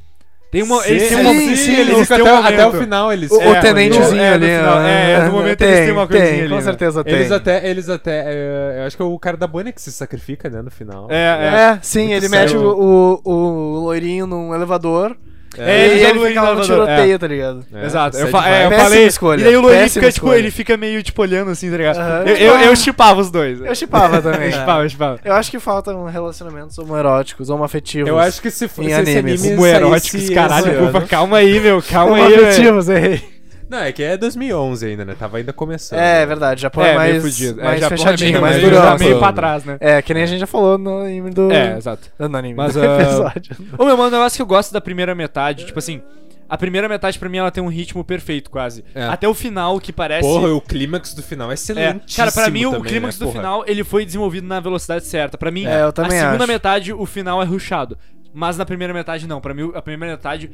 [SPEAKER 1] Tem uma.
[SPEAKER 3] Sim,
[SPEAKER 1] eles têm
[SPEAKER 3] sim,
[SPEAKER 1] uma-
[SPEAKER 2] sim,
[SPEAKER 1] eles
[SPEAKER 3] eles
[SPEAKER 1] têm
[SPEAKER 3] ficam
[SPEAKER 1] um
[SPEAKER 3] até, o- até o
[SPEAKER 1] momento.
[SPEAKER 3] final. Eles,
[SPEAKER 2] O, o
[SPEAKER 1] É,
[SPEAKER 2] tenentezinho
[SPEAKER 1] é, no
[SPEAKER 2] ali.
[SPEAKER 1] final,
[SPEAKER 2] né?
[SPEAKER 1] é, no momento eles têm uma coisinha
[SPEAKER 2] tem,
[SPEAKER 1] ali,
[SPEAKER 2] Com
[SPEAKER 1] né?
[SPEAKER 2] certeza tem.
[SPEAKER 3] eles até. Eles até é, eu acho que é o cara da Bonnie que se sacrifica, né? No final.
[SPEAKER 1] É, é.
[SPEAKER 2] É, sim,
[SPEAKER 3] Muito
[SPEAKER 2] ele
[SPEAKER 3] sério.
[SPEAKER 2] mete o, o, o loirinho num elevador.
[SPEAKER 1] É, ele
[SPEAKER 2] e
[SPEAKER 1] joga
[SPEAKER 2] ele
[SPEAKER 1] o loirinho
[SPEAKER 2] fica lá no
[SPEAKER 1] no elevador,
[SPEAKER 2] tiroteio, tá ligado?
[SPEAKER 3] É,
[SPEAKER 1] Exato. Eu,
[SPEAKER 3] sad
[SPEAKER 1] fa- é, eu
[SPEAKER 3] vibe.
[SPEAKER 2] Péssima
[SPEAKER 1] falei.
[SPEAKER 2] escolha,
[SPEAKER 1] E aí o Loirinho
[SPEAKER 2] péssima
[SPEAKER 1] fica, tipo,
[SPEAKER 2] escolha.
[SPEAKER 1] ele fica meio, tipo, olhando assim, tá ligado?
[SPEAKER 2] Aham.
[SPEAKER 1] Eu, eu, eu chipava os dois.
[SPEAKER 2] Eu chipava também.
[SPEAKER 1] Eu chipava, eu chipava.
[SPEAKER 2] Eu acho que faltam relacionamentos homoeróticos, homoafetivos.
[SPEAKER 3] Eu acho que se, for-
[SPEAKER 2] Em
[SPEAKER 3] se esse anime
[SPEAKER 2] animes.
[SPEAKER 3] saísse
[SPEAKER 2] assim,
[SPEAKER 1] Homoeróticos,
[SPEAKER 3] esse
[SPEAKER 1] caralho.
[SPEAKER 3] ano-
[SPEAKER 1] Ufa, calma aí, meu. Calma aí, velho.
[SPEAKER 2] homoafetivos, errei.
[SPEAKER 3] Não, é que é 2011 ainda, né? Tava ainda começando.
[SPEAKER 2] É, é verdade, Japão é,
[SPEAKER 1] meio
[SPEAKER 2] mais,
[SPEAKER 1] fudido. É,
[SPEAKER 2] mais
[SPEAKER 1] Japão é
[SPEAKER 2] fechadinho,
[SPEAKER 1] meio-
[SPEAKER 2] mais
[SPEAKER 1] meio-
[SPEAKER 3] durão.
[SPEAKER 1] tá
[SPEAKER 2] durão.
[SPEAKER 1] meio pra trás, né?
[SPEAKER 2] É, que nem a gente já falou no anime do...
[SPEAKER 1] É, exato.
[SPEAKER 2] no anime
[SPEAKER 1] Mas,
[SPEAKER 2] do
[SPEAKER 1] ah,
[SPEAKER 2] episódio.
[SPEAKER 1] Ô, meu, mano, um negócio que eu gosto da primeira metade, tipo assim... A primeira metade, pra mim, ela tem um ritmo perfeito, quase.
[SPEAKER 3] É.
[SPEAKER 1] Até o final, que parece...
[SPEAKER 3] Porra, e o clímax do final é né,
[SPEAKER 1] É,
[SPEAKER 3] excelente.
[SPEAKER 1] cara, pra mim o clímax do final ele foi desenvolvido na velocidade certa. Pra mim,
[SPEAKER 2] É, eu
[SPEAKER 1] a
[SPEAKER 2] também
[SPEAKER 1] segunda
[SPEAKER 2] acho.
[SPEAKER 1] metade o final é ruchado, mas na primeira metade não. Pra mim a primeira metade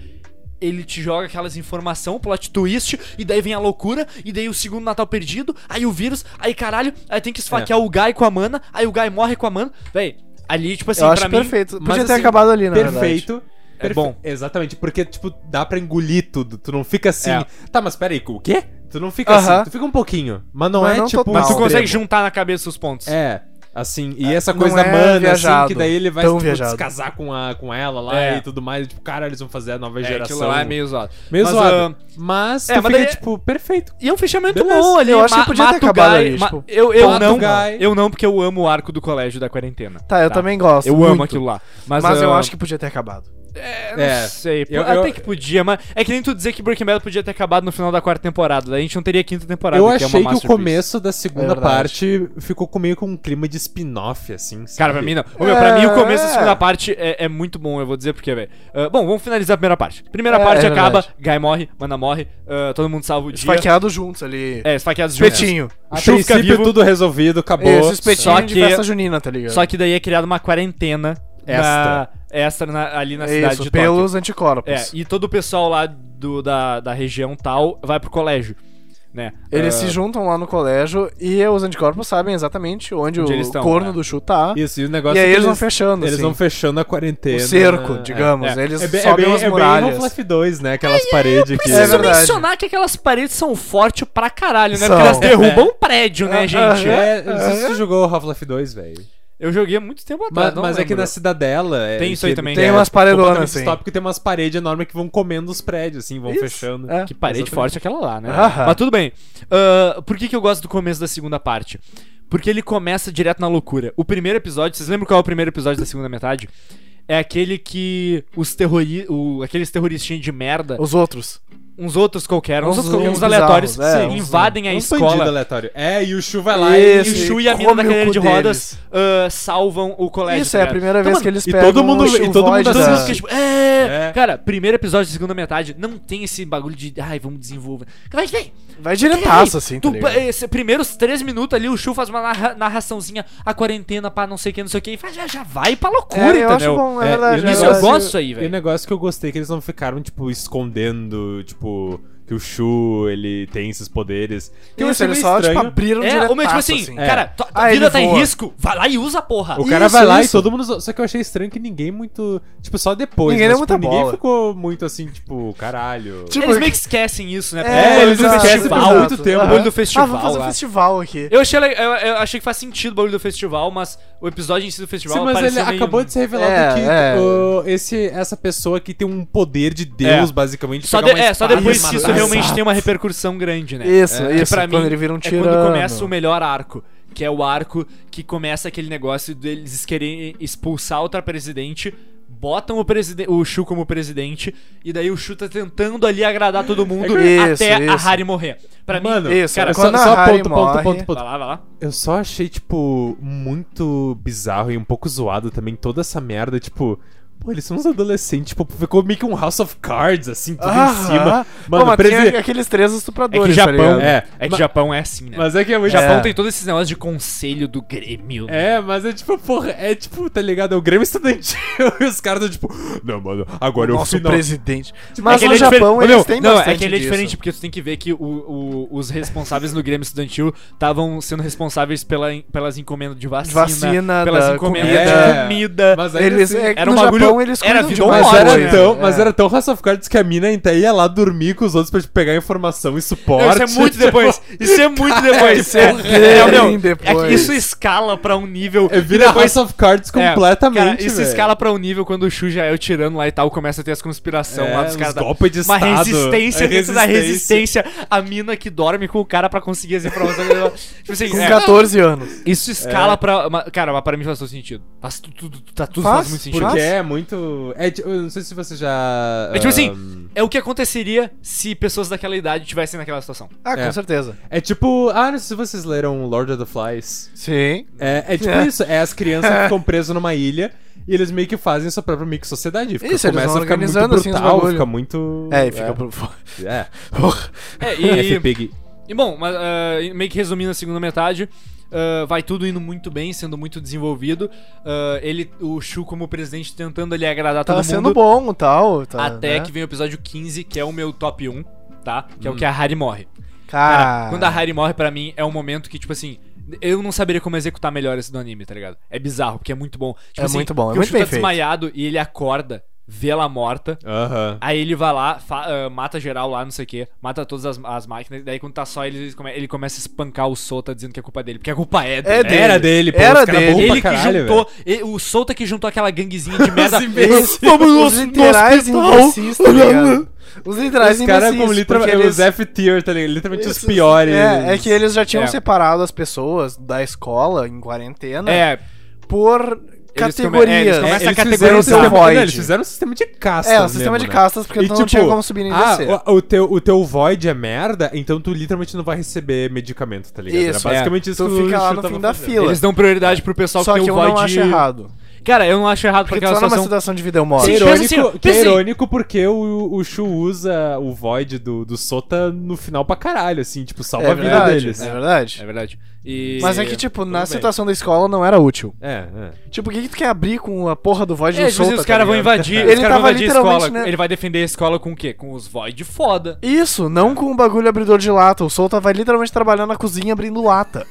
[SPEAKER 1] ele te joga aquelas informação, plot twist, e daí vem a loucura, e daí o segundo Natal perdido, aí o vírus, aí caralho, aí tem que
[SPEAKER 2] É.
[SPEAKER 1] esfaquear o Guy com a mana, aí o Guy morre com a mana. Véi, ali tipo assim,
[SPEAKER 2] eu
[SPEAKER 1] pra
[SPEAKER 2] acho
[SPEAKER 1] mim
[SPEAKER 2] perfeito.
[SPEAKER 3] mas,
[SPEAKER 2] Podia ter
[SPEAKER 3] assim,
[SPEAKER 2] acabado ali, na verdade.
[SPEAKER 3] Perfeito.
[SPEAKER 1] É bom.
[SPEAKER 3] Exatamente, porque, tipo, dá pra engolir tudo. Tu não fica assim.
[SPEAKER 1] É.
[SPEAKER 3] Tá, mas peraí, o quê? Tu não fica
[SPEAKER 2] Aham.
[SPEAKER 3] assim. Tu fica um pouquinho. Mas não
[SPEAKER 2] Mas
[SPEAKER 3] é
[SPEAKER 2] não
[SPEAKER 3] tipo.
[SPEAKER 2] total.
[SPEAKER 1] Mas tu
[SPEAKER 2] Não,
[SPEAKER 1] consegue
[SPEAKER 2] extremo.
[SPEAKER 1] juntar na cabeça os pontos.
[SPEAKER 3] É. Assim, e essa
[SPEAKER 2] não
[SPEAKER 3] coisa
[SPEAKER 2] é
[SPEAKER 3] mana, assim,
[SPEAKER 2] viajado,
[SPEAKER 3] que daí ele vai
[SPEAKER 2] tão
[SPEAKER 3] tipo,
[SPEAKER 2] viajado.
[SPEAKER 3] descasar com, a, com ela lá
[SPEAKER 1] É.
[SPEAKER 3] e tudo mais. e, tipo, cara, eles vão fazer a nova
[SPEAKER 1] É,
[SPEAKER 3] geração.
[SPEAKER 1] aquilo lá é meio zoado.
[SPEAKER 3] meio
[SPEAKER 1] Mas,
[SPEAKER 3] zoado.
[SPEAKER 1] ah,
[SPEAKER 3] Mas tu
[SPEAKER 1] é, mas
[SPEAKER 3] fica,
[SPEAKER 1] daí-
[SPEAKER 3] tipo, perfeito.
[SPEAKER 1] E é um fechamento
[SPEAKER 3] Beleza.
[SPEAKER 1] bom ali.
[SPEAKER 2] Eu acho que
[SPEAKER 1] ma-
[SPEAKER 2] podia ter
[SPEAKER 1] mata o
[SPEAKER 2] acabado
[SPEAKER 1] Guy,
[SPEAKER 2] ali,
[SPEAKER 1] ma-
[SPEAKER 2] tipo,
[SPEAKER 1] eu, eu
[SPEAKER 3] mata o
[SPEAKER 1] não,
[SPEAKER 3] Guy.
[SPEAKER 1] eu não, porque eu amo o arco do colégio da quarentena.
[SPEAKER 2] Tá, eu também gosto.
[SPEAKER 1] Eu amo
[SPEAKER 2] muito.
[SPEAKER 1] aquilo lá. Mas,
[SPEAKER 2] Mas, eu
[SPEAKER 1] ah,
[SPEAKER 2] acho que podia ter acabado.
[SPEAKER 1] É,
[SPEAKER 3] É,
[SPEAKER 1] não sei.
[SPEAKER 3] eu-
[SPEAKER 1] até
[SPEAKER 3] eu-
[SPEAKER 1] que podia, mas é que nem tu dizer que Breaking Bad podia ter acabado no final da quarta temporada. Daí a gente não teria quinta temporada. é
[SPEAKER 3] Eu
[SPEAKER 1] uma
[SPEAKER 3] achei que o
[SPEAKER 1] masterpiece. É
[SPEAKER 3] começo da segunda
[SPEAKER 2] verdade.
[SPEAKER 3] parte ficou com meio com um clima de spin-off, assim. Sabe?
[SPEAKER 1] Cara, pra mim não. Ô, meu, pra mim o começo da
[SPEAKER 2] É.
[SPEAKER 1] segunda parte é, é muito bom, eu vou dizer porque, velho. Ah, bom, vamos finalizar a primeira parte. Primeira
[SPEAKER 2] É,
[SPEAKER 1] parte
[SPEAKER 2] é
[SPEAKER 1] acaba,
[SPEAKER 2] verdade.
[SPEAKER 1] Guy morre, Mana morre, ah, todo mundo salva o dia.
[SPEAKER 2] Esfaqueados juntos ali.
[SPEAKER 1] É, esfaqueados juntos.
[SPEAKER 2] Espetinho.
[SPEAKER 3] A
[SPEAKER 1] Chu fica
[SPEAKER 3] princípio
[SPEAKER 1] vivo.
[SPEAKER 3] tudo resolvido, acabou.
[SPEAKER 2] Esse espetinho
[SPEAKER 1] Só
[SPEAKER 2] de
[SPEAKER 1] que-
[SPEAKER 2] festa junina, tá ligado?
[SPEAKER 1] Só que daí é criada uma quarentena
[SPEAKER 3] Extra.
[SPEAKER 1] na- extra na- ali na cidade
[SPEAKER 2] É Isso,
[SPEAKER 1] de Tóquio.
[SPEAKER 2] pelos anticorpos.
[SPEAKER 1] É, e todo o pessoal lá do- da, da região tal vai pro colégio, né?
[SPEAKER 2] Eles
[SPEAKER 1] Ah,
[SPEAKER 2] se juntam lá no colégio e os anticorpos sabem exatamente onde,
[SPEAKER 1] Onde
[SPEAKER 2] o
[SPEAKER 1] eles estão,
[SPEAKER 2] corno
[SPEAKER 1] né?
[SPEAKER 2] do Chu tá.
[SPEAKER 3] Isso, e o negócio
[SPEAKER 2] E aí
[SPEAKER 3] é que
[SPEAKER 2] eles vão fechando,
[SPEAKER 3] Eles
[SPEAKER 2] assim.
[SPEAKER 3] vão fechando a quarentena.
[SPEAKER 2] o cerco,
[SPEAKER 3] né?
[SPEAKER 2] digamos.
[SPEAKER 1] é.
[SPEAKER 2] Eles
[SPEAKER 3] É, bem, é
[SPEAKER 2] sobem
[SPEAKER 3] bem,
[SPEAKER 2] as
[SPEAKER 3] é bem
[SPEAKER 2] muralhas.
[SPEAKER 3] Half-Life 2, né? Aquelas paredes que...
[SPEAKER 2] É
[SPEAKER 1] Preciso
[SPEAKER 2] verdade.
[SPEAKER 1] mencionar que aquelas paredes são fortes pra caralho, né?
[SPEAKER 2] São.
[SPEAKER 1] Porque elas derrubam um prédio, né,
[SPEAKER 2] É.
[SPEAKER 1] gente?
[SPEAKER 3] É, eu não sei se você jogou Half-Life 2, velho.
[SPEAKER 1] Eu joguei há muito tempo atrás.
[SPEAKER 3] Mas,
[SPEAKER 1] não
[SPEAKER 3] mas é que
[SPEAKER 1] lembro.
[SPEAKER 3] na Cidadela... é-
[SPEAKER 1] Tem isso aí
[SPEAKER 3] que-
[SPEAKER 1] também.
[SPEAKER 3] que
[SPEAKER 1] Tem
[SPEAKER 2] umas paredonas,
[SPEAKER 3] completamente
[SPEAKER 2] assim.
[SPEAKER 3] distópico, tem umas paredes enormes que vão comendo os prédios, assim, vão
[SPEAKER 2] Isso,
[SPEAKER 3] fechando.
[SPEAKER 2] é.
[SPEAKER 1] Que parede
[SPEAKER 3] Exatamente.
[SPEAKER 1] forte aquela lá, né?
[SPEAKER 2] Aham.
[SPEAKER 1] Mas tudo bem. Ah, por que, que eu gosto do começo da segunda parte? Porque ele começa direto na loucura. O primeiro episódio, vocês lembram qual é o primeiro episódio da segunda metade? É aquele que os terrori... o- aqueles terroristinhos de merda,
[SPEAKER 2] Os outros.
[SPEAKER 1] uns outros qualquer, uns,
[SPEAKER 2] Uns-
[SPEAKER 1] outros qualquer, uns
[SPEAKER 2] uns
[SPEAKER 1] aleatórios,
[SPEAKER 2] bizarros, é,
[SPEAKER 1] que
[SPEAKER 2] uns-
[SPEAKER 1] invadem a
[SPEAKER 3] Um bandido
[SPEAKER 1] escola. tá
[SPEAKER 3] aleatório. É, e o Chu vai lá
[SPEAKER 2] Isso,
[SPEAKER 1] E o
[SPEAKER 3] e...
[SPEAKER 1] Shu e a
[SPEAKER 2] come
[SPEAKER 1] mina na
[SPEAKER 2] o
[SPEAKER 1] cadeira
[SPEAKER 2] cu
[SPEAKER 1] de rodas ah, salvam o colégio.
[SPEAKER 2] Isso,
[SPEAKER 1] tá
[SPEAKER 2] é a
[SPEAKER 1] ligado?
[SPEAKER 2] primeira
[SPEAKER 1] Então,
[SPEAKER 2] vez
[SPEAKER 1] mano,
[SPEAKER 2] que eles
[SPEAKER 3] e
[SPEAKER 2] pegam
[SPEAKER 3] todo mundo-
[SPEAKER 2] o
[SPEAKER 3] e todo
[SPEAKER 2] chuvoide
[SPEAKER 3] mundo
[SPEAKER 1] Todo
[SPEAKER 3] Tá.
[SPEAKER 1] mundo fica tipo, é...
[SPEAKER 3] É.
[SPEAKER 1] Cara, primeiro episódio da segunda metade, não tem esse bagulho de. Ai, vamos desenvolver. Vai, vai.
[SPEAKER 2] Vai
[SPEAKER 1] vai.
[SPEAKER 2] diretaço, assim, tá
[SPEAKER 1] Tu, é,
[SPEAKER 2] ligado?
[SPEAKER 1] esse, primeiros três minutos ali, o Chu faz uma narra- narraçãozinha, a quarentena, pá, não sei o que, não sei o que, e faz- já, já vai pra loucura,
[SPEAKER 2] É, eu acho
[SPEAKER 1] entendeu?
[SPEAKER 2] bom, é,
[SPEAKER 3] É,
[SPEAKER 2] verdade.
[SPEAKER 3] eu-
[SPEAKER 2] é
[SPEAKER 1] Isso eu
[SPEAKER 2] verdade.
[SPEAKER 1] gosto isso aí,
[SPEAKER 3] E o
[SPEAKER 1] velho.
[SPEAKER 3] negócio que eu gostei é que eles não ficaram, tipo, escondendo, tipo, que o Shu, ele tem esses poderes. Que eu
[SPEAKER 2] Isso,
[SPEAKER 3] achei
[SPEAKER 2] eles
[SPEAKER 3] meio
[SPEAKER 2] só, tipo,
[SPEAKER 3] estranho.
[SPEAKER 2] abriram
[SPEAKER 1] É,
[SPEAKER 2] diretaço,
[SPEAKER 1] ou meu, tipo assim,
[SPEAKER 3] assim.
[SPEAKER 1] cara,
[SPEAKER 3] É.
[SPEAKER 1] tua tua
[SPEAKER 2] Ah,
[SPEAKER 1] vida
[SPEAKER 2] ele
[SPEAKER 1] tá em
[SPEAKER 2] voa.
[SPEAKER 1] risco, vai lá e usa, a porra.
[SPEAKER 3] O cara
[SPEAKER 2] Isso,
[SPEAKER 3] vai lá
[SPEAKER 2] isso.
[SPEAKER 3] e todo mundo. Só que eu achei estranho que ninguém muito. Tipo, só depois.
[SPEAKER 2] Ninguém
[SPEAKER 3] mas,
[SPEAKER 2] deu
[SPEAKER 3] tipo,
[SPEAKER 2] muita bola.
[SPEAKER 3] Ninguém ficou muito assim, tipo, caralho.
[SPEAKER 2] Tipo,
[SPEAKER 1] eles meio que esquecem isso, né?
[SPEAKER 3] É,
[SPEAKER 1] Porque
[SPEAKER 3] eles
[SPEAKER 1] o
[SPEAKER 3] esquecem
[SPEAKER 1] festival,
[SPEAKER 3] por muito tempo.
[SPEAKER 1] o
[SPEAKER 2] Aham.
[SPEAKER 1] bagulho do festival
[SPEAKER 2] Ah, vamos fazer um
[SPEAKER 1] lá.
[SPEAKER 2] festival aqui.
[SPEAKER 1] Eu achei, le- eu, eu achei que faz sentido o bagulho do festival, mas o episódio em si do festival
[SPEAKER 3] Sim, mas ele
[SPEAKER 1] pareceu meio-
[SPEAKER 3] acabou de ser revelado
[SPEAKER 2] É,
[SPEAKER 3] que
[SPEAKER 2] é.
[SPEAKER 3] uh, esse, essa pessoa aqui tem um poder de Deus,
[SPEAKER 1] É.
[SPEAKER 3] basicamente. de
[SPEAKER 1] Só,
[SPEAKER 3] pegar
[SPEAKER 1] de-
[SPEAKER 3] uma
[SPEAKER 1] é, só
[SPEAKER 3] espada e
[SPEAKER 1] depois que isso
[SPEAKER 3] matar.
[SPEAKER 1] realmente tem uma repercussão grande, né?
[SPEAKER 2] Isso,
[SPEAKER 1] É,
[SPEAKER 2] isso.
[SPEAKER 1] que pra
[SPEAKER 2] quando
[SPEAKER 1] mim
[SPEAKER 2] ele vira um
[SPEAKER 1] é
[SPEAKER 2] tirano.
[SPEAKER 1] quando começa o melhor arco, que é o arco que começa aquele negócio deles querem expulsar outra presidente botam o, preside- o Shu como presidente, e daí o Shu tá tentando ali agradar todo mundo
[SPEAKER 2] É Isso,
[SPEAKER 1] até a
[SPEAKER 2] isso.
[SPEAKER 1] Harry morrer. Pra
[SPEAKER 3] Mano,
[SPEAKER 1] mim,
[SPEAKER 2] isso, é
[SPEAKER 1] cara,
[SPEAKER 2] era
[SPEAKER 3] só,
[SPEAKER 2] quando a
[SPEAKER 3] só
[SPEAKER 2] Harry
[SPEAKER 3] ponto, ponto,
[SPEAKER 2] morre-
[SPEAKER 3] ponto, ponto.
[SPEAKER 1] vai lá, vai lá.
[SPEAKER 3] Eu só achei, tipo, muito bizarro e um pouco zoado também toda essa merda, tipo. Pô, eles são uns adolescentes, tipo, ficou meio que um House of Cards, assim, tudo em cima. Mano,
[SPEAKER 2] Mano, Pô, mas
[SPEAKER 3] presi-
[SPEAKER 2] tinha aqueles três
[SPEAKER 1] É que
[SPEAKER 2] estupradores, tá
[SPEAKER 1] Japão,
[SPEAKER 2] ligado?
[SPEAKER 1] é, que
[SPEAKER 3] Ma-
[SPEAKER 1] Japão é assim, né?
[SPEAKER 3] Mas é que é
[SPEAKER 1] O
[SPEAKER 3] muito.
[SPEAKER 1] Japão
[SPEAKER 2] É.
[SPEAKER 1] tem todos esses negócios de conselho do Grêmio.
[SPEAKER 3] É, mas é tipo, porra, é tipo, tá ligado? É o Grêmio Estudantil e os caras tão tipo, não, mano, agora eu
[SPEAKER 2] Nosso
[SPEAKER 3] final.
[SPEAKER 2] presidente. Mas
[SPEAKER 1] que
[SPEAKER 2] no
[SPEAKER 1] ele é difer-
[SPEAKER 2] Japão
[SPEAKER 1] Ô, meu,
[SPEAKER 2] eles têm
[SPEAKER 1] Não,
[SPEAKER 2] bastante
[SPEAKER 1] é que ele é
[SPEAKER 2] disso.
[SPEAKER 1] diferente, porque tu tem que ver que o- o- os responsáveis do Grêmio Estudantil estavam sendo responsáveis pela, pelas encomendas de vacina,
[SPEAKER 2] Vacina,
[SPEAKER 1] pelas
[SPEAKER 2] da É.
[SPEAKER 1] encomendas de
[SPEAKER 3] comida.
[SPEAKER 1] comida.
[SPEAKER 3] Mas ainda
[SPEAKER 2] Eles,
[SPEAKER 3] assim,
[SPEAKER 2] é que
[SPEAKER 1] era
[SPEAKER 2] no
[SPEAKER 1] um bagulho-
[SPEAKER 2] Japão eles
[SPEAKER 1] era
[SPEAKER 2] cuidam de
[SPEAKER 1] vida ou
[SPEAKER 2] muita
[SPEAKER 3] Mas
[SPEAKER 1] morte,
[SPEAKER 3] era,
[SPEAKER 1] né?
[SPEAKER 2] coisa.
[SPEAKER 3] tão, mas
[SPEAKER 2] É.
[SPEAKER 3] era tão House of Cards que a mina ainda ia lá dormir com os outros pra te pegar informação e
[SPEAKER 1] Não, isso
[SPEAKER 3] suporte.
[SPEAKER 1] é muito
[SPEAKER 3] tipo,
[SPEAKER 1] depois. Isso é muito depois.
[SPEAKER 2] isso
[SPEAKER 1] é,
[SPEAKER 2] é
[SPEAKER 1] é,
[SPEAKER 2] bem
[SPEAKER 1] meu, é
[SPEAKER 2] depois.
[SPEAKER 1] que isso escala pra um nível.
[SPEAKER 3] É,
[SPEAKER 1] que
[SPEAKER 3] vira
[SPEAKER 1] depois-
[SPEAKER 3] House of Cards
[SPEAKER 1] é,
[SPEAKER 3] completamente.
[SPEAKER 1] cara, isso
[SPEAKER 3] velho.
[SPEAKER 1] escala pra um nível quando o Shu já é o tirano lá e tal, começa a ter as conspiração
[SPEAKER 3] É,
[SPEAKER 1] lá dos
[SPEAKER 3] uns
[SPEAKER 1] caras. da-
[SPEAKER 3] golpe de
[SPEAKER 1] uma
[SPEAKER 3] estado,
[SPEAKER 1] resistência
[SPEAKER 3] é
[SPEAKER 1] dentro da
[SPEAKER 3] resistência.
[SPEAKER 1] resistência. A mina que dorme com o cara pra conseguir as informações. tipo assim,
[SPEAKER 2] Com
[SPEAKER 1] é,
[SPEAKER 2] 14 anos.
[SPEAKER 1] Isso escala pra. ma- Cara, mas pra mim faz todo sentido. Faz tudo, tudo, tá, tudo faz,
[SPEAKER 2] Faz,
[SPEAKER 1] muito sentido.
[SPEAKER 3] Porque
[SPEAKER 2] Mas-
[SPEAKER 3] é muito. É, tipo, eu não sei se você já.
[SPEAKER 1] É tipo assim,
[SPEAKER 3] ahn,
[SPEAKER 1] É o que aconteceria se pessoas daquela idade tivessem naquela situação.
[SPEAKER 2] Ah,
[SPEAKER 3] É.
[SPEAKER 2] com certeza.
[SPEAKER 3] É tipo. Ah, não sei se vocês leram Lord of the Flies.
[SPEAKER 2] Sim.
[SPEAKER 3] É, é tipo
[SPEAKER 2] É.
[SPEAKER 3] isso, é as crianças que ficam presas numa ilha e eles meio que fazem sua própria meio que sociedade. Fica,
[SPEAKER 2] Isso, eles
[SPEAKER 3] começa
[SPEAKER 2] vão
[SPEAKER 3] a ficar muito
[SPEAKER 2] organizando, assim, os
[SPEAKER 3] brutal,
[SPEAKER 2] bagulho.
[SPEAKER 3] fica muito.
[SPEAKER 2] É, e fica pro.
[SPEAKER 3] É,
[SPEAKER 2] Porra.
[SPEAKER 1] É,
[SPEAKER 3] é.
[SPEAKER 1] e.
[SPEAKER 3] F-Pig.
[SPEAKER 1] E bom, mas, ah, meio que resumindo a segunda metade, ah, vai tudo indo muito bem, sendo muito desenvolvido. Ah, ele, o Shu como presidente tentando ali agradar
[SPEAKER 2] Tava
[SPEAKER 1] todo
[SPEAKER 2] Tá sendo
[SPEAKER 1] mundo.
[SPEAKER 2] bom e tal. Tá,
[SPEAKER 1] até
[SPEAKER 2] né?
[SPEAKER 1] que vem o episódio 15, que é o meu top 1, tá? Que é o que a Harry morre. Cara,
[SPEAKER 2] Cara,
[SPEAKER 1] quando a Harry morre, pra mim, é um momento que, tipo assim, eu não saberia como executar melhor isso do anime, tá ligado? É bizarro, porque é muito bom. Tipo
[SPEAKER 2] É
[SPEAKER 1] assim,
[SPEAKER 2] muito bom,
[SPEAKER 1] que
[SPEAKER 2] é
[SPEAKER 1] o
[SPEAKER 2] muito
[SPEAKER 1] Shu
[SPEAKER 2] bem
[SPEAKER 1] tá
[SPEAKER 2] feito.
[SPEAKER 1] desmaiado e ele acorda, vê ela morta.
[SPEAKER 3] Aham.
[SPEAKER 1] Aí ele vai lá, fa- ah, mata geral lá, não sei o quê, mata todas as, as máquinas, daí quando tá só ele, ele, come- ele começa a espancar o Sota dizendo que a culpa dele, porque a culpa é dele.
[SPEAKER 2] É dele.
[SPEAKER 3] Era dele, pô.
[SPEAKER 2] Era
[SPEAKER 3] os cara
[SPEAKER 2] dele.
[SPEAKER 3] bom pra
[SPEAKER 1] Ele que
[SPEAKER 3] caralho,
[SPEAKER 1] juntou, e- o Sota que juntou aquela ganguezinha de merda.
[SPEAKER 3] Os imbecis.
[SPEAKER 2] Os literais imbecis, tá ligado? Os
[SPEAKER 3] velho.
[SPEAKER 2] literais
[SPEAKER 3] Os caras
[SPEAKER 2] imbecis,
[SPEAKER 3] como literalmente.
[SPEAKER 1] é
[SPEAKER 2] porque
[SPEAKER 3] Os F-tier, tá ligado? Literalmente os
[SPEAKER 2] Esses-
[SPEAKER 3] piores.
[SPEAKER 2] É, é que eles já tinham
[SPEAKER 1] É.
[SPEAKER 2] separado as pessoas da escola em quarentena
[SPEAKER 1] É,
[SPEAKER 2] por
[SPEAKER 1] é, eles
[SPEAKER 2] categorias.
[SPEAKER 1] começam
[SPEAKER 3] Eles
[SPEAKER 1] essa
[SPEAKER 3] fizeram
[SPEAKER 1] categoria
[SPEAKER 3] um
[SPEAKER 1] do
[SPEAKER 3] sistema,
[SPEAKER 2] Void.
[SPEAKER 3] não, eles fizeram um sistema de castas.
[SPEAKER 2] É, o sistema
[SPEAKER 3] mesmo,
[SPEAKER 2] de
[SPEAKER 3] né?
[SPEAKER 2] castas, porque
[SPEAKER 3] E,
[SPEAKER 2] tu não tinha como subir nem
[SPEAKER 3] ah,
[SPEAKER 2] descer.
[SPEAKER 3] O, o teu, o teu void é merda, então tu literalmente não vai receber medicamento, tá ligado? Era
[SPEAKER 2] Isso, é.
[SPEAKER 3] basicamente isso
[SPEAKER 2] tu
[SPEAKER 3] que o
[SPEAKER 2] fica lá
[SPEAKER 3] Shu
[SPEAKER 2] no
[SPEAKER 3] tava
[SPEAKER 2] fim da
[SPEAKER 3] fazendo.
[SPEAKER 2] fila.
[SPEAKER 1] eles dão prioridade pro pessoal
[SPEAKER 2] Só
[SPEAKER 1] que
[SPEAKER 2] que
[SPEAKER 1] tem
[SPEAKER 2] eu
[SPEAKER 1] o void.
[SPEAKER 2] não acho errado.
[SPEAKER 1] Cara, eu não acho errado porque
[SPEAKER 2] Porque
[SPEAKER 1] aquela
[SPEAKER 2] só numa
[SPEAKER 1] situação.
[SPEAKER 2] situação de vida eu
[SPEAKER 3] Que
[SPEAKER 1] Sim,
[SPEAKER 2] moro.
[SPEAKER 3] é
[SPEAKER 1] pensa assim, ó,
[SPEAKER 3] irônico, que é
[SPEAKER 1] pensa assim.
[SPEAKER 3] irônico porque o, o Shu usa o Void do, do Sota no final pra caralho, assim, tipo, salva
[SPEAKER 2] É
[SPEAKER 3] a vida
[SPEAKER 2] verdade,
[SPEAKER 3] deles.
[SPEAKER 2] é
[SPEAKER 3] É,
[SPEAKER 1] É
[SPEAKER 2] verdade.
[SPEAKER 1] verdade. E-
[SPEAKER 2] Mas é que, tipo, na
[SPEAKER 1] bem.
[SPEAKER 2] situação da escola não era útil.
[SPEAKER 3] é.
[SPEAKER 2] Tipo, o que, que tu quer abrir com a porra do void
[SPEAKER 1] É,
[SPEAKER 2] do
[SPEAKER 1] tipo assim,
[SPEAKER 2] solta,
[SPEAKER 1] os caras
[SPEAKER 2] tá
[SPEAKER 1] vão
[SPEAKER 2] ligado?
[SPEAKER 1] invadir, os
[SPEAKER 2] Ele
[SPEAKER 1] caras
[SPEAKER 2] tava
[SPEAKER 1] vão invadir a
[SPEAKER 2] literalmente,
[SPEAKER 1] escola.
[SPEAKER 2] né?
[SPEAKER 1] Ele vai defender a escola com o quê? Com os void foda.
[SPEAKER 2] Isso, não com o bagulho abridor de lata. O Solta vai literalmente trabalhar na cozinha abrindo lata.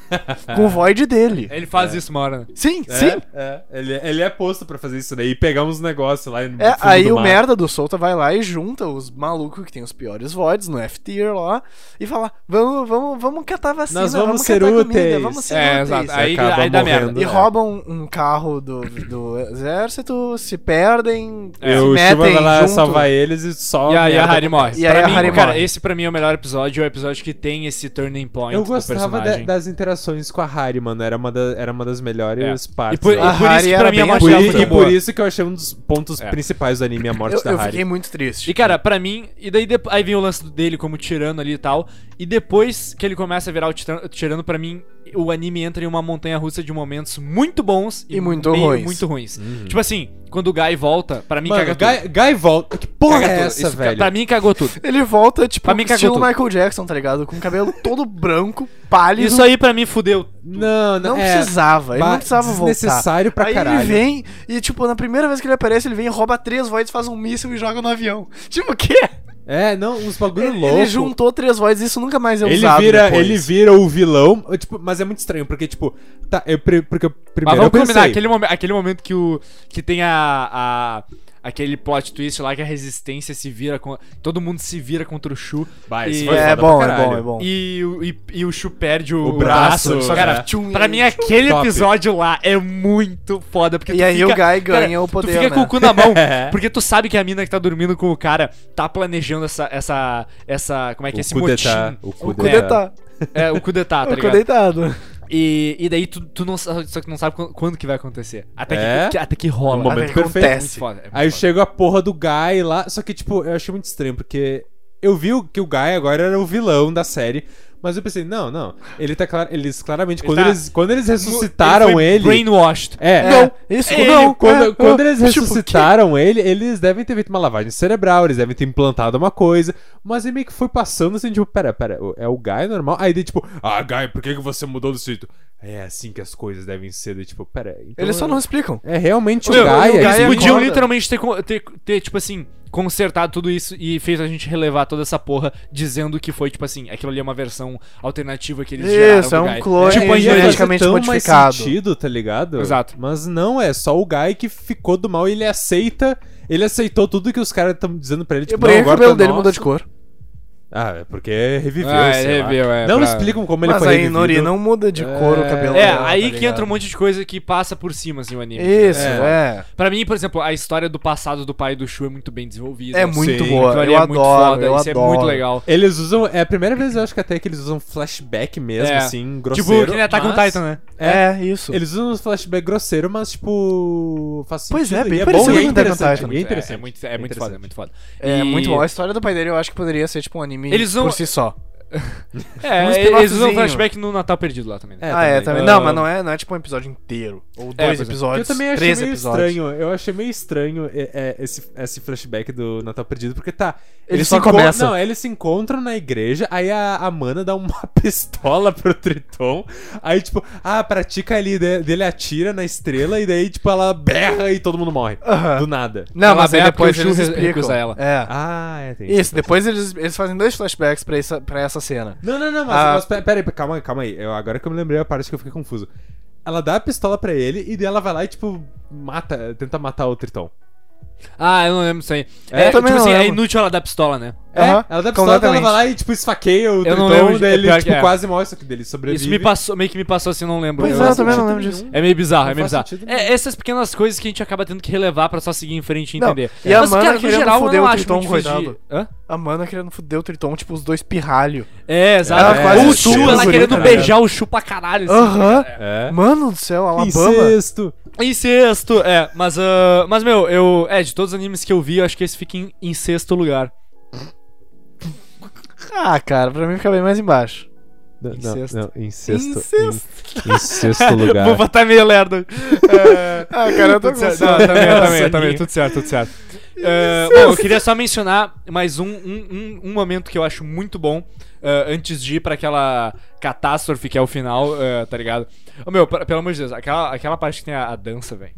[SPEAKER 2] com o void dele.
[SPEAKER 1] Ele faz isso uma hora, né?
[SPEAKER 2] Sim,
[SPEAKER 3] É,
[SPEAKER 2] sim.
[SPEAKER 3] é. Ele, ele é posto pra fazer isso daí e pegar uns negócios lá no
[SPEAKER 2] É,
[SPEAKER 3] fundo
[SPEAKER 2] aí
[SPEAKER 3] do
[SPEAKER 2] o
[SPEAKER 3] mar.
[SPEAKER 2] merda do Solta vai lá e junta os malucos que tem os piores voids no F-Tier lá e fala: vamos, vamos, vamos catar vacina,
[SPEAKER 3] Nós vamos ser
[SPEAKER 2] catar comida,
[SPEAKER 3] úteis."
[SPEAKER 2] vamos ser
[SPEAKER 1] É,
[SPEAKER 2] úteis.
[SPEAKER 1] exato. Aí,
[SPEAKER 3] acaba
[SPEAKER 1] aí dá
[SPEAKER 3] morrendo.
[SPEAKER 1] merda.
[SPEAKER 2] E roubam um carro do, do exército, se perdem,
[SPEAKER 1] É,
[SPEAKER 3] E
[SPEAKER 2] se
[SPEAKER 3] o Shu
[SPEAKER 2] metem
[SPEAKER 3] vai lá
[SPEAKER 2] junto.
[SPEAKER 3] salvar eles e só.
[SPEAKER 1] E aí a
[SPEAKER 3] merda
[SPEAKER 1] Harry morre.
[SPEAKER 2] E aí
[SPEAKER 1] Pra
[SPEAKER 2] a
[SPEAKER 1] mim,
[SPEAKER 2] Harry
[SPEAKER 1] cara,
[SPEAKER 2] morre.
[SPEAKER 1] esse pra mim é o melhor episódio, é o episódio que tem esse turning point
[SPEAKER 3] Eu
[SPEAKER 1] do
[SPEAKER 3] gostava da-
[SPEAKER 1] personagem.
[SPEAKER 3] das interações com a Harry, mano. Era uma, da- era uma das melhores
[SPEAKER 1] É. E
[SPEAKER 3] partes.
[SPEAKER 1] por, e
[SPEAKER 3] da-
[SPEAKER 2] né? A
[SPEAKER 1] por isso
[SPEAKER 2] Harry
[SPEAKER 1] que pra
[SPEAKER 2] era
[SPEAKER 1] mim é
[SPEAKER 2] bem
[SPEAKER 1] uma
[SPEAKER 3] Por
[SPEAKER 2] achei
[SPEAKER 1] chave
[SPEAKER 3] i-
[SPEAKER 2] muito
[SPEAKER 3] e
[SPEAKER 1] muito
[SPEAKER 3] por
[SPEAKER 1] boa.
[SPEAKER 3] isso que eu achei um dos pontos
[SPEAKER 1] É.
[SPEAKER 3] principais do anime, a morte
[SPEAKER 2] Eu,
[SPEAKER 3] da
[SPEAKER 2] eu
[SPEAKER 3] Harry.
[SPEAKER 2] fiquei muito triste.
[SPEAKER 1] E cara, pra mim, e daí dep- aí vem o lance dele como tirano ali e tal. E depois que ele começa a virar o titan- tirano, pra mim, o anime entra em uma montanha russa de momentos muito bons
[SPEAKER 2] E muito
[SPEAKER 1] meio-
[SPEAKER 2] ruins.
[SPEAKER 1] Muito ruins. Tipo assim, quando o Guy volta, pra mim
[SPEAKER 3] Mano,
[SPEAKER 1] caga tudo.
[SPEAKER 3] Guy, Guy volta. Que porra
[SPEAKER 1] Caga
[SPEAKER 3] é
[SPEAKER 1] tudo.
[SPEAKER 3] essa,
[SPEAKER 1] Isso,
[SPEAKER 3] velho?
[SPEAKER 1] Pra mim cagou tudo.
[SPEAKER 2] Ele volta, tipo,
[SPEAKER 1] Pra mim cagou
[SPEAKER 2] estilo
[SPEAKER 1] tudo.
[SPEAKER 2] Michael Jackson, tá ligado? Com o cabelo todo branco, pálido.
[SPEAKER 1] Isso aí pra mim fudeu.
[SPEAKER 3] Não, não,
[SPEAKER 2] Não
[SPEAKER 3] é,
[SPEAKER 2] precisava, ele
[SPEAKER 3] ba-
[SPEAKER 2] não precisava voltar.
[SPEAKER 3] desnecessário pra
[SPEAKER 2] Aí
[SPEAKER 3] caralho.
[SPEAKER 2] ele vem e, tipo, na primeira vez que ele aparece, ele vem, rouba três voids, faz um míssil e joga no avião. Tipo, o quê?
[SPEAKER 3] É, não, uns bagulho
[SPEAKER 2] Ele,
[SPEAKER 3] louco.
[SPEAKER 2] ele juntou três voids, isso nunca mais é
[SPEAKER 3] Ele
[SPEAKER 2] usado
[SPEAKER 3] vira,
[SPEAKER 2] depois.
[SPEAKER 3] ele vira o vilão, tipo, mas é muito estranho, porque, tipo, tá, eu, pri- porque eu,
[SPEAKER 1] Mas
[SPEAKER 3] primeiro
[SPEAKER 1] vamos
[SPEAKER 3] eu
[SPEAKER 1] combinar,
[SPEAKER 3] pensei,
[SPEAKER 1] aquele, momen- aquele momento que, o, que tem a, a- Aquele plot twist lá que a resistência se vira. com- todo mundo se vira contra o Shu.
[SPEAKER 3] Bah, isso
[SPEAKER 1] e-
[SPEAKER 3] foi
[SPEAKER 2] É,
[SPEAKER 3] foda
[SPEAKER 2] bom,
[SPEAKER 3] pra
[SPEAKER 2] é
[SPEAKER 3] caralho.
[SPEAKER 2] bom, é bom.
[SPEAKER 1] E, o- e, e o Shu perde o,
[SPEAKER 3] O braço,
[SPEAKER 1] Só,
[SPEAKER 3] cara,
[SPEAKER 1] cara,
[SPEAKER 2] tchum,
[SPEAKER 1] pra mim aquele
[SPEAKER 3] top.
[SPEAKER 1] episódio lá é muito foda. Porque
[SPEAKER 2] E
[SPEAKER 1] tu
[SPEAKER 2] aí
[SPEAKER 1] fica-
[SPEAKER 2] o Guy
[SPEAKER 1] cara,
[SPEAKER 2] ganha o poder,
[SPEAKER 1] Tu fica
[SPEAKER 2] né?
[SPEAKER 1] com o cu na mão.
[SPEAKER 3] É.
[SPEAKER 1] Porque tu sabe que a mina que tá dormindo com o cara tá planejando essa. essa, essa como é que é
[SPEAKER 3] O
[SPEAKER 1] esse
[SPEAKER 3] coup
[SPEAKER 1] motim?
[SPEAKER 3] d'etat, o
[SPEAKER 2] O
[SPEAKER 3] coup
[SPEAKER 2] cu
[SPEAKER 1] É.
[SPEAKER 3] d'etat.
[SPEAKER 2] deitado.
[SPEAKER 1] É, o coup d'etat, tá
[SPEAKER 2] O cu
[SPEAKER 1] ligado?
[SPEAKER 2] deitado.
[SPEAKER 1] E, e daí tu, tu não, sa- só que não sabe quan- quando que vai acontecer. Até,
[SPEAKER 3] É?
[SPEAKER 1] que, que- até que rola.
[SPEAKER 3] No momento
[SPEAKER 1] até que
[SPEAKER 3] perfeito.
[SPEAKER 1] É muito foda, é muito
[SPEAKER 3] Aí
[SPEAKER 1] foda.
[SPEAKER 3] chega a porra do Guy lá. Só que, tipo, eu achei muito estranho, porque eu vi o- que o Guy agora era o vilão da série. Mas eu pensei, não, não. Ele tá clar... Eles claramente,
[SPEAKER 1] Ele
[SPEAKER 3] quando,
[SPEAKER 1] tá-
[SPEAKER 3] eles, quando eles ressuscitaram
[SPEAKER 1] foi
[SPEAKER 3] ele.
[SPEAKER 1] Brainwashed.
[SPEAKER 3] É,
[SPEAKER 2] Não, isso
[SPEAKER 3] ele-
[SPEAKER 2] não,
[SPEAKER 3] Quando,
[SPEAKER 2] é,
[SPEAKER 3] quando
[SPEAKER 2] ah,
[SPEAKER 3] eles
[SPEAKER 2] tipo,
[SPEAKER 3] ressuscitaram ele, eles devem ter feito uma lavagem cerebral, eles devem ter implantado uma coisa. Mas ele meio que foi passando assim, tipo, pera, pera, é o Guy normal? Aí ele, tipo, ah, Guy, por que, que você mudou do jeito? É assim que as coisas devem ser. Daí, tipo, pera. então
[SPEAKER 2] Eles só
[SPEAKER 3] é-
[SPEAKER 2] não explicam.
[SPEAKER 3] É realmente o
[SPEAKER 1] Meu,
[SPEAKER 3] Gaia.
[SPEAKER 2] o
[SPEAKER 1] eles
[SPEAKER 2] Gaia
[SPEAKER 3] isso-
[SPEAKER 1] podiam
[SPEAKER 2] acorda.
[SPEAKER 1] literalmente ter, con- ter, ter, tipo assim, consertado tudo isso e fez a gente relevar toda essa porra dizendo que foi, tipo assim, aquilo ali é uma versão alternativa que eles geraram.
[SPEAKER 2] Isso, é
[SPEAKER 1] do
[SPEAKER 2] um
[SPEAKER 1] Guy.
[SPEAKER 2] clone
[SPEAKER 1] Tipo, a
[SPEAKER 3] Ia fazer
[SPEAKER 1] engenharia
[SPEAKER 2] geneticamente
[SPEAKER 3] tão
[SPEAKER 2] modificado.
[SPEAKER 3] Mais sentido, tá ligado?
[SPEAKER 1] Exato.
[SPEAKER 3] Mas não, é só o Guy que ficou do mal e ele aceita. Ele aceitou tudo que os caras estão dizendo pra ele.
[SPEAKER 2] E
[SPEAKER 3] Tipo,
[SPEAKER 2] por
[SPEAKER 3] não,
[SPEAKER 2] aí que o
[SPEAKER 3] agora
[SPEAKER 2] cabelo
[SPEAKER 3] tá
[SPEAKER 2] dele
[SPEAKER 3] nosso.
[SPEAKER 2] mudou de cor.
[SPEAKER 3] Ah, é porque reviveu,
[SPEAKER 1] Ah,
[SPEAKER 3] sei lá.
[SPEAKER 1] reviveu, é,
[SPEAKER 3] Não
[SPEAKER 1] pra-
[SPEAKER 3] explicam como ele
[SPEAKER 2] Mas
[SPEAKER 3] foi
[SPEAKER 2] aí
[SPEAKER 3] revivido.
[SPEAKER 2] Nori não muda de cor o cabelo
[SPEAKER 1] É,
[SPEAKER 2] dela,
[SPEAKER 1] aí
[SPEAKER 2] tá
[SPEAKER 1] que entra
[SPEAKER 2] ligado?
[SPEAKER 1] um monte de coisa que passa por cima, assim, o anime.
[SPEAKER 2] Isso,
[SPEAKER 3] É.
[SPEAKER 2] é.
[SPEAKER 1] Pra mim, por exemplo, a história do passado do pai do Shu é muito bem desenvolvida.
[SPEAKER 2] É muito
[SPEAKER 3] Sim.
[SPEAKER 2] boa.
[SPEAKER 1] Aquilo ali
[SPEAKER 2] Eu
[SPEAKER 1] é muito
[SPEAKER 2] adoro,
[SPEAKER 1] foda,
[SPEAKER 2] eu
[SPEAKER 1] isso
[SPEAKER 2] adoro.
[SPEAKER 1] é muito legal.
[SPEAKER 3] Eles usam. É a primeira vez, eu acho que até que eles usam flashback mesmo,
[SPEAKER 1] É.
[SPEAKER 3] assim, grosseiro.
[SPEAKER 1] Tipo, que nem Attack on
[SPEAKER 3] mas-
[SPEAKER 1] Titan, né?
[SPEAKER 2] É, isso.
[SPEAKER 3] Eles usam um flashback grosseiro, mas, tipo. Faz
[SPEAKER 2] Pois
[SPEAKER 3] sentido,
[SPEAKER 2] é, bem
[SPEAKER 3] e é bom,
[SPEAKER 2] parecido
[SPEAKER 3] e é
[SPEAKER 2] com Attack on
[SPEAKER 3] interessante.
[SPEAKER 2] Titan.
[SPEAKER 3] e É
[SPEAKER 1] É,
[SPEAKER 3] interessante.
[SPEAKER 1] muito, é, muito foda, é muito foda.
[SPEAKER 2] É
[SPEAKER 1] E-
[SPEAKER 2] muito bom. A história do pai dele eu acho que poderia ser tipo um anime
[SPEAKER 1] Eles não-
[SPEAKER 2] por si só.
[SPEAKER 1] É,
[SPEAKER 2] Um
[SPEAKER 1] eles usam
[SPEAKER 2] spin-offzinho.
[SPEAKER 1] flashback no Natal Perdido lá também. né?
[SPEAKER 3] É,
[SPEAKER 2] ah, é,
[SPEAKER 3] também.
[SPEAKER 2] também.
[SPEAKER 1] Ah.
[SPEAKER 2] Não, mas não é, não é tipo um episódio inteiro. Ou dois
[SPEAKER 1] pois é.
[SPEAKER 2] episódios.
[SPEAKER 3] eu também achei
[SPEAKER 2] três
[SPEAKER 3] meio
[SPEAKER 2] episódios.
[SPEAKER 3] estranho. Eu achei meio estranho é, é, esse, esse flashback do Natal Perdido, porque tá.
[SPEAKER 2] Ele
[SPEAKER 3] eles
[SPEAKER 2] só
[SPEAKER 3] se encon-
[SPEAKER 2] começa.
[SPEAKER 3] Não, eles se encontram na igreja, aí a, a mana dá uma pistola pro Triton. Aí, tipo, ah, pratica ali, né, dele atira na estrela, e daí, tipo, ela berra e todo mundo morre.
[SPEAKER 2] Aham.
[SPEAKER 3] Do nada.
[SPEAKER 2] Não,
[SPEAKER 1] Ela
[SPEAKER 2] mas aí
[SPEAKER 1] berra
[SPEAKER 2] depois
[SPEAKER 1] porque o
[SPEAKER 2] eles
[SPEAKER 1] Shu re-
[SPEAKER 2] explicam.
[SPEAKER 1] recusa ela.
[SPEAKER 2] É.
[SPEAKER 3] Ah, é, tem
[SPEAKER 2] Isso, depois eles, eles fazem dois flashbacks pra essa, pra essa cena.
[SPEAKER 3] Não, não, não, mas,
[SPEAKER 2] Ah.
[SPEAKER 3] mas pe- pera aí, calma aí, calma aí. Eu, agora que eu me lembrei a parte que eu fiquei confuso. Ela dá a pistola pra ele e daí ela vai lá e, tipo, mata, tenta matar o Triton.
[SPEAKER 1] Ah, eu não lembro isso aí. É,
[SPEAKER 2] É, eu
[SPEAKER 1] tipo
[SPEAKER 2] também
[SPEAKER 1] assim,
[SPEAKER 2] não
[SPEAKER 1] é
[SPEAKER 2] lembro.
[SPEAKER 1] inútil ela dar pistola, né?
[SPEAKER 3] É,
[SPEAKER 2] Aham,
[SPEAKER 3] ela dá a pistola, daí ela
[SPEAKER 2] completamente.
[SPEAKER 3] vai lá e, tipo, esfaqueia o
[SPEAKER 1] Eu não
[SPEAKER 3] Triton,
[SPEAKER 1] lembro de-
[SPEAKER 3] daí
[SPEAKER 1] é
[SPEAKER 3] ele
[SPEAKER 1] pior
[SPEAKER 3] tipo,
[SPEAKER 1] que é.
[SPEAKER 3] quase morre, só que dele sobrevive.
[SPEAKER 1] Isso me passou, meio que me passou assim, não lembro.
[SPEAKER 2] Pois
[SPEAKER 1] Eu-
[SPEAKER 2] é, eu também não lembro
[SPEAKER 3] sentido
[SPEAKER 2] disso.
[SPEAKER 3] nenhum.
[SPEAKER 1] É meio bizarro,
[SPEAKER 3] Não
[SPEAKER 1] é meio
[SPEAKER 3] faz
[SPEAKER 1] bizarro.
[SPEAKER 3] sentido nenhum.
[SPEAKER 1] É, essas pequenas coisas que a gente acaba tendo que relevar pra só seguir em frente e
[SPEAKER 2] Não,
[SPEAKER 1] entender.
[SPEAKER 2] e a
[SPEAKER 1] Mas,
[SPEAKER 2] Amanda
[SPEAKER 1] cara, no
[SPEAKER 2] querendo
[SPEAKER 1] geral, eu
[SPEAKER 2] foder
[SPEAKER 1] não
[SPEAKER 2] o
[SPEAKER 1] acho
[SPEAKER 2] Tritão,
[SPEAKER 1] muito difícil de-
[SPEAKER 2] coitado.
[SPEAKER 1] Hã?
[SPEAKER 2] A mana querendo foder o Triton, tipo, os dois pirralho.
[SPEAKER 1] É,
[SPEAKER 2] Ela
[SPEAKER 1] exato.
[SPEAKER 3] quase
[SPEAKER 1] Ou o
[SPEAKER 3] estupra
[SPEAKER 1] Chu,
[SPEAKER 3] o
[SPEAKER 1] ela
[SPEAKER 3] guri,
[SPEAKER 1] querendo
[SPEAKER 3] tá ligado?
[SPEAKER 1] beijar o Chu pra caralho. assim,
[SPEAKER 2] Aham.
[SPEAKER 3] É.
[SPEAKER 2] Mano do céu, Alabama.
[SPEAKER 3] Incesto.
[SPEAKER 1] Em sexto, é, mas, ah, mas meu, eu. É, de todos os animes que eu vi, eu acho que esse fica em, em sexto lugar.
[SPEAKER 2] Ah, cara, pra mim fica bem mais embaixo.
[SPEAKER 3] Não,
[SPEAKER 2] Incesto.
[SPEAKER 3] Não, não, incesto.
[SPEAKER 2] Incesto.
[SPEAKER 3] In, incesto lugar.
[SPEAKER 1] Vou botar tá meio lerdo. É,
[SPEAKER 2] Ah, cara, eu tô
[SPEAKER 1] tudo certo.
[SPEAKER 2] com
[SPEAKER 1] Não, também,
[SPEAKER 2] sono.
[SPEAKER 1] também,
[SPEAKER 3] Nossa,
[SPEAKER 1] também,
[SPEAKER 3] Ninho.
[SPEAKER 1] tudo certo, tudo certo. É, bom, eu queria
[SPEAKER 2] tá-
[SPEAKER 1] só mencionar mais um, um, um, um momento que eu acho muito bom é, antes de ir pra aquela catástrofe que é o final, é, tá ligado? Ô, meu, pra- pelo amor de Deus, aquela, aquela parte que tem a, a dança, velho.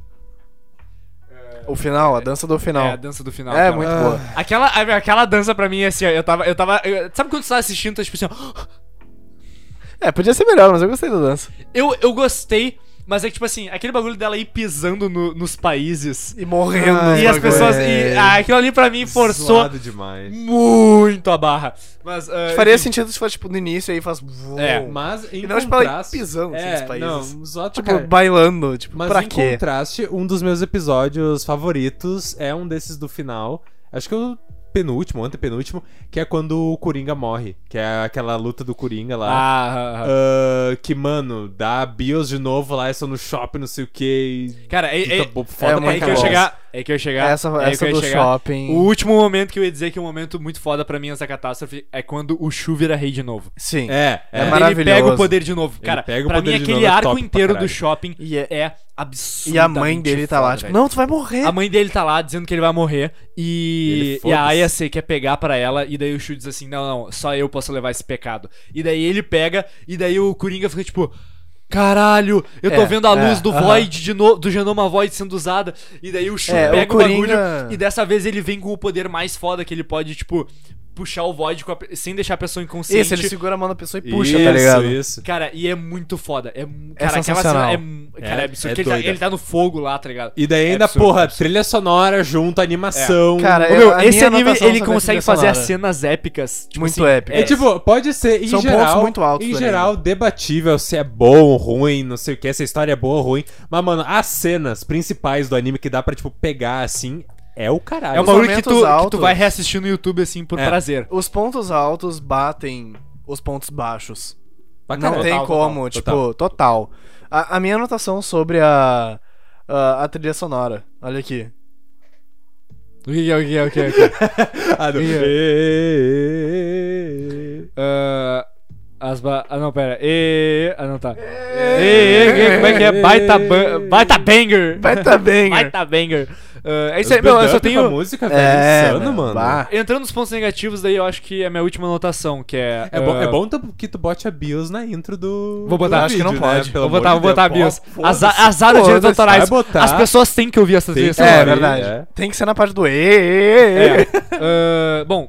[SPEAKER 2] O final, a dança do final.
[SPEAKER 1] É, a dança do final.
[SPEAKER 2] É,
[SPEAKER 1] aquela- Ah.
[SPEAKER 2] muito boa.
[SPEAKER 1] Aquela, a- aquela dança pra mim, assim, ó, eu tava. Eu tava eu- sabe quando tu tá assistindo, tá tipo assim, ó.
[SPEAKER 2] É, podia ser melhor, mas eu gostei da dança.
[SPEAKER 1] Eu, eu gostei, mas é que, tipo assim, aquele bagulho dela ir pisando no- nos países.
[SPEAKER 2] E morrendo.
[SPEAKER 3] Ah,
[SPEAKER 1] e as pessoas.
[SPEAKER 3] é.
[SPEAKER 1] E, ah, aquilo ali pra mim forçou
[SPEAKER 3] Zoado demais.
[SPEAKER 1] muito a barra. Mas. ah,
[SPEAKER 2] Faria
[SPEAKER 1] enfim,
[SPEAKER 2] sentido se fosse, tipo, no início aí faz. vum.
[SPEAKER 1] É,
[SPEAKER 3] Mas em
[SPEAKER 2] E não, tipo, ela
[SPEAKER 3] contraste...
[SPEAKER 2] pisando, assim,
[SPEAKER 3] é,
[SPEAKER 2] nos países.
[SPEAKER 3] Não, zoado
[SPEAKER 2] tipo,
[SPEAKER 3] pra caralho.
[SPEAKER 2] bailando. Tipo,
[SPEAKER 3] Mas
[SPEAKER 2] pra
[SPEAKER 3] em
[SPEAKER 2] quê?
[SPEAKER 3] contraste, um dos meus episódios favoritos é um desses do final. Acho que é o penúltimo, antepenúltimo, que é quando o Coringa morre. Que é aquela luta do Coringa lá.
[SPEAKER 1] Ah, ah, ah.
[SPEAKER 3] Ah, que, mano, dá bios de novo lá, eu sou no shopping, não sei o que.
[SPEAKER 1] cara, é, é,
[SPEAKER 3] Puta, bo- foda
[SPEAKER 2] é
[SPEAKER 1] é
[SPEAKER 3] pra
[SPEAKER 1] aí que eu
[SPEAKER 3] caralho.
[SPEAKER 1] ia chegar. É que eu ia chegar.
[SPEAKER 2] Essa,
[SPEAKER 1] é aí que
[SPEAKER 2] essa
[SPEAKER 1] eu ia
[SPEAKER 2] do
[SPEAKER 1] chegar.
[SPEAKER 2] shopping.
[SPEAKER 1] O último momento que eu ia dizer que é um momento muito foda pra mim essa catástrofe é quando o Shu vira rei de novo.
[SPEAKER 2] Sim.
[SPEAKER 3] É, é,
[SPEAKER 2] É
[SPEAKER 1] Ele
[SPEAKER 2] maravilhoso.
[SPEAKER 1] pega o poder de novo.
[SPEAKER 3] Ele
[SPEAKER 1] Cara,
[SPEAKER 3] pega o
[SPEAKER 1] pra
[SPEAKER 3] poder
[SPEAKER 1] mim
[SPEAKER 3] de
[SPEAKER 1] aquele
[SPEAKER 3] novo, é
[SPEAKER 1] arco
[SPEAKER 3] top pra
[SPEAKER 1] inteiro do
[SPEAKER 3] caralho.
[SPEAKER 1] shopping
[SPEAKER 2] E é-
[SPEAKER 1] é absurdo.
[SPEAKER 2] E a mãe dele tá lá, tipo, não, tu vai morrer.
[SPEAKER 1] A mãe dele tá lá dizendo que ele vai morrer e,
[SPEAKER 3] Ele,
[SPEAKER 1] e a
[SPEAKER 3] foda-se.
[SPEAKER 1] Aya C quer pegar pra ela e daí o Shu diz assim: "Não, não, só eu posso levar esse pecado". E daí ele pega e daí o Coringa fica tipo Caralho, eu tô
[SPEAKER 2] É,
[SPEAKER 1] vendo a
[SPEAKER 2] é,
[SPEAKER 1] luz do
[SPEAKER 2] aham.
[SPEAKER 1] Void de no- do genoma Void sendo usada e daí o Shu
[SPEAKER 2] É, o
[SPEAKER 1] pega o,
[SPEAKER 2] Coringa-
[SPEAKER 1] bagulho e dessa vez ele vem com o poder mais foda que ele pode tipo puxar o Void com a pe- sem deixar a pessoa inconsciente.
[SPEAKER 2] Isso, ele segura a mão da pessoa e puxa,
[SPEAKER 3] isso,
[SPEAKER 2] tá ligado?
[SPEAKER 3] Isso.
[SPEAKER 1] Cara, e é muito foda. É, mu-
[SPEAKER 2] É
[SPEAKER 1] cara, aquela
[SPEAKER 2] sensacional.
[SPEAKER 1] cena é, mu- cara, é,
[SPEAKER 3] É,
[SPEAKER 1] absurdo.
[SPEAKER 3] é
[SPEAKER 1] que ele, tá,
[SPEAKER 3] doida.
[SPEAKER 1] ele tá no fogo lá, tá ligado?
[SPEAKER 3] E daí
[SPEAKER 1] É
[SPEAKER 3] ainda,
[SPEAKER 1] absurdo,
[SPEAKER 3] porra,
[SPEAKER 1] absurdo.
[SPEAKER 3] trilha sonora junto, animação.
[SPEAKER 2] É. Cara,
[SPEAKER 1] Ô, meu,
[SPEAKER 2] a
[SPEAKER 1] esse
[SPEAKER 2] minha
[SPEAKER 1] anime,
[SPEAKER 2] anotação
[SPEAKER 1] ele
[SPEAKER 2] sobre a trilha
[SPEAKER 1] consegue fazer as
[SPEAKER 2] sonora.
[SPEAKER 1] cenas épicas. Tipo
[SPEAKER 2] Muito
[SPEAKER 1] assim,
[SPEAKER 2] épico.
[SPEAKER 3] É, tipo, pode ser, em
[SPEAKER 2] São pontos
[SPEAKER 3] geral,
[SPEAKER 2] muito altos tá
[SPEAKER 3] em
[SPEAKER 2] do
[SPEAKER 3] geral, debatível se é bom ou ruim, não sei o que, se a história é boa ou ruim. Mas, mano, as cenas principais do anime que dá pra, tipo, pegar assim, é o caralho.
[SPEAKER 1] É um bagulho que
[SPEAKER 2] momentos
[SPEAKER 1] tu, que tu
[SPEAKER 2] altos.
[SPEAKER 1] vai É. reassistir no YouTube, assim, por
[SPEAKER 3] É.
[SPEAKER 1] prazer.
[SPEAKER 2] Os pontos altos batem os pontos baixos.
[SPEAKER 3] Pra
[SPEAKER 2] Não
[SPEAKER 3] caralho.
[SPEAKER 2] tem
[SPEAKER 4] Total,
[SPEAKER 2] como,
[SPEAKER 4] total,
[SPEAKER 2] tipo, total. A, a minha anotação sobre a, a, a trilha sonora, olha aqui.
[SPEAKER 1] O que que é, o que que é, o que que é? o que que é?
[SPEAKER 3] Ah, não.
[SPEAKER 1] Ah, as ba... Ah, não, pera. E... Ah, não, tá. E... E... E... Como é que é? Baita, ban... Baita banger!
[SPEAKER 2] Baita banger.
[SPEAKER 1] Baita banger! Ah, é isso aí, meu, eu só tenho...
[SPEAKER 3] música, velho.
[SPEAKER 2] É,
[SPEAKER 3] insano,
[SPEAKER 2] meu,
[SPEAKER 3] mano.
[SPEAKER 2] bah.
[SPEAKER 1] Entrando nos pontos negativos, daí eu acho que é a minha última anotação, que é.
[SPEAKER 3] É, bom,
[SPEAKER 1] ah,
[SPEAKER 3] é bom tu- que tu bote a BIOS na intro do.
[SPEAKER 1] Vou botar,
[SPEAKER 3] do
[SPEAKER 1] acho que
[SPEAKER 3] vídeo,
[SPEAKER 2] não pode.
[SPEAKER 3] Né? Pelo
[SPEAKER 1] Vou botar,
[SPEAKER 3] amor
[SPEAKER 1] vou
[SPEAKER 3] de
[SPEAKER 1] botar a
[SPEAKER 3] Deus.
[SPEAKER 1] Bios.
[SPEAKER 3] Pô,
[SPEAKER 1] Azar,
[SPEAKER 3] foda-se.
[SPEAKER 1] azar dos direitos
[SPEAKER 2] Foda-se, vai
[SPEAKER 1] autorais.
[SPEAKER 3] botar.
[SPEAKER 1] As pessoas têm que ouvir essa trilha
[SPEAKER 3] Tem que
[SPEAKER 1] sonora.
[SPEAKER 2] É
[SPEAKER 3] Sorry,
[SPEAKER 2] verdade.
[SPEAKER 3] é.
[SPEAKER 2] Tem que ser na parte do e.
[SPEAKER 1] É. Ah, bom,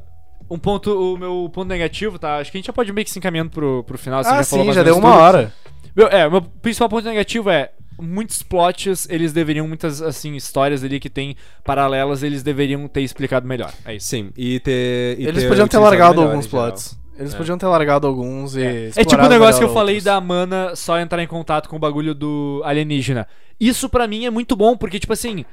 [SPEAKER 1] um ponto, o meu ponto negativo, tá? Acho que a gente já pode meio que se encaminhando pro, pro final. você falou
[SPEAKER 2] Ah, sim, já
[SPEAKER 1] mais ou
[SPEAKER 2] deu
[SPEAKER 1] menos
[SPEAKER 2] uma
[SPEAKER 1] tudo.
[SPEAKER 2] hora.
[SPEAKER 1] Meu, é, meu principal ponto negativo é muitos plots, eles deveriam muitas assim histórias ali que tem paralelas, eles deveriam ter explicado melhor. É isso.
[SPEAKER 3] Sim, e ter. e
[SPEAKER 2] Eles podiam ter largado
[SPEAKER 3] utilizado
[SPEAKER 2] alguns
[SPEAKER 3] melhor, em
[SPEAKER 2] plots. Eles
[SPEAKER 3] É.
[SPEAKER 2] podiam ter largado alguns e.
[SPEAKER 1] É tipo o
[SPEAKER 2] explorado
[SPEAKER 1] negócio que eu
[SPEAKER 2] melhor
[SPEAKER 1] falei
[SPEAKER 2] outros.
[SPEAKER 1] da Mana só entrar em contato com o bagulho do alienígena. Isso pra mim é muito bom, porque, tipo assim,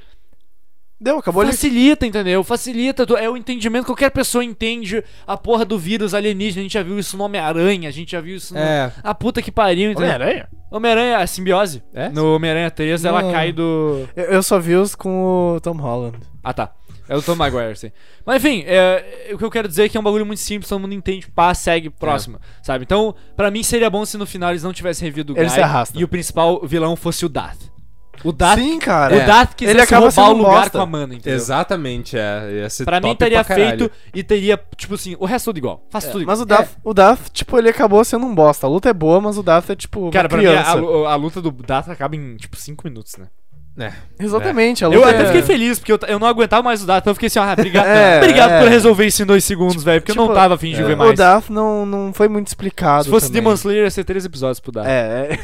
[SPEAKER 2] Deu, acabou ali.
[SPEAKER 1] facilita, entendeu? Facilita, tu- é o entendimento, qualquer pessoa entende a porra do vírus alienígena. A gente já viu isso no Homem-Aranha, a gente já viu isso no.
[SPEAKER 3] É.
[SPEAKER 1] A puta que pariu, entendeu?
[SPEAKER 4] Homem-Aranha?
[SPEAKER 1] Homem-Aranha, a simbiose.
[SPEAKER 3] É?
[SPEAKER 1] No Homem-Aranha 3, ela
[SPEAKER 2] Não.
[SPEAKER 1] cai do.
[SPEAKER 2] Eu- Eu só vi os com o Tom Holland.
[SPEAKER 1] Ah, tá. É o Tom Maguire, sim. Mas enfim, é, o que eu quero dizer é que é um bagulho muito simples, todo mundo entende, pá, segue, próximo,
[SPEAKER 2] É.
[SPEAKER 1] sabe? Então, pra mim seria bom se no final eles não tivessem revido o
[SPEAKER 2] Ele
[SPEAKER 1] Guy
[SPEAKER 2] se arrasta.
[SPEAKER 1] e o principal vilão fosse o Darth. O Darth,
[SPEAKER 2] Sim, cara. É.
[SPEAKER 1] o Darth quisesse
[SPEAKER 2] Ele acaba
[SPEAKER 1] roubar o
[SPEAKER 2] sendo um
[SPEAKER 1] lugar
[SPEAKER 2] bosta.
[SPEAKER 1] com a Mana, entendeu?
[SPEAKER 3] Exatamente, é. Ia ser
[SPEAKER 1] Pra mim
[SPEAKER 3] top
[SPEAKER 1] teria
[SPEAKER 3] pra caralho. É.
[SPEAKER 1] feito e teria, tipo assim, o resto tudo igual. Faz tudo igual. É.
[SPEAKER 2] Mas o Daf, o Daf, tipo, ele acabou sendo um bosta. A luta é boa, mas o Daf é, tipo,
[SPEAKER 1] Cara,
[SPEAKER 2] uma
[SPEAKER 1] pra mim a,
[SPEAKER 2] criança.
[SPEAKER 1] lu- a luta do Darth acaba em, tipo, 5 minutos, né?
[SPEAKER 3] É.
[SPEAKER 2] Exatamente, a luta
[SPEAKER 1] Eu
[SPEAKER 2] é...
[SPEAKER 1] até fiquei feliz, porque eu, t- eu não aguentava mais o Darth, então eu fiquei assim, ah, obrigado,
[SPEAKER 2] É,
[SPEAKER 1] obrigado
[SPEAKER 2] é.
[SPEAKER 1] por resolver isso em 2 segundos, velho, porque eu não
[SPEAKER 2] Tipo,
[SPEAKER 1] tava afim de ver
[SPEAKER 2] O
[SPEAKER 1] mais.
[SPEAKER 2] Daf não, não foi muito explicado
[SPEAKER 1] Se fosse
[SPEAKER 2] também.
[SPEAKER 1] Demon Slayer, ia ser 3 episódios pro Darth.
[SPEAKER 2] É, é.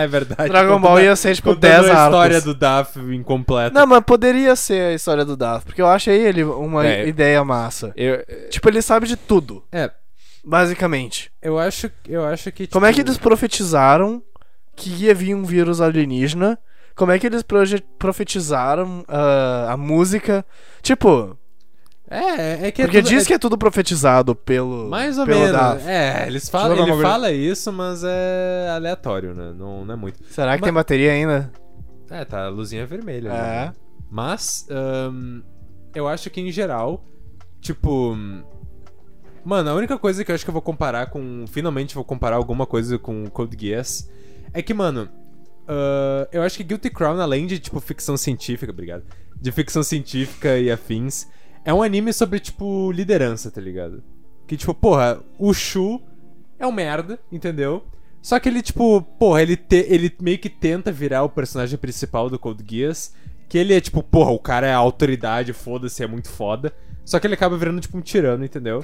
[SPEAKER 3] é verdade.
[SPEAKER 2] Dragon Ball ia ser, tipo,
[SPEAKER 3] Contando
[SPEAKER 2] 10
[SPEAKER 3] a
[SPEAKER 2] arcos.
[SPEAKER 3] história do Daf incompleta.
[SPEAKER 2] Não, mas poderia ser a história do Daf, porque eu achei ele uma
[SPEAKER 1] É.
[SPEAKER 2] ideia massa.
[SPEAKER 1] Eu,
[SPEAKER 2] Tipo, ele sabe de tudo,
[SPEAKER 3] É,
[SPEAKER 2] basicamente.
[SPEAKER 3] eu acho, eu acho que.
[SPEAKER 2] Como é que
[SPEAKER 3] tipo,
[SPEAKER 2] eles profetizaram que ia vir um vírus alienígena? Como é que eles proje- profetizaram ah, a música? Tipo,
[SPEAKER 3] É, é que. é
[SPEAKER 2] porque
[SPEAKER 3] tudo-
[SPEAKER 2] diz
[SPEAKER 3] é-
[SPEAKER 2] que é tudo profetizado pelo.
[SPEAKER 3] Mais ou
[SPEAKER 2] pelo
[SPEAKER 3] menos.
[SPEAKER 2] Daf.
[SPEAKER 3] É, eles
[SPEAKER 1] Deixa eu
[SPEAKER 3] falam,
[SPEAKER 1] jogar
[SPEAKER 3] ele
[SPEAKER 1] uma
[SPEAKER 3] fala isso, mas é aleatório, né? Não, não é muito.
[SPEAKER 2] Será que
[SPEAKER 3] Mas-
[SPEAKER 2] tem bateria ainda?
[SPEAKER 3] É, tá a luzinha
[SPEAKER 2] É.
[SPEAKER 3] vermelha. né? Mas, ahn, eu acho que em geral, tipo. Mano, a única coisa que eu acho que eu vou comparar com. Finalmente vou comparar alguma coisa com Code Geass. É que, mano. ah, eu acho que Guilty Crown, além de, tipo, ficção científica, obrigado. De ficção científica e afins, é um anime sobre, tipo, liderança, tá ligado? Que, tipo, porra, o Shu é um merda, entendeu? Só que ele, tipo, porra, ele, te- ele meio que tenta virar o personagem principal do Code Geass. Que ele é, tipo, porra, o cara é a autoridade, foda-se, é muito foda. Só que ele acaba virando, tipo, um tirano, entendeu?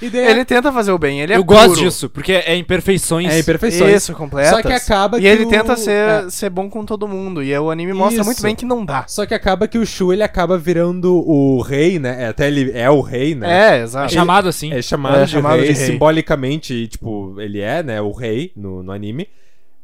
[SPEAKER 3] E daí
[SPEAKER 2] Ele tenta fazer o bem, ele é
[SPEAKER 1] eu gosto
[SPEAKER 2] puro.
[SPEAKER 1] disso, porque é imperfeições.
[SPEAKER 3] é imperfeições.
[SPEAKER 2] Isso, completa.
[SPEAKER 3] Só que acaba
[SPEAKER 2] E
[SPEAKER 3] que
[SPEAKER 2] ele
[SPEAKER 3] o-
[SPEAKER 2] tenta ser,
[SPEAKER 3] é.
[SPEAKER 2] ser bom com todo mundo. E é, o anime mostra muito
[SPEAKER 3] Isso.
[SPEAKER 2] bem que não dá.
[SPEAKER 3] Só que acaba que o Shu, ele acaba virando o rei, né? É, Até ele é o rei, né?
[SPEAKER 2] É, exato.
[SPEAKER 1] chamado assim.
[SPEAKER 3] É chamado,
[SPEAKER 2] É
[SPEAKER 3] de,
[SPEAKER 2] chamado
[SPEAKER 3] rei,
[SPEAKER 2] de rei.
[SPEAKER 3] simbolicamente, e, tipo, ele é, né, o rei no, no anime.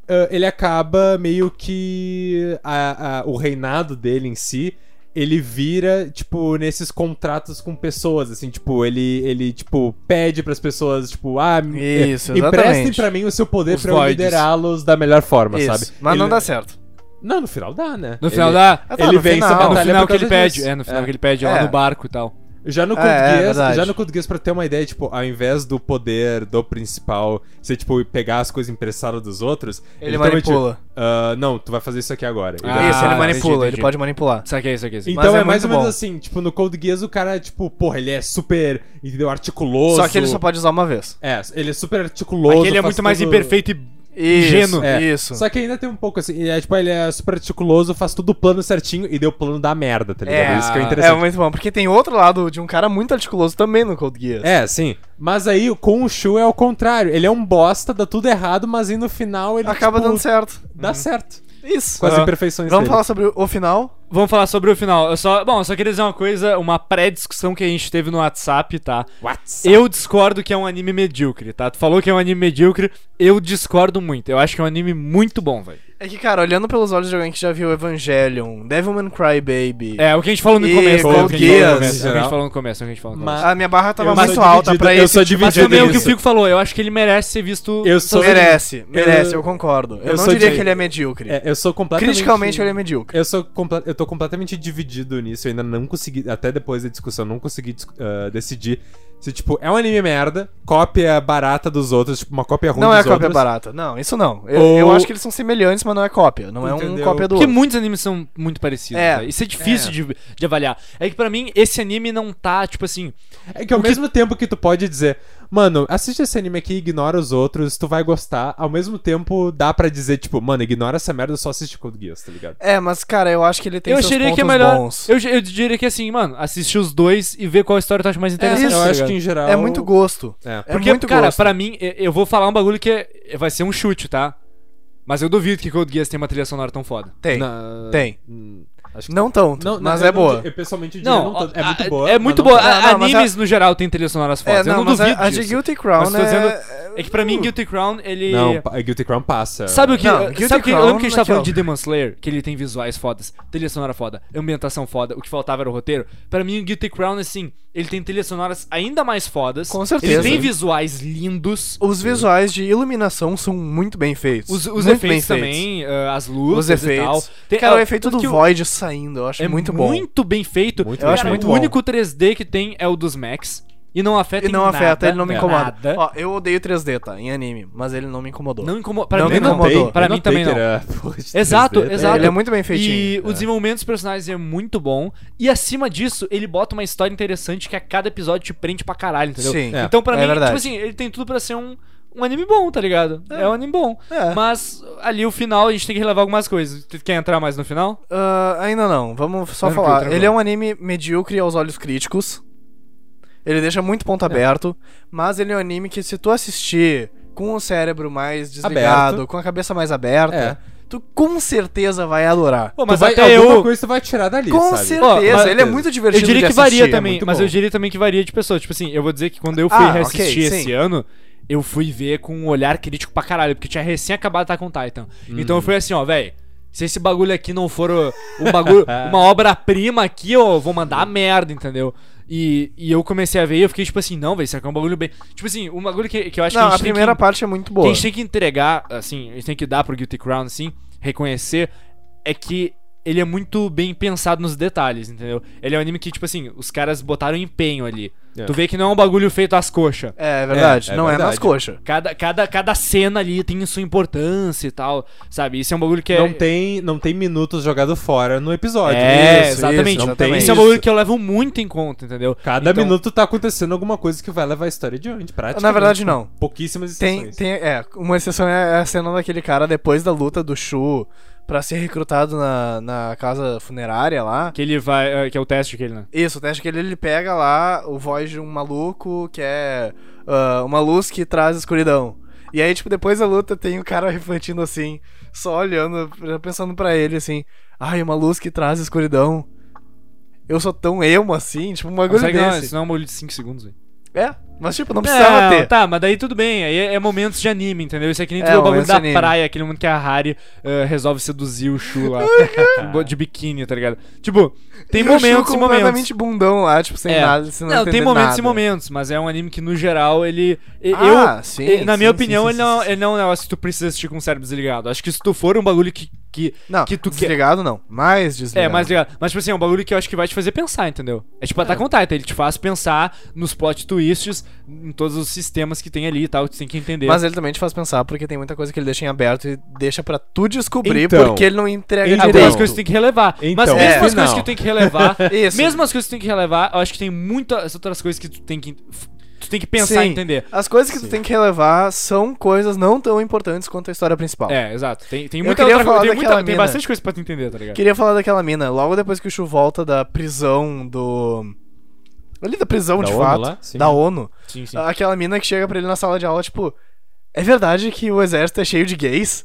[SPEAKER 3] Ah, ele acaba meio que a- a- o reinado dele em si, ele vira, tipo, nesses contratos com pessoas, assim, tipo, ele, ele tipo, pede pras pessoas, tipo, ah, me-
[SPEAKER 2] Isso,
[SPEAKER 3] emprestem
[SPEAKER 2] exatamente.
[SPEAKER 3] pra mim o seu poder
[SPEAKER 1] Os
[SPEAKER 3] pra eu
[SPEAKER 1] voids.
[SPEAKER 3] liderá-los da melhor forma,
[SPEAKER 2] Isso.
[SPEAKER 3] sabe?
[SPEAKER 2] Mas não
[SPEAKER 3] Ele- é
[SPEAKER 2] dá certo.
[SPEAKER 3] Não, no final dá, né?
[SPEAKER 1] No final
[SPEAKER 3] Ele-
[SPEAKER 1] da.
[SPEAKER 2] Ah, tá,
[SPEAKER 3] Ele
[SPEAKER 2] no
[SPEAKER 3] vence a
[SPEAKER 2] final.
[SPEAKER 1] É no
[SPEAKER 3] batalha
[SPEAKER 1] final
[SPEAKER 3] por
[SPEAKER 1] que ele
[SPEAKER 3] causa
[SPEAKER 1] pede.
[SPEAKER 3] disso.
[SPEAKER 1] É, no final
[SPEAKER 3] É.
[SPEAKER 1] que ele pede
[SPEAKER 2] É.
[SPEAKER 1] lá no barco e tal.
[SPEAKER 3] Já no
[SPEAKER 2] É,
[SPEAKER 3] Code
[SPEAKER 2] é
[SPEAKER 3] Geass-
[SPEAKER 2] verdade.
[SPEAKER 3] já no Code Geass, pra ter uma ideia, tipo, ao invés do poder do principal ser, tipo, pegar as coisas emprestadas dos outros...
[SPEAKER 2] Ele
[SPEAKER 3] também,
[SPEAKER 2] manipula.
[SPEAKER 3] tipo, "Ah, não, tu vai fazer isso aqui agora. E
[SPEAKER 1] Ah,
[SPEAKER 3] daí-
[SPEAKER 2] Isso, ele
[SPEAKER 1] entendi,
[SPEAKER 2] manipula,
[SPEAKER 1] entendi.
[SPEAKER 2] ele pode manipular.
[SPEAKER 1] Isso aqui, isso aqui. isso aqui.
[SPEAKER 2] Mas
[SPEAKER 3] Então
[SPEAKER 2] é
[SPEAKER 3] é, mais ou
[SPEAKER 2] muito
[SPEAKER 3] menos
[SPEAKER 2] bom.
[SPEAKER 3] assim, tipo, no Code Geass o cara, tipo, porra, ele é super, entendeu, articuloso.
[SPEAKER 2] Só que ele só pode usar uma vez.
[SPEAKER 3] É, ele é super articuloso.
[SPEAKER 1] Aqui ele é
[SPEAKER 3] faz
[SPEAKER 1] muito mais
[SPEAKER 3] tudo-
[SPEAKER 1] imperfeito e ingênuo.
[SPEAKER 3] É.
[SPEAKER 2] Isso.
[SPEAKER 3] Só que ainda tem um pouco assim, ele é, tipo, ele é super articuloso, faz tudo o plano certinho e deu o plano da merda, tá ligado?
[SPEAKER 2] É,
[SPEAKER 3] isso que é
[SPEAKER 2] É
[SPEAKER 3] interessante.
[SPEAKER 2] muito bom, porque tem outro lado de um cara muito articuloso também no Cold Geass.
[SPEAKER 3] É, sim. Mas aí com o Shu é o contrário. Ele é um bosta, dá tudo errado, mas aí no final ele
[SPEAKER 2] Acaba
[SPEAKER 3] tipo,
[SPEAKER 2] dando certo.
[SPEAKER 3] dá certo.
[SPEAKER 2] Isso.
[SPEAKER 3] Com as
[SPEAKER 2] Ah.
[SPEAKER 3] imperfeições
[SPEAKER 2] Vamos
[SPEAKER 3] dele.
[SPEAKER 2] falar sobre o final?
[SPEAKER 1] Vamos falar sobre o final. Eu só, bom, eu só queria dizer uma coisa, uma pré-discussão que a gente teve no WhatsApp, tá?
[SPEAKER 3] What's
[SPEAKER 1] Eu discordo que é um anime medíocre, tá? Tu falou que é um anime medíocre, eu discordo muito. Eu acho que é um anime muito bom, velho.
[SPEAKER 2] É que, cara, olhando pelos olhos de alguém que já viu Evangelion, Devilman Crybaby.
[SPEAKER 1] É, o que a gente falou no
[SPEAKER 2] E
[SPEAKER 1] começo, né? O que a gente falou no começo, é
[SPEAKER 2] Golgueiras,
[SPEAKER 1] o que a
[SPEAKER 3] geral.
[SPEAKER 1] gente falou no começo, é o que a gente falou no começo.
[SPEAKER 3] Mas-
[SPEAKER 2] A minha barra tava
[SPEAKER 3] Eu
[SPEAKER 2] muito
[SPEAKER 3] sou
[SPEAKER 2] alta
[SPEAKER 3] dividido-
[SPEAKER 2] pra
[SPEAKER 3] eu
[SPEAKER 2] esse
[SPEAKER 3] sou
[SPEAKER 2] tipo
[SPEAKER 1] Mas
[SPEAKER 3] dividido
[SPEAKER 2] de
[SPEAKER 1] também é o
[SPEAKER 2] anime.
[SPEAKER 1] que o
[SPEAKER 3] nisso.
[SPEAKER 1] Fico falou, eu acho que ele merece ser visto.
[SPEAKER 3] Eu sou.
[SPEAKER 2] Merece, merece,
[SPEAKER 3] eu-
[SPEAKER 2] eu, concordo. Eu,
[SPEAKER 3] eu
[SPEAKER 2] não
[SPEAKER 3] sou
[SPEAKER 2] diria
[SPEAKER 3] de-
[SPEAKER 2] que ele é medíocre.
[SPEAKER 3] É, eu sou completamente.
[SPEAKER 2] Criticalmente ele é medíocre.
[SPEAKER 3] Eu sou compla- eu tô completamente dividido nisso, eu ainda não consegui, até depois da discussão, não consegui dis- ah, decidir se, tipo, é um anime merda, cópia barata dos outros, tipo, uma cópia ruim
[SPEAKER 2] Não
[SPEAKER 3] dos
[SPEAKER 2] é a cópia
[SPEAKER 3] outros.
[SPEAKER 2] barata. Não, isso não. Eu,
[SPEAKER 3] Ou-
[SPEAKER 2] eu acho que eles são semelhantes, mas não é cópia. Não é um
[SPEAKER 3] Entendeu?
[SPEAKER 2] cópia do
[SPEAKER 1] Porque
[SPEAKER 2] outro.
[SPEAKER 1] muitos animes são muito parecidos,
[SPEAKER 2] É,
[SPEAKER 1] né? Isso é difícil De, de avaliar. É que pra mim, esse anime não tá, tipo assim.
[SPEAKER 3] É que ao mesmo tempo que tu pode dizer, mano, assiste esse anime aqui, ignora os outros, tu vai gostar, ao mesmo tempo dá pra dizer, tipo, mano, ignora essa merda, só assiste Code Geass, tá ligado?
[SPEAKER 2] É, mas, cara, eu acho que ele tem
[SPEAKER 1] eu
[SPEAKER 2] seus
[SPEAKER 1] diria
[SPEAKER 2] pontos
[SPEAKER 1] que é melhor.
[SPEAKER 2] bons.
[SPEAKER 1] Eu, eu diria que assim, mano, assistir os dois e ver qual história tu acha mais interessante.
[SPEAKER 2] É. isso,
[SPEAKER 1] tá
[SPEAKER 3] eu acho
[SPEAKER 1] ligado?
[SPEAKER 3] que em geral...
[SPEAKER 2] É muito gosto.
[SPEAKER 3] É.
[SPEAKER 2] É
[SPEAKER 1] Porque,
[SPEAKER 2] muito
[SPEAKER 1] cara,
[SPEAKER 2] gosto.
[SPEAKER 1] pra mim, eu- eu vou falar um bagulho que é- vai ser um chute, tá? Mas eu duvido que Code Geass tenha uma trilha sonora tão foda.
[SPEAKER 2] Tem,
[SPEAKER 3] Na-
[SPEAKER 2] tem.
[SPEAKER 3] Hum, Acho que...
[SPEAKER 2] Não tanto,
[SPEAKER 3] Não, não,
[SPEAKER 2] mas
[SPEAKER 3] eu
[SPEAKER 2] é
[SPEAKER 3] não
[SPEAKER 2] boa.
[SPEAKER 3] di- eu pessoalmente diria
[SPEAKER 1] Não,
[SPEAKER 3] não, tanto. é
[SPEAKER 1] a-
[SPEAKER 3] muito boa.
[SPEAKER 1] É
[SPEAKER 3] mas
[SPEAKER 1] muito
[SPEAKER 3] não
[SPEAKER 1] boa.
[SPEAKER 3] tanto.
[SPEAKER 1] A-
[SPEAKER 2] Ah, não, mas
[SPEAKER 1] Animes, no geral, têm trilhas sonoras
[SPEAKER 2] É,
[SPEAKER 1] fodas.
[SPEAKER 2] não,
[SPEAKER 1] eu não
[SPEAKER 2] mas
[SPEAKER 1] duvido
[SPEAKER 2] a, a de
[SPEAKER 1] disso.
[SPEAKER 2] Guilty
[SPEAKER 1] Mas
[SPEAKER 2] Crown
[SPEAKER 1] tô dizendo-
[SPEAKER 2] é...
[SPEAKER 1] É que pra mim, Guilty Crown, ele...
[SPEAKER 3] Não, pa- Guilty Crown passa.
[SPEAKER 1] Sabe o que...
[SPEAKER 2] Não,
[SPEAKER 1] Guilty
[SPEAKER 2] Guilty
[SPEAKER 1] sabe o que,
[SPEAKER 2] Crown
[SPEAKER 1] lembra que a gente tava
[SPEAKER 2] não é
[SPEAKER 1] falando
[SPEAKER 2] que é
[SPEAKER 1] de Demon Slayer? Que ele tem visuais fodas, trilha sonora foda, ambientação foda, o que faltava era o roteiro. Pra mim, o Guilty Crown, assim, ele tem trilhas sonoras ainda mais fodas.
[SPEAKER 2] Com certeza.
[SPEAKER 1] Ele tem visuais lindos.
[SPEAKER 2] Os visuais de iluminação são muito bem feitos.
[SPEAKER 1] Os, os
[SPEAKER 2] muito bem
[SPEAKER 1] efeitos
[SPEAKER 2] feitos.
[SPEAKER 1] também, ah, as luzes
[SPEAKER 2] Os
[SPEAKER 1] e tal.
[SPEAKER 2] efeitos.
[SPEAKER 1] Tem-
[SPEAKER 2] Cara,
[SPEAKER 1] ah,
[SPEAKER 2] o efeito
[SPEAKER 1] tanto
[SPEAKER 2] do
[SPEAKER 1] que o-
[SPEAKER 2] Void saindo, eu acho
[SPEAKER 1] É
[SPEAKER 2] muito bom.
[SPEAKER 1] Muito bem feito.
[SPEAKER 3] Muito
[SPEAKER 1] eu
[SPEAKER 3] bem
[SPEAKER 1] acho
[SPEAKER 3] feito.
[SPEAKER 1] muito
[SPEAKER 2] bom.
[SPEAKER 1] O único 3D que tem é o dos Max. E não afeta
[SPEAKER 2] E não
[SPEAKER 1] em
[SPEAKER 2] afeta,
[SPEAKER 1] nada,
[SPEAKER 2] ele não me
[SPEAKER 1] é,
[SPEAKER 2] incomoda.
[SPEAKER 1] nada.
[SPEAKER 2] Ó, eu odeio 3D, tá? Em anime, mas ele não me incomodou.
[SPEAKER 1] Não incomoda. Pra
[SPEAKER 2] Não
[SPEAKER 1] mim
[SPEAKER 2] me
[SPEAKER 1] não.
[SPEAKER 2] incomodou.
[SPEAKER 1] Pra mim também não.
[SPEAKER 3] é,
[SPEAKER 1] Exato, exato.
[SPEAKER 2] Ele é muito bem feitinho.
[SPEAKER 1] E o desenvolvimento dos personagens é muito bom. E acima disso, ele bota uma história interessante que a cada episódio te prende pra caralho, entendeu?
[SPEAKER 2] Sim.
[SPEAKER 3] É.
[SPEAKER 1] Então, pra
[SPEAKER 2] É
[SPEAKER 1] mim,
[SPEAKER 2] verdade.
[SPEAKER 1] tipo assim, ele tem tudo pra ser um, um anime bom, tá ligado? É, um anime bom.
[SPEAKER 2] É.
[SPEAKER 1] Mas ali o final a gente tem que relevar algumas coisas. Tu quer entrar mais no final?
[SPEAKER 2] Ah, ainda não, vamos só
[SPEAKER 1] Tranquilo,
[SPEAKER 2] falar.
[SPEAKER 1] tranquilo.
[SPEAKER 2] Ele é um anime medíocre aos olhos críticos. Ele deixa muito
[SPEAKER 1] É.
[SPEAKER 2] ponto aberto, mas ele é um anime que se tu assistir com o cérebro mais desligado,
[SPEAKER 3] Aberto.
[SPEAKER 2] com a cabeça mais aberta,
[SPEAKER 3] É.
[SPEAKER 2] tu com certeza vai adorar.
[SPEAKER 1] Pô, mas
[SPEAKER 3] Mas vai,
[SPEAKER 1] até
[SPEAKER 3] alguma
[SPEAKER 1] eu.
[SPEAKER 3] coisa tu vai tirar dali,
[SPEAKER 2] com
[SPEAKER 3] sabe?
[SPEAKER 1] Ó, mas-
[SPEAKER 2] certeza, ele é muito
[SPEAKER 1] Eu
[SPEAKER 2] divertido.
[SPEAKER 1] diria
[SPEAKER 2] de
[SPEAKER 1] que varia
[SPEAKER 2] assistir, é
[SPEAKER 1] também,
[SPEAKER 2] muito
[SPEAKER 1] mas
[SPEAKER 2] bom.
[SPEAKER 1] eu diria também que varia de pessoa. Tipo assim, eu vou dizer que quando eu fui
[SPEAKER 2] Ah,
[SPEAKER 1] reassistir
[SPEAKER 2] ok,
[SPEAKER 1] esse
[SPEAKER 2] sim.
[SPEAKER 1] ano, eu fui ver com um olhar crítico pra caralho, porque tinha recém acabado de estar com Titan. Então eu
[SPEAKER 2] Uhum.
[SPEAKER 1] fui assim, ó, velho. Se esse bagulho aqui não for o- um bagulho, uma obra-prima aqui, eu vou mandar a merda, entendeu? E, e eu comecei a ver e eu fiquei tipo assim, não, velho, isso aqui é um bagulho bem. Tipo assim, um bagulho que, que eu acho
[SPEAKER 2] Não,
[SPEAKER 1] que a
[SPEAKER 2] a
[SPEAKER 1] gente tem que-
[SPEAKER 2] primeira parte é muito
[SPEAKER 1] que
[SPEAKER 2] boa.
[SPEAKER 1] a gente tem que entregar, assim, a gente tem que dar pro Guilty Crown, assim, reconhecer, é que ele é muito bem pensado nos detalhes, entendeu? Ele é um anime que, tipo assim, os caras botaram empenho ali.
[SPEAKER 3] É.
[SPEAKER 1] Tu vê que não é um bagulho feito às coxas.
[SPEAKER 2] É, é verdade,
[SPEAKER 3] É, é
[SPEAKER 2] não é nas
[SPEAKER 3] verdade.
[SPEAKER 2] coxas.
[SPEAKER 1] Cada, cada, cada cena ali tem sua importância e tal, sabe? Isso é um bagulho que é.
[SPEAKER 3] Não tem, não tem minutos jogado fora no episódio.
[SPEAKER 1] É, exatamente.
[SPEAKER 2] Isso, isso,
[SPEAKER 1] não tem.
[SPEAKER 2] exatamente.
[SPEAKER 1] Isso é um bagulho que eu levo muito em conta, entendeu?
[SPEAKER 3] Cada
[SPEAKER 1] Então-
[SPEAKER 3] minuto tá acontecendo alguma coisa que vai levar a história adiante, praticamente.
[SPEAKER 2] Na verdade, não.
[SPEAKER 3] Pouquíssimas
[SPEAKER 2] Tem,
[SPEAKER 3] exceções.
[SPEAKER 2] tem, é, uma exceção é a cena daquele cara depois da luta do Shu pra ser recrutado na, na casa funerária lá.
[SPEAKER 1] Que ele vai. eh, Que é o teste que ele, né?
[SPEAKER 2] Isso, o teste que ele, ele pega lá o voz de um maluco que é ah, uma luz que traz escuridão. E aí, tipo, depois da luta tem o cara refletindo assim, só olhando, pensando pra ele assim: ai, uma luz que traz escuridão. Eu sou tão emo assim, tipo, um bagulho
[SPEAKER 1] Consegue, não,
[SPEAKER 2] desse.
[SPEAKER 1] isso não é um bagulho de 5 segundos, velho.
[SPEAKER 2] É, mas tipo, não precisava
[SPEAKER 1] Não,
[SPEAKER 2] ter.
[SPEAKER 1] Tá, mas daí tudo bem. Aí é, é momentos de anime, entendeu? Isso é que nem tu
[SPEAKER 2] É,
[SPEAKER 1] vê o bagulho
[SPEAKER 2] momentos
[SPEAKER 1] da
[SPEAKER 2] de anime.
[SPEAKER 1] praia, aquele momento que a Hari eh, resolve seduzir o Shu lá. de biquíni, tá ligado? Tipo, tem
[SPEAKER 2] E o Shu
[SPEAKER 1] momentos e momentos.
[SPEAKER 2] completamente bundão lá, tipo, sem
[SPEAKER 1] É.
[SPEAKER 2] nada, sem
[SPEAKER 1] Não, tem
[SPEAKER 2] entender
[SPEAKER 1] momentos
[SPEAKER 2] nada.
[SPEAKER 1] e momentos, mas é um anime que no geral ele. e-
[SPEAKER 2] Ah,
[SPEAKER 1] eu,
[SPEAKER 2] sim,
[SPEAKER 1] e- na
[SPEAKER 2] sim,
[SPEAKER 1] minha
[SPEAKER 2] sim,
[SPEAKER 1] opinião,
[SPEAKER 2] sim,
[SPEAKER 1] ele, não,
[SPEAKER 2] sim,
[SPEAKER 1] ele não é um negócio que tu precisa assistir com o cérebro desligado. Acho que se tu for um bagulho que. que
[SPEAKER 2] Não,
[SPEAKER 1] que tu quer-
[SPEAKER 2] desligado não, mais desligado.
[SPEAKER 1] é, mais ligado. Mas, tipo assim, é um bagulho que eu acho que vai te fazer pensar, entendeu? É tipo Attack on Titan, ele te faz pensar nos plot twists, em todos os sistemas que tem ali e tal, que tu tem que entender.
[SPEAKER 2] Mas ele também te faz pensar, porque tem muita coisa que ele deixa em aberto e deixa pra tu descobrir,
[SPEAKER 3] Então.
[SPEAKER 2] porque ele não entrega
[SPEAKER 3] Então.
[SPEAKER 2] direito.
[SPEAKER 1] Algumas coisas que Ah, tem que relevar. Mas
[SPEAKER 3] Então,
[SPEAKER 1] mesmo
[SPEAKER 2] é.
[SPEAKER 1] as coisas
[SPEAKER 3] Final.
[SPEAKER 1] que tem que relevar,
[SPEAKER 2] Isso.
[SPEAKER 1] mesmo as coisas que tem que relevar, eu acho que tem muitas outras coisas que tu tem que tu tem que pensar e
[SPEAKER 2] Sim.
[SPEAKER 1] entender.
[SPEAKER 2] As coisas que tu tem que relevar são coisas não tão importantes quanto a história principal.
[SPEAKER 1] É, exato. Tem, tem
[SPEAKER 2] Eu
[SPEAKER 1] muita
[SPEAKER 2] queria
[SPEAKER 1] outra coisa,
[SPEAKER 2] falar
[SPEAKER 1] tem, muita,
[SPEAKER 2] daquela
[SPEAKER 1] tem
[SPEAKER 2] mina.
[SPEAKER 1] bastante coisa pra tu entender, tá ligado?
[SPEAKER 2] Queria falar daquela mina, logo depois que o Shu volta da prisão do. Ali da prisão,
[SPEAKER 3] Da
[SPEAKER 2] de
[SPEAKER 3] ONU
[SPEAKER 2] fato.
[SPEAKER 3] lá? Sim.
[SPEAKER 2] Da ONU.
[SPEAKER 1] Sim, sim.
[SPEAKER 2] Aquela mina que chega pra ele na sala de aula, tipo. É verdade que o exército é cheio de gays?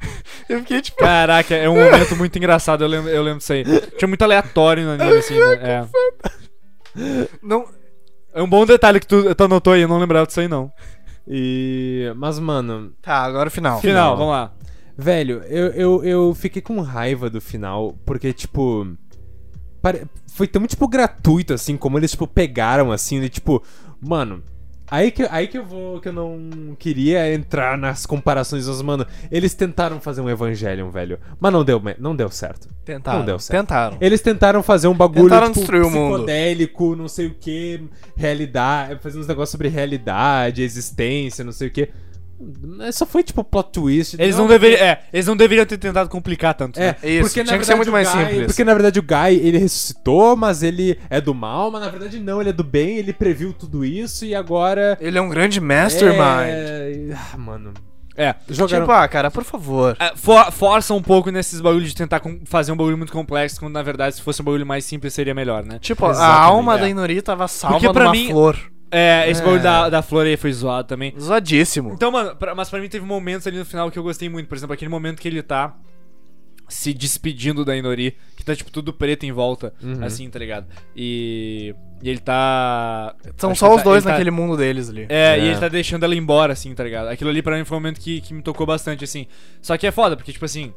[SPEAKER 2] Eu fiquei tipo.
[SPEAKER 1] Caraca, é um momento muito engraçado, eu lembro, eu lembro disso aí. Tinha muito aleatório no anime, assim, né?
[SPEAKER 2] Não,
[SPEAKER 1] É. É um bom detalhe que tu, tu anotou aí, eu não lembrava disso aí, não. E.
[SPEAKER 3] Mas, mano,
[SPEAKER 2] tá, agora o final.
[SPEAKER 1] Final, vamos lá.
[SPEAKER 3] velho, eu, eu, eu fiquei com raiva do final, porque, tipo. pare- Foi tão, tipo, gratuito, assim, como eles, tipo, pegaram, assim, de, tipo. Mano. Aí que, aí que eu vou. Que eu não queria entrar nas comparações, mas, mano. Eles tentaram fazer um Evangelion, velho. Mas não deu, me- não deu certo.
[SPEAKER 2] Tentaram.
[SPEAKER 3] Não deu certo.
[SPEAKER 2] Tentaram.
[SPEAKER 3] Eles tentaram fazer um bagulho
[SPEAKER 2] Tentaram
[SPEAKER 3] tipo,
[SPEAKER 2] destruir o mundo.
[SPEAKER 3] psicodélico, não sei o que, realidade, fazer uns negócios sobre realidade, existência, não sei o que. Só foi tipo plot twist.
[SPEAKER 1] Eles não, deveriam. É, eles não deveriam ter tentado complicar tanto.
[SPEAKER 3] É,
[SPEAKER 1] né?
[SPEAKER 2] Isso,
[SPEAKER 3] porque,
[SPEAKER 2] tinha
[SPEAKER 3] na
[SPEAKER 2] que
[SPEAKER 3] verdade,
[SPEAKER 2] ser muito
[SPEAKER 3] o
[SPEAKER 2] mais
[SPEAKER 3] Guy-
[SPEAKER 2] simples.
[SPEAKER 3] Porque na verdade o Guy, ele ressuscitou, mas ele é do mal, mas na verdade não, ele é do bem, ele previu tudo isso e agora.
[SPEAKER 2] Ele é um grande mastermind.
[SPEAKER 3] É... Ah, mano.
[SPEAKER 1] É.
[SPEAKER 3] Jogaram.
[SPEAKER 2] Tipo, ah, cara, por favor.
[SPEAKER 1] É, for- força um pouco nesses bagulhos de tentar com- fazer um bagulho muito complexo, quando na verdade se fosse um bagulho mais simples seria melhor, né?
[SPEAKER 2] Tipo, a
[SPEAKER 1] Exatamente,
[SPEAKER 2] alma
[SPEAKER 1] é.
[SPEAKER 2] da Inori tava salva
[SPEAKER 1] Porque pra
[SPEAKER 2] numa
[SPEAKER 1] mim-
[SPEAKER 2] flor.
[SPEAKER 1] É, esse
[SPEAKER 2] É.
[SPEAKER 1] bagulho da, da flor aí foi zoado também.
[SPEAKER 2] Zoadíssimo.
[SPEAKER 1] Então, mano, pra- mas pra mim teve momentos ali no final que eu gostei muito. Por exemplo, aquele momento que ele tá se despedindo da Inori, que tá, tipo, tudo preto em volta,
[SPEAKER 2] Uhum.
[SPEAKER 1] assim, tá ligado? E, e ele tá...
[SPEAKER 2] Então, São
[SPEAKER 1] acho
[SPEAKER 2] só
[SPEAKER 1] que
[SPEAKER 2] os
[SPEAKER 1] tá-
[SPEAKER 2] dois
[SPEAKER 1] ele tá-
[SPEAKER 2] naquele mundo deles ali.
[SPEAKER 1] É,
[SPEAKER 3] É.
[SPEAKER 1] e ele tá deixando ela embora, assim, tá ligado? Aquilo ali pra mim foi um momento que, que me tocou bastante, assim. Só que é foda, porque, tipo assim,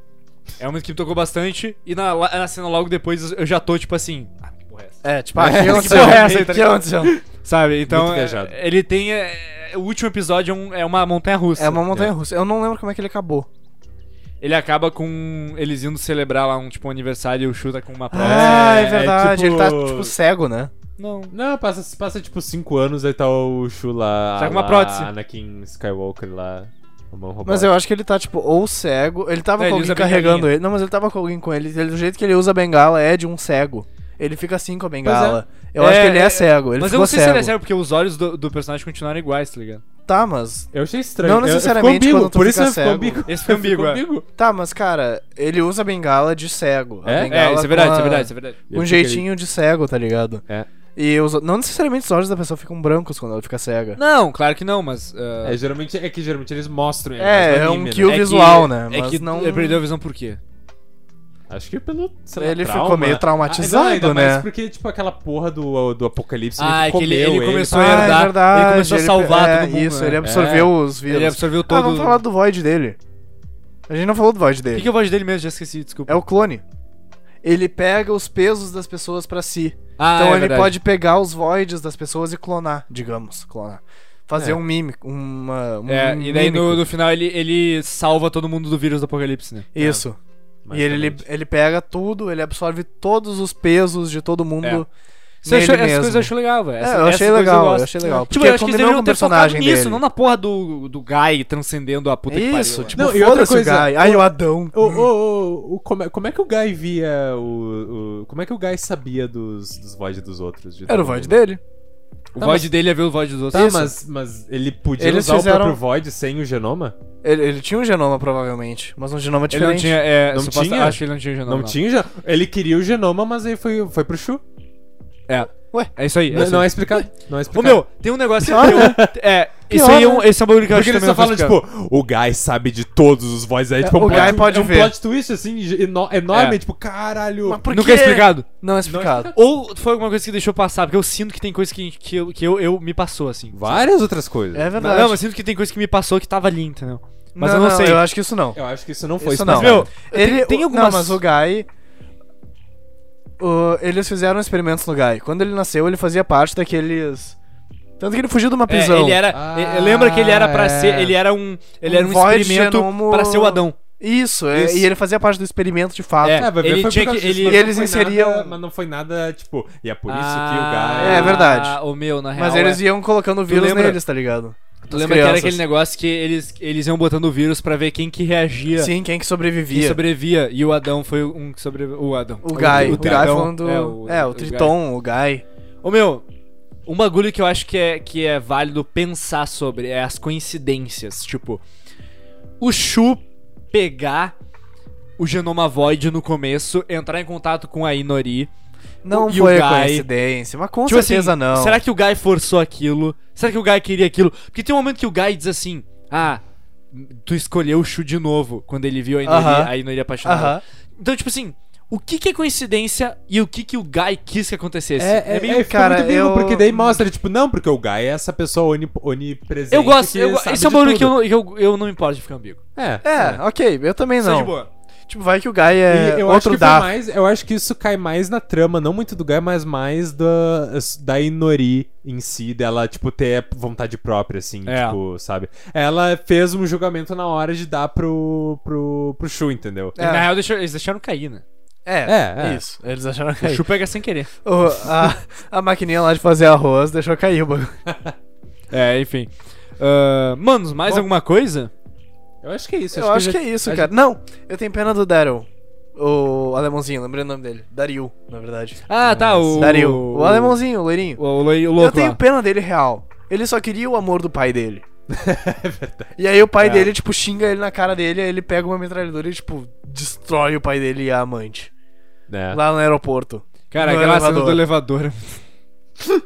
[SPEAKER 1] é um momento que me tocou bastante, e na, la- na cena logo depois eu já tô, tipo assim. Ah, que porra é essa?
[SPEAKER 2] É, tipo, ah, que aconteceu?
[SPEAKER 1] porra é essa aí, tá
[SPEAKER 2] Que
[SPEAKER 1] ligado?
[SPEAKER 2] aconteceu?
[SPEAKER 1] Sabe? Então,
[SPEAKER 3] Muito
[SPEAKER 1] é-
[SPEAKER 3] viajado.
[SPEAKER 1] ele tem. é, é, o último episódio é, um- é uma montanha russa.
[SPEAKER 2] É uma montanha russa. Eu não lembro como é que ele acabou.
[SPEAKER 1] Ele acaba com eles indo celebrar lá um, tipo, um aniversário e o chuta com uma prova.
[SPEAKER 2] Ah, é
[SPEAKER 3] é
[SPEAKER 2] verdade.
[SPEAKER 3] tipo-
[SPEAKER 2] Ele tá, tipo, cego, né?
[SPEAKER 1] Não.
[SPEAKER 3] Não, passa, passa tipo 5 anos, aí tá o Shu lá.
[SPEAKER 2] Tá
[SPEAKER 1] Sai com uma
[SPEAKER 3] lá,
[SPEAKER 1] prótese.
[SPEAKER 3] Anakin Skywalker lá. A mão roubada.
[SPEAKER 2] Mas eu acho que ele tá, tipo, ou cego. Ele tava
[SPEAKER 1] É,
[SPEAKER 2] com
[SPEAKER 1] ele usa
[SPEAKER 2] alguém
[SPEAKER 1] a bengalinha.
[SPEAKER 2] carregando ele. Não, mas ele tava com alguém com ele. Ele- Do jeito que ele usa a bengala é de um cego. Ele fica assim com a bengala. Eu
[SPEAKER 1] É,
[SPEAKER 2] acho que ele é,
[SPEAKER 1] é,
[SPEAKER 2] cego. Ele
[SPEAKER 1] Mas eu
[SPEAKER 2] ficou
[SPEAKER 1] não sei
[SPEAKER 2] cego.
[SPEAKER 1] se ele é sério, porque os olhos do, do personagem continuaram iguais, tá ligado?
[SPEAKER 2] Tá, mas.
[SPEAKER 3] Eu achei estranho.
[SPEAKER 2] Não
[SPEAKER 3] Eu- eu-
[SPEAKER 2] necessariamente
[SPEAKER 3] ficou
[SPEAKER 2] quando
[SPEAKER 3] ambíguo,
[SPEAKER 2] tu
[SPEAKER 3] por
[SPEAKER 2] fica
[SPEAKER 3] isso eu ficou
[SPEAKER 2] cego.
[SPEAKER 3] ambíguo.
[SPEAKER 1] Esse foi ambíguo, é.
[SPEAKER 3] ambíguo.
[SPEAKER 2] Tá, mas, cara, ele usa a bengala de cego. A
[SPEAKER 3] É? É,
[SPEAKER 1] É,
[SPEAKER 2] bengala
[SPEAKER 1] isso é verdade,
[SPEAKER 2] com
[SPEAKER 1] isso é
[SPEAKER 2] a-
[SPEAKER 1] verdade, isso é verdade.
[SPEAKER 3] Eu
[SPEAKER 2] Um
[SPEAKER 3] fiquei-
[SPEAKER 2] jeitinho de cego, tá ligado?
[SPEAKER 3] É.
[SPEAKER 2] E os, não necessariamente os olhos da pessoa ficam brancos quando ela fica cega.
[SPEAKER 1] Não, claro que não, mas. ah,
[SPEAKER 3] É, geralmente, é que geralmente eles mostram.
[SPEAKER 2] É,
[SPEAKER 3] mas no
[SPEAKER 2] é um
[SPEAKER 3] anime, né?
[SPEAKER 2] kill
[SPEAKER 1] É que-
[SPEAKER 2] visual, né?
[SPEAKER 1] É
[SPEAKER 2] Mas
[SPEAKER 1] que
[SPEAKER 2] não.
[SPEAKER 1] ele perdeu a visão por quê?
[SPEAKER 3] Acho que pelo. sei lá,
[SPEAKER 2] Ele
[SPEAKER 3] trauma.
[SPEAKER 2] ficou meio
[SPEAKER 3] Ah, não,
[SPEAKER 2] traumatizado,
[SPEAKER 3] ainda mais
[SPEAKER 2] né?
[SPEAKER 3] porque, tipo, aquela porra do, do apocalipse.
[SPEAKER 1] Ah,
[SPEAKER 3] meio
[SPEAKER 1] é que ele,
[SPEAKER 3] comeu
[SPEAKER 1] ele começou
[SPEAKER 2] Ah,
[SPEAKER 1] a
[SPEAKER 2] é
[SPEAKER 1] herdar. ele
[SPEAKER 2] verdade,
[SPEAKER 1] começou a
[SPEAKER 2] ele-
[SPEAKER 1] salvar
[SPEAKER 2] é,
[SPEAKER 1] todo mundo.
[SPEAKER 2] Isso,
[SPEAKER 1] né?
[SPEAKER 2] ele absorveu os vírus.
[SPEAKER 1] Ele absorveu
[SPEAKER 2] Ah,
[SPEAKER 1] todo
[SPEAKER 2] vamos falar do Void dele. A gente não falou do Void
[SPEAKER 1] O
[SPEAKER 2] dele.
[SPEAKER 1] que, que eu voz dele mesmo? Já esqueci, desculpa.
[SPEAKER 2] É o clone. Ele pega os pesos das pessoas pra si.
[SPEAKER 1] Ah,
[SPEAKER 2] então
[SPEAKER 1] é
[SPEAKER 2] ele
[SPEAKER 1] verdade.
[SPEAKER 2] pode pegar os voids das pessoas e clonar, digamos, clonar. Fazer
[SPEAKER 3] É.
[SPEAKER 2] um mímico, uma, um
[SPEAKER 1] É, e daí no,
[SPEAKER 2] mímico.
[SPEAKER 1] no final ele, ele salva todo mundo do vírus do apocalipse, né?
[SPEAKER 2] Isso.
[SPEAKER 3] Mas
[SPEAKER 2] E ele,
[SPEAKER 3] também-
[SPEAKER 2] ele, ele pega tudo, ele absorve todos os pesos de todo mundo.
[SPEAKER 1] É.
[SPEAKER 2] nele
[SPEAKER 1] Você achou, essas
[SPEAKER 2] mesmo.
[SPEAKER 1] coisas eu achei legal, velho.
[SPEAKER 2] É, eu achei legal, eu, achei legal.
[SPEAKER 1] Tipo,
[SPEAKER 2] Porque
[SPEAKER 1] eu acho que eles
[SPEAKER 2] combinou
[SPEAKER 1] deveriam
[SPEAKER 2] com o
[SPEAKER 1] ter focado
[SPEAKER 2] personagem
[SPEAKER 1] nisso,
[SPEAKER 2] dele.
[SPEAKER 1] não na porra do, do Guy transcendendo a puta que pariu.
[SPEAKER 2] Isso,
[SPEAKER 1] né?
[SPEAKER 2] tipo,
[SPEAKER 3] Não, e
[SPEAKER 2] foda-se
[SPEAKER 3] outra
[SPEAKER 2] o
[SPEAKER 3] coisa,
[SPEAKER 2] Guy. Ai, o Adão.
[SPEAKER 3] Ô, ô, ô, ô, como, é, como é que o Guy via o, o- Como é que o Guy sabia dos, dos Void dos outros? de
[SPEAKER 2] Era o
[SPEAKER 3] todo
[SPEAKER 2] void
[SPEAKER 3] mundo?
[SPEAKER 2] dele.
[SPEAKER 1] o
[SPEAKER 3] tá,
[SPEAKER 1] void
[SPEAKER 3] mas-
[SPEAKER 1] dele é ver o void dos outros.
[SPEAKER 3] Tá,
[SPEAKER 1] Isso.
[SPEAKER 3] mas, mas ele podia
[SPEAKER 2] Eles
[SPEAKER 3] usar
[SPEAKER 2] fizeram-
[SPEAKER 3] o próprio Void sem o genoma?
[SPEAKER 2] Ele, ele tinha um genoma, provavelmente, mas um genoma
[SPEAKER 1] Ele não
[SPEAKER 2] diferente.
[SPEAKER 1] tinha. É,
[SPEAKER 3] Não
[SPEAKER 1] suposta-
[SPEAKER 3] tinha?
[SPEAKER 1] Acho que ele não tinha genoma.
[SPEAKER 3] Não, tinha já. Ele queria o genoma, mas aí foi, foi pro Shu.
[SPEAKER 1] É.
[SPEAKER 2] Ué?
[SPEAKER 1] É isso aí.
[SPEAKER 3] Não,
[SPEAKER 1] isso
[SPEAKER 3] não
[SPEAKER 1] aí.
[SPEAKER 3] é explicado. Não
[SPEAKER 1] Ô
[SPEAKER 3] é explicado.
[SPEAKER 1] meu, tem um negócio. tem um- é, isso
[SPEAKER 2] Pior,
[SPEAKER 1] aí é um,
[SPEAKER 2] né?
[SPEAKER 1] esse é um bagulho que eu acho
[SPEAKER 3] Porque
[SPEAKER 1] que
[SPEAKER 3] ele
[SPEAKER 1] também
[SPEAKER 3] só
[SPEAKER 1] não foi
[SPEAKER 3] fala,
[SPEAKER 1] explicado.
[SPEAKER 3] tipo, o Guy sabe de todos os vozes aí, tipo,
[SPEAKER 2] o
[SPEAKER 3] um
[SPEAKER 2] Guy
[SPEAKER 3] plot-
[SPEAKER 2] pode
[SPEAKER 3] é um
[SPEAKER 2] ver.
[SPEAKER 3] plot twist, assim, eno- enorme,
[SPEAKER 1] É.
[SPEAKER 3] tipo, caralho.
[SPEAKER 2] Mas por
[SPEAKER 1] Nunca é
[SPEAKER 2] quê?
[SPEAKER 1] explicado.
[SPEAKER 2] Não é explicado.
[SPEAKER 1] Ou foi alguma coisa que deixou passar, porque eu sinto que tem coisa que, que, eu, que eu, eu me passou, assim.
[SPEAKER 3] Várias outras coisas.
[SPEAKER 2] É
[SPEAKER 1] Não,
[SPEAKER 2] verdade.
[SPEAKER 1] não, eu sinto que tem coisa que me passou que tava ali, entendeu? Mas eu não, sei.
[SPEAKER 2] Eu acho que isso não.
[SPEAKER 3] Eu acho que isso não foi
[SPEAKER 2] Isso não.
[SPEAKER 1] Meu,
[SPEAKER 3] explicado.
[SPEAKER 2] Ele,
[SPEAKER 1] tem
[SPEAKER 2] o-
[SPEAKER 1] algumas-
[SPEAKER 2] Não, mas o Guy... o- eles fizeram experimentos no Guy. Quando ele nasceu, ele fazia parte daqueles... Tanto que ele fugiu de uma
[SPEAKER 1] É,
[SPEAKER 2] prisão.
[SPEAKER 1] ele era.
[SPEAKER 3] Ah,
[SPEAKER 1] eh, lembra que ele era pra
[SPEAKER 3] é.
[SPEAKER 1] ser. Ele era um. Ele
[SPEAKER 2] Um
[SPEAKER 1] era um
[SPEAKER 2] void
[SPEAKER 1] experimento
[SPEAKER 2] genomo-
[SPEAKER 1] pra ser o Adão.
[SPEAKER 2] Isso, é,
[SPEAKER 3] Isso.
[SPEAKER 2] e ele fazia parte do experimento de fato.
[SPEAKER 1] É,
[SPEAKER 3] É, vai ver,
[SPEAKER 1] ele
[SPEAKER 3] foi por
[SPEAKER 1] tinha
[SPEAKER 3] causa
[SPEAKER 1] que-
[SPEAKER 3] disso,
[SPEAKER 1] ele-
[SPEAKER 3] mas não
[SPEAKER 2] eles
[SPEAKER 3] foi
[SPEAKER 2] inseriam-
[SPEAKER 3] nada- mas não foi nada, tipo, e é por isso que o Guy...
[SPEAKER 2] É verdade.
[SPEAKER 1] O meu, na real.
[SPEAKER 2] Mas eles
[SPEAKER 1] é.
[SPEAKER 2] iam colocando o vírus
[SPEAKER 1] lembra?
[SPEAKER 2] neles, tá ligado?
[SPEAKER 1] Tu
[SPEAKER 2] as
[SPEAKER 1] lembra que era
[SPEAKER 2] crianças.
[SPEAKER 1] aquele negócio que eles, eles iam botando o vírus pra ver quem que reagia.
[SPEAKER 2] Sim, quem que sobrevivia.
[SPEAKER 1] Quem sobrevivia. E o Adão foi um que sobreviveu. O Adão.
[SPEAKER 2] O Guy. O, Guy
[SPEAKER 1] Tritão.
[SPEAKER 2] falando... É,
[SPEAKER 1] Guy.
[SPEAKER 2] o, Triton, o Guy.
[SPEAKER 1] Ô meu, um bagulho que eu acho que é, que é válido pensar sobre é as coincidências. Tipo, o Shu pegar o genoma Void no começo, entrar em contato com a Inori.
[SPEAKER 2] Não
[SPEAKER 1] e o
[SPEAKER 2] foi
[SPEAKER 1] Guy.
[SPEAKER 2] coincidência, mas com
[SPEAKER 1] tipo
[SPEAKER 2] certeza
[SPEAKER 1] assim,
[SPEAKER 2] não.
[SPEAKER 1] será que o Guy forçou aquilo? Será que o Guy queria aquilo? Porque tem um momento que o Guy diz assim: Ah, tu escolheu o Shu de novo quando ele viu a Inori,
[SPEAKER 2] Aham.
[SPEAKER 1] a Inori apaixonada.
[SPEAKER 2] Aham.
[SPEAKER 1] Então, tipo assim, o que que é coincidência e o que que o Guy quis que acontecesse?
[SPEAKER 3] É, é,
[SPEAKER 2] meio-
[SPEAKER 3] meio,
[SPEAKER 2] cara,
[SPEAKER 3] cara, muito bingo,
[SPEAKER 2] eu-
[SPEAKER 3] porque daí mostra, tipo, não, porque o Guy é essa pessoa oni- onipresente.
[SPEAKER 1] eu gosto,
[SPEAKER 3] que
[SPEAKER 1] eu, go-
[SPEAKER 3] sabe
[SPEAKER 1] esse é um
[SPEAKER 3] de
[SPEAKER 1] bagulho que eu,
[SPEAKER 3] tudo.
[SPEAKER 1] não- que eu, eu não me importo de ficar ambíguo.
[SPEAKER 3] É,
[SPEAKER 2] É, ok, eu também
[SPEAKER 1] Isso é de
[SPEAKER 2] não.
[SPEAKER 1] boa.
[SPEAKER 2] Tipo, vai que o Guy é
[SPEAKER 3] E eu acho
[SPEAKER 2] outro
[SPEAKER 3] que foi
[SPEAKER 2] da.
[SPEAKER 3] mais, eu acho que isso cai mais na trama, não muito do Guy, mas mais da, da Inori em si, dela, tipo, ter vontade própria, assim,
[SPEAKER 1] É.
[SPEAKER 3] tipo, sabe? Ela fez um julgamento na hora de dar pro, pro, pro Shu, entendeu?
[SPEAKER 2] É.
[SPEAKER 1] Na real, deixa- eles deixaram cair, né?
[SPEAKER 3] É, é.
[SPEAKER 2] Isso, eles acharam
[SPEAKER 1] O
[SPEAKER 2] que caiu.
[SPEAKER 1] Shu pega sem querer.
[SPEAKER 2] O- a, a maquininha lá de fazer arroz deixou cair o bagulho.
[SPEAKER 1] É, enfim. Ah, manos, mais
[SPEAKER 2] Bom.
[SPEAKER 1] alguma coisa?
[SPEAKER 3] Eu acho que é isso.
[SPEAKER 2] Eu acho que é isso, cara. Não, eu tenho pena do Daryl. O alemãozinho, lembrei o nome dele. Daryl, na verdade.
[SPEAKER 1] Ah, tá, o...
[SPEAKER 2] Daryl. O alemãozinho, o loirinho.
[SPEAKER 1] O, o, lei- o
[SPEAKER 2] Eu
[SPEAKER 1] louco
[SPEAKER 2] tenho
[SPEAKER 1] lá.
[SPEAKER 2] pena dele real. Ele só queria o amor do pai dele. E aí o pai
[SPEAKER 1] É.
[SPEAKER 2] dele, tipo, xinga ele na cara dele, aí ele pega uma metralhadora e, tipo, destrói o pai dele e a amante.
[SPEAKER 1] É.
[SPEAKER 3] Né?
[SPEAKER 2] Lá no aeroporto.
[SPEAKER 1] Cara,
[SPEAKER 2] No
[SPEAKER 1] aquela cena
[SPEAKER 2] elevador.
[SPEAKER 1] do elevador.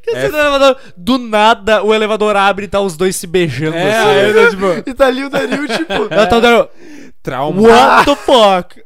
[SPEAKER 1] Aquela cena do elevador. Do nada, o elevador abre e tá os dois se beijando.
[SPEAKER 3] É,
[SPEAKER 1] assim.
[SPEAKER 3] aí eu tô, tipo,
[SPEAKER 2] E tá ali o Daryl, tipo.
[SPEAKER 1] Ela tá dando- Ah.
[SPEAKER 3] trauma.
[SPEAKER 1] What the fuck?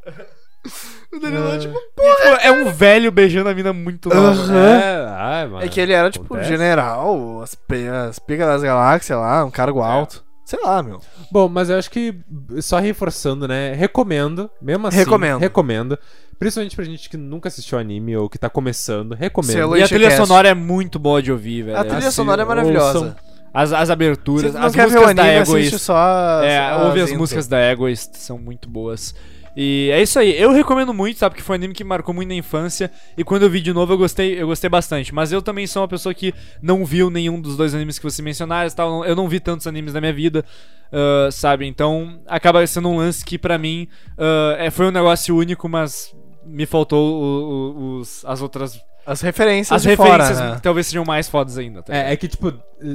[SPEAKER 2] o Daryl lá, tipo.
[SPEAKER 1] Tipo, é um velho beijando a mina muito nova.
[SPEAKER 3] É, ai,
[SPEAKER 1] Ah,
[SPEAKER 3] mano.
[SPEAKER 2] É que ele era, tipo,
[SPEAKER 3] Acontece.
[SPEAKER 2] general, as, pe- as pigas das galáxias lá, um
[SPEAKER 1] É.
[SPEAKER 2] cargo alto. Sei lá, meu.
[SPEAKER 3] Bom, mas eu acho que só reforçando, né? Recomendo, mesmo assim.
[SPEAKER 2] Recomendo.
[SPEAKER 3] Recomendo. Principalmente pra gente que nunca assistiu anime ou que tá começando, recomendo.
[SPEAKER 2] Selo-
[SPEAKER 1] E a trilha
[SPEAKER 2] Cast.
[SPEAKER 1] sonora é muito boa de ouvir, velho.
[SPEAKER 2] A trilha
[SPEAKER 3] assim,
[SPEAKER 2] sonora é
[SPEAKER 3] ouçam-
[SPEAKER 2] maravilhosa.
[SPEAKER 1] As, as
[SPEAKER 2] Se
[SPEAKER 1] aberturas,
[SPEAKER 2] tu não
[SPEAKER 1] as
[SPEAKER 2] quer ver o
[SPEAKER 1] músicas da
[SPEAKER 2] anime,
[SPEAKER 1] Egoist.
[SPEAKER 2] assiste só.
[SPEAKER 1] É, ouve as músicas da Egoist, são muito boas. E é isso aí. Eu recomendo muito, sabe? Porque foi um anime que marcou muito na infância. E quando eu vi de novo, eu gostei, eu gostei bastante. Mas eu também sou uma pessoa que não viu nenhum dos dois animes que você mencionaram e tal. Eu não vi tantos animes na minha vida, ah, sabe? Então acaba sendo um lance que pra mim ah, é, foi um negócio único, mas me faltou o- o- os, as outras.
[SPEAKER 2] As referências.
[SPEAKER 1] As
[SPEAKER 2] de
[SPEAKER 1] referências
[SPEAKER 2] Fora, né?
[SPEAKER 1] que talvez sejam mais fodas ainda. tá
[SPEAKER 3] É, é que, tipo,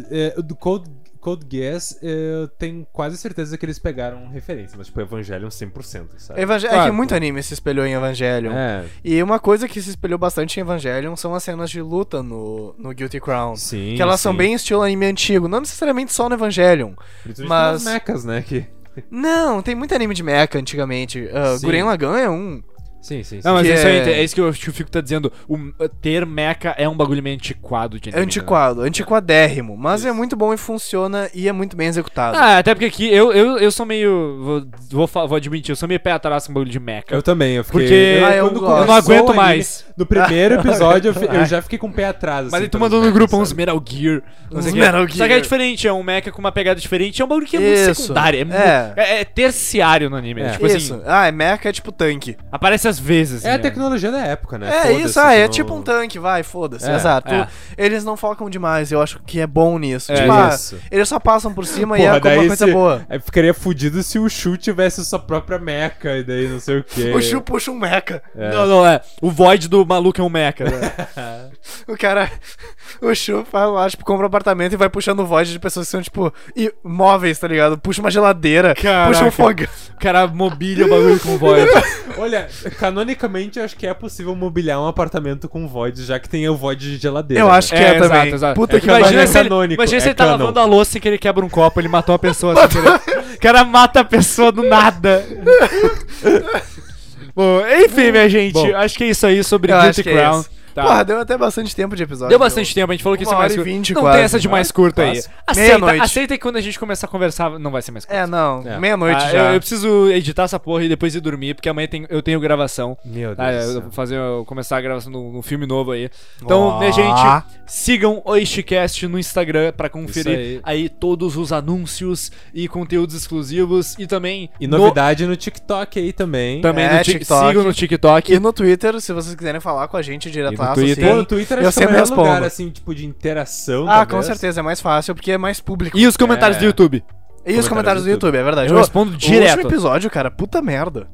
[SPEAKER 3] é, é, do Code, Code Geass, é, eu tenho quase certeza que eles pegaram referência, mas, tipo, Evangelion 100%, sabe?
[SPEAKER 2] Evangel- É que
[SPEAKER 1] Claro.
[SPEAKER 2] muito anime se espelhou em Evangelion.
[SPEAKER 3] É,
[SPEAKER 2] E uma coisa que se espelhou bastante em Evangelion são as cenas de luta no, no Guilty Crown.
[SPEAKER 3] sim.
[SPEAKER 2] Que elas são
[SPEAKER 3] sim.
[SPEAKER 2] bem estilo anime antigo, não necessariamente só no Evangelion.
[SPEAKER 3] Principalmente
[SPEAKER 2] mas-
[SPEAKER 3] nas mecas, né? Que...
[SPEAKER 2] Não, tem muito anime de mecha antigamente. Ah,
[SPEAKER 3] Sim.
[SPEAKER 2] Guren Lagann é um.
[SPEAKER 3] Sim, sim, sim.
[SPEAKER 1] Não, mas
[SPEAKER 2] Que
[SPEAKER 1] é isso aí,
[SPEAKER 2] é-
[SPEAKER 1] é isso que o Chico tá dizendo. O, ter mecha é um bagulho meio antiquado de
[SPEAKER 2] É
[SPEAKER 1] anime, né?
[SPEAKER 2] antiquado, antiquadérrimo, mas é
[SPEAKER 3] Isso.
[SPEAKER 2] muito bom e funciona e é muito bem executado.
[SPEAKER 1] Ah, até porque aqui eu, eu, eu sou meio. Vou, vou, fa- vou admitir, eu sou meio pé atrás com bagulho de mecha.
[SPEAKER 3] Eu também, eu fiquei...
[SPEAKER 1] Porque eu,
[SPEAKER 2] Ah, eu
[SPEAKER 3] quando
[SPEAKER 1] eu
[SPEAKER 2] gosto.
[SPEAKER 3] começou
[SPEAKER 1] não
[SPEAKER 3] o
[SPEAKER 1] aguento
[SPEAKER 3] anime,
[SPEAKER 1] mais.
[SPEAKER 3] No primeiro episódio, eu, fi- eu já fiquei com o pé atrás, assim.
[SPEAKER 1] Mas aí tu
[SPEAKER 3] pelas
[SPEAKER 1] mandou no
[SPEAKER 3] mechas,
[SPEAKER 1] grupo uns
[SPEAKER 3] sabe?
[SPEAKER 1] Metal Gear. Não
[SPEAKER 2] Uns
[SPEAKER 1] sei o quê.
[SPEAKER 2] Metal
[SPEAKER 1] Só que é
[SPEAKER 2] Gear.
[SPEAKER 1] diferente, é um mecha com uma pegada diferente. É um bagulho que é muito
[SPEAKER 2] Isso.
[SPEAKER 1] secundário. É, mu-
[SPEAKER 2] É.
[SPEAKER 1] é- é terciário no anime.
[SPEAKER 3] É.
[SPEAKER 1] Tipo
[SPEAKER 2] isso.
[SPEAKER 1] assim,
[SPEAKER 2] Ah, é mecha é tipo tanque.
[SPEAKER 1] aparece às vezes.
[SPEAKER 3] É a
[SPEAKER 1] né?
[SPEAKER 3] tecnologia da época, né?
[SPEAKER 2] É
[SPEAKER 3] Foda-se,
[SPEAKER 2] isso, ah, é
[SPEAKER 3] não-
[SPEAKER 2] tipo um tanque, vai, foda-se.
[SPEAKER 3] É,
[SPEAKER 2] Exato.
[SPEAKER 1] é.
[SPEAKER 2] Eles não focam demais, eu acho que é bom nisso.
[SPEAKER 1] É
[SPEAKER 2] tipo, ah,
[SPEAKER 3] isso.
[SPEAKER 2] eles só passam por cima e
[SPEAKER 3] Porra,
[SPEAKER 2] é como uma
[SPEAKER 3] daí
[SPEAKER 2] coisa
[SPEAKER 3] se-
[SPEAKER 2] boa.
[SPEAKER 3] Aí ficaria fudido se o Shu tivesse sua própria meca e daí não sei o quê.
[SPEAKER 2] O Shu puxa um mecha.
[SPEAKER 3] É.
[SPEAKER 1] Não, não, é. O Void do maluco é um mecha. né?
[SPEAKER 2] O cara. O Shu vai lá, tipo, compra um apartamento e vai puxando voz de pessoas que são, tipo, imóveis, tá ligado? Puxa uma geladeira, puxa um
[SPEAKER 1] Caraca.
[SPEAKER 2] fogão.
[SPEAKER 1] o cara mobília o bagulho com o Void.
[SPEAKER 3] Olha, canonicamente eu acho que é possível mobiliar um apartamento com void, já que tem o void de geladeira.
[SPEAKER 2] Eu
[SPEAKER 3] né?
[SPEAKER 2] acho que é, também. Puta
[SPEAKER 1] É
[SPEAKER 2] que
[SPEAKER 1] que imagina
[SPEAKER 3] pariu.
[SPEAKER 1] se ele,
[SPEAKER 3] Canônico,
[SPEAKER 1] imagina se
[SPEAKER 3] é
[SPEAKER 1] ele tá
[SPEAKER 3] canon.
[SPEAKER 1] lavando a louça e que ele quebra um copo, ele matou uma pessoa. sem querer. O cara mata a pessoa do nada. Bom, enfim, minha gente,
[SPEAKER 3] Bom.
[SPEAKER 1] acho que é isso aí sobre
[SPEAKER 2] Eu
[SPEAKER 1] Guilty
[SPEAKER 2] acho que é
[SPEAKER 1] Crown.
[SPEAKER 2] isso.
[SPEAKER 1] Tá.
[SPEAKER 2] Porra, deu até bastante tempo de episódio.
[SPEAKER 1] Deu bastante tempo, a gente falou que isso é
[SPEAKER 2] Uma
[SPEAKER 1] mais
[SPEAKER 2] hora e
[SPEAKER 1] curto.
[SPEAKER 2] vinte
[SPEAKER 1] Não
[SPEAKER 2] quase,
[SPEAKER 1] tem essa de
[SPEAKER 2] né?
[SPEAKER 1] mais curta aí.
[SPEAKER 3] Quase.
[SPEAKER 1] Aceita,
[SPEAKER 2] Meia-noite.
[SPEAKER 1] aceita que quando a gente começar a conversar, não vai ser mais curto.
[SPEAKER 2] É, não.
[SPEAKER 3] É.
[SPEAKER 2] Meia-noite
[SPEAKER 1] Ah,
[SPEAKER 2] já.
[SPEAKER 1] eu, eu preciso editar essa porra e depois ir dormir, porque amanhã tem- eu tenho gravação.
[SPEAKER 3] Meu Deus.
[SPEAKER 1] Ah,
[SPEAKER 3] do
[SPEAKER 1] é,
[SPEAKER 3] céu.
[SPEAKER 1] eu vou fazer, eu vou começar a gravação num num um filme novo aí. Então,
[SPEAKER 2] Ó.
[SPEAKER 1] né, gente, sigam o Ishcast no Instagram pra conferir aí.
[SPEAKER 3] Isso aí.
[SPEAKER 1] todos os anúncios e conteúdos exclusivos e também
[SPEAKER 3] E
[SPEAKER 1] no-
[SPEAKER 3] novidade no TikTok aí também.
[SPEAKER 1] também
[SPEAKER 2] É,
[SPEAKER 1] no Tik-
[SPEAKER 2] TikTok.
[SPEAKER 1] sigam no
[SPEAKER 2] E
[SPEAKER 1] TikTok.
[SPEAKER 2] no Twitter, se vocês quiserem falar com a gente direto lá,
[SPEAKER 1] Twitter.
[SPEAKER 3] Pô, no
[SPEAKER 2] assim,
[SPEAKER 3] Twitter
[SPEAKER 2] eu
[SPEAKER 3] acho que é o
[SPEAKER 2] sempre
[SPEAKER 3] melhor
[SPEAKER 2] respondo.
[SPEAKER 3] lugar, assim, tipo, de interação.
[SPEAKER 2] Ah, com
[SPEAKER 1] né?
[SPEAKER 3] talvez.
[SPEAKER 2] certeza, é mais fácil porque é mais público.
[SPEAKER 1] E os comentários
[SPEAKER 3] É.
[SPEAKER 1] do YouTube.
[SPEAKER 2] E os comentários do YouTube, é verdade.
[SPEAKER 1] Eu
[SPEAKER 2] Ô,
[SPEAKER 1] respondo
[SPEAKER 2] O
[SPEAKER 1] direto.
[SPEAKER 2] último episódio, cara, puta merda.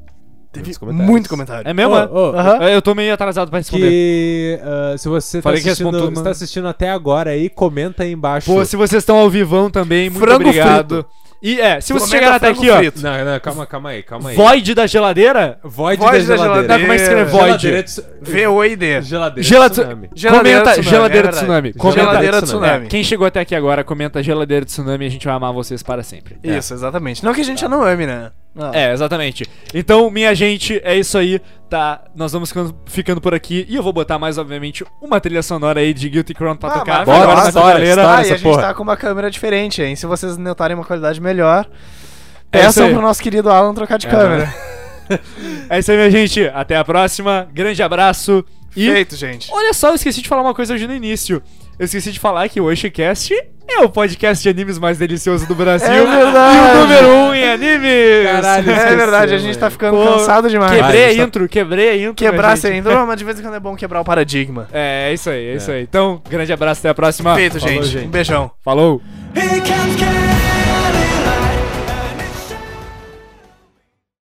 [SPEAKER 2] Teve
[SPEAKER 3] Muitos comentários.
[SPEAKER 2] muito comentário.
[SPEAKER 1] É mesmo?
[SPEAKER 3] Ô,
[SPEAKER 1] é?
[SPEAKER 3] ô,
[SPEAKER 2] Aham.
[SPEAKER 1] É, Eu tô meio atrasado pra responder.
[SPEAKER 3] Que ah, se você tá
[SPEAKER 1] Falei que
[SPEAKER 3] assistindo,
[SPEAKER 1] respondo tudo,
[SPEAKER 3] está
[SPEAKER 1] mano.
[SPEAKER 3] assistindo até agora aí, comenta aí embaixo.
[SPEAKER 1] Pô, se vocês estão ao vivão também, muito
[SPEAKER 2] Frango
[SPEAKER 1] obrigado. E é, se vocês
[SPEAKER 2] Fomenta
[SPEAKER 1] chegaram até
[SPEAKER 2] frango
[SPEAKER 1] aqui, ó.
[SPEAKER 2] frito.
[SPEAKER 3] Não, não, calma, calma aí, calma aí.
[SPEAKER 1] Void da geladeira?
[SPEAKER 3] Void,
[SPEAKER 2] Void
[SPEAKER 3] da
[SPEAKER 2] da
[SPEAKER 3] geladeira.
[SPEAKER 1] Tá, como é que escreve
[SPEAKER 3] Geladeira
[SPEAKER 1] Void?
[SPEAKER 3] de tsu-
[SPEAKER 2] V-O-I-D.
[SPEAKER 3] Geladeira de
[SPEAKER 1] Gelad-
[SPEAKER 3] tsunami.
[SPEAKER 2] Geladeira
[SPEAKER 1] Comenta,
[SPEAKER 2] de tsunami,
[SPEAKER 1] geladeira
[SPEAKER 2] é
[SPEAKER 1] de
[SPEAKER 2] verdade.
[SPEAKER 1] tsunami. Comenta.
[SPEAKER 2] Geladeira de
[SPEAKER 1] É,
[SPEAKER 2] tsunami.
[SPEAKER 1] quem chegou até aqui agora, comenta geladeira de tsunami, a gente vai amar vocês para sempre.
[SPEAKER 2] Isso, exatamente. Não que a gente já não ame, né? Não.
[SPEAKER 1] É, exatamente. Então, minha gente, é isso aí, tá? Nós vamos ficando, ficando por aqui e eu vou botar mais, obviamente, uma trilha sonora aí de Guilty Crown pra
[SPEAKER 2] Ah,
[SPEAKER 1] tocar
[SPEAKER 2] maravilhosa.
[SPEAKER 1] agora na
[SPEAKER 3] História,
[SPEAKER 1] finaleira.
[SPEAKER 3] história.
[SPEAKER 2] Ah, e
[SPEAKER 3] essa
[SPEAKER 2] a gente
[SPEAKER 3] porra.
[SPEAKER 2] tá com uma câmera diferente, hein? Se vocês notarem uma qualidade melhor,
[SPEAKER 1] É isso
[SPEAKER 2] peçam
[SPEAKER 1] aí.
[SPEAKER 2] pro nosso querido Alan trocar de câmera.
[SPEAKER 1] É isso aí, minha gente. Até a próxima. Grande abraço e
[SPEAKER 2] Feito, gente.
[SPEAKER 1] Olha só, eu esqueci de falar uma coisa hoje no início. Eu esqueci de falar que o Oshicast é o podcast de animes mais delicioso do Brasil.
[SPEAKER 2] É verdade.
[SPEAKER 1] E o número um em animes.
[SPEAKER 3] Caralho,
[SPEAKER 2] É
[SPEAKER 3] esqueceu,
[SPEAKER 2] verdade, a gente
[SPEAKER 3] velho.
[SPEAKER 2] tá ficando
[SPEAKER 1] Pô,
[SPEAKER 2] cansado demais.
[SPEAKER 1] Quebrei
[SPEAKER 3] Vai,
[SPEAKER 1] a
[SPEAKER 3] está-
[SPEAKER 1] intro, quebrei a intro.
[SPEAKER 2] Quebrar
[SPEAKER 1] minha
[SPEAKER 2] essa
[SPEAKER 1] gente.
[SPEAKER 2] ainda, mas de vez em quando é bom quebrar o paradigma.
[SPEAKER 1] É, é isso aí, é isso
[SPEAKER 3] É.
[SPEAKER 1] aí. Então, grande abraço, até a próxima.
[SPEAKER 2] Feito,
[SPEAKER 1] Falou,
[SPEAKER 2] gente. Um beijão.
[SPEAKER 1] Falou.
[SPEAKER 4] Here comes Ken.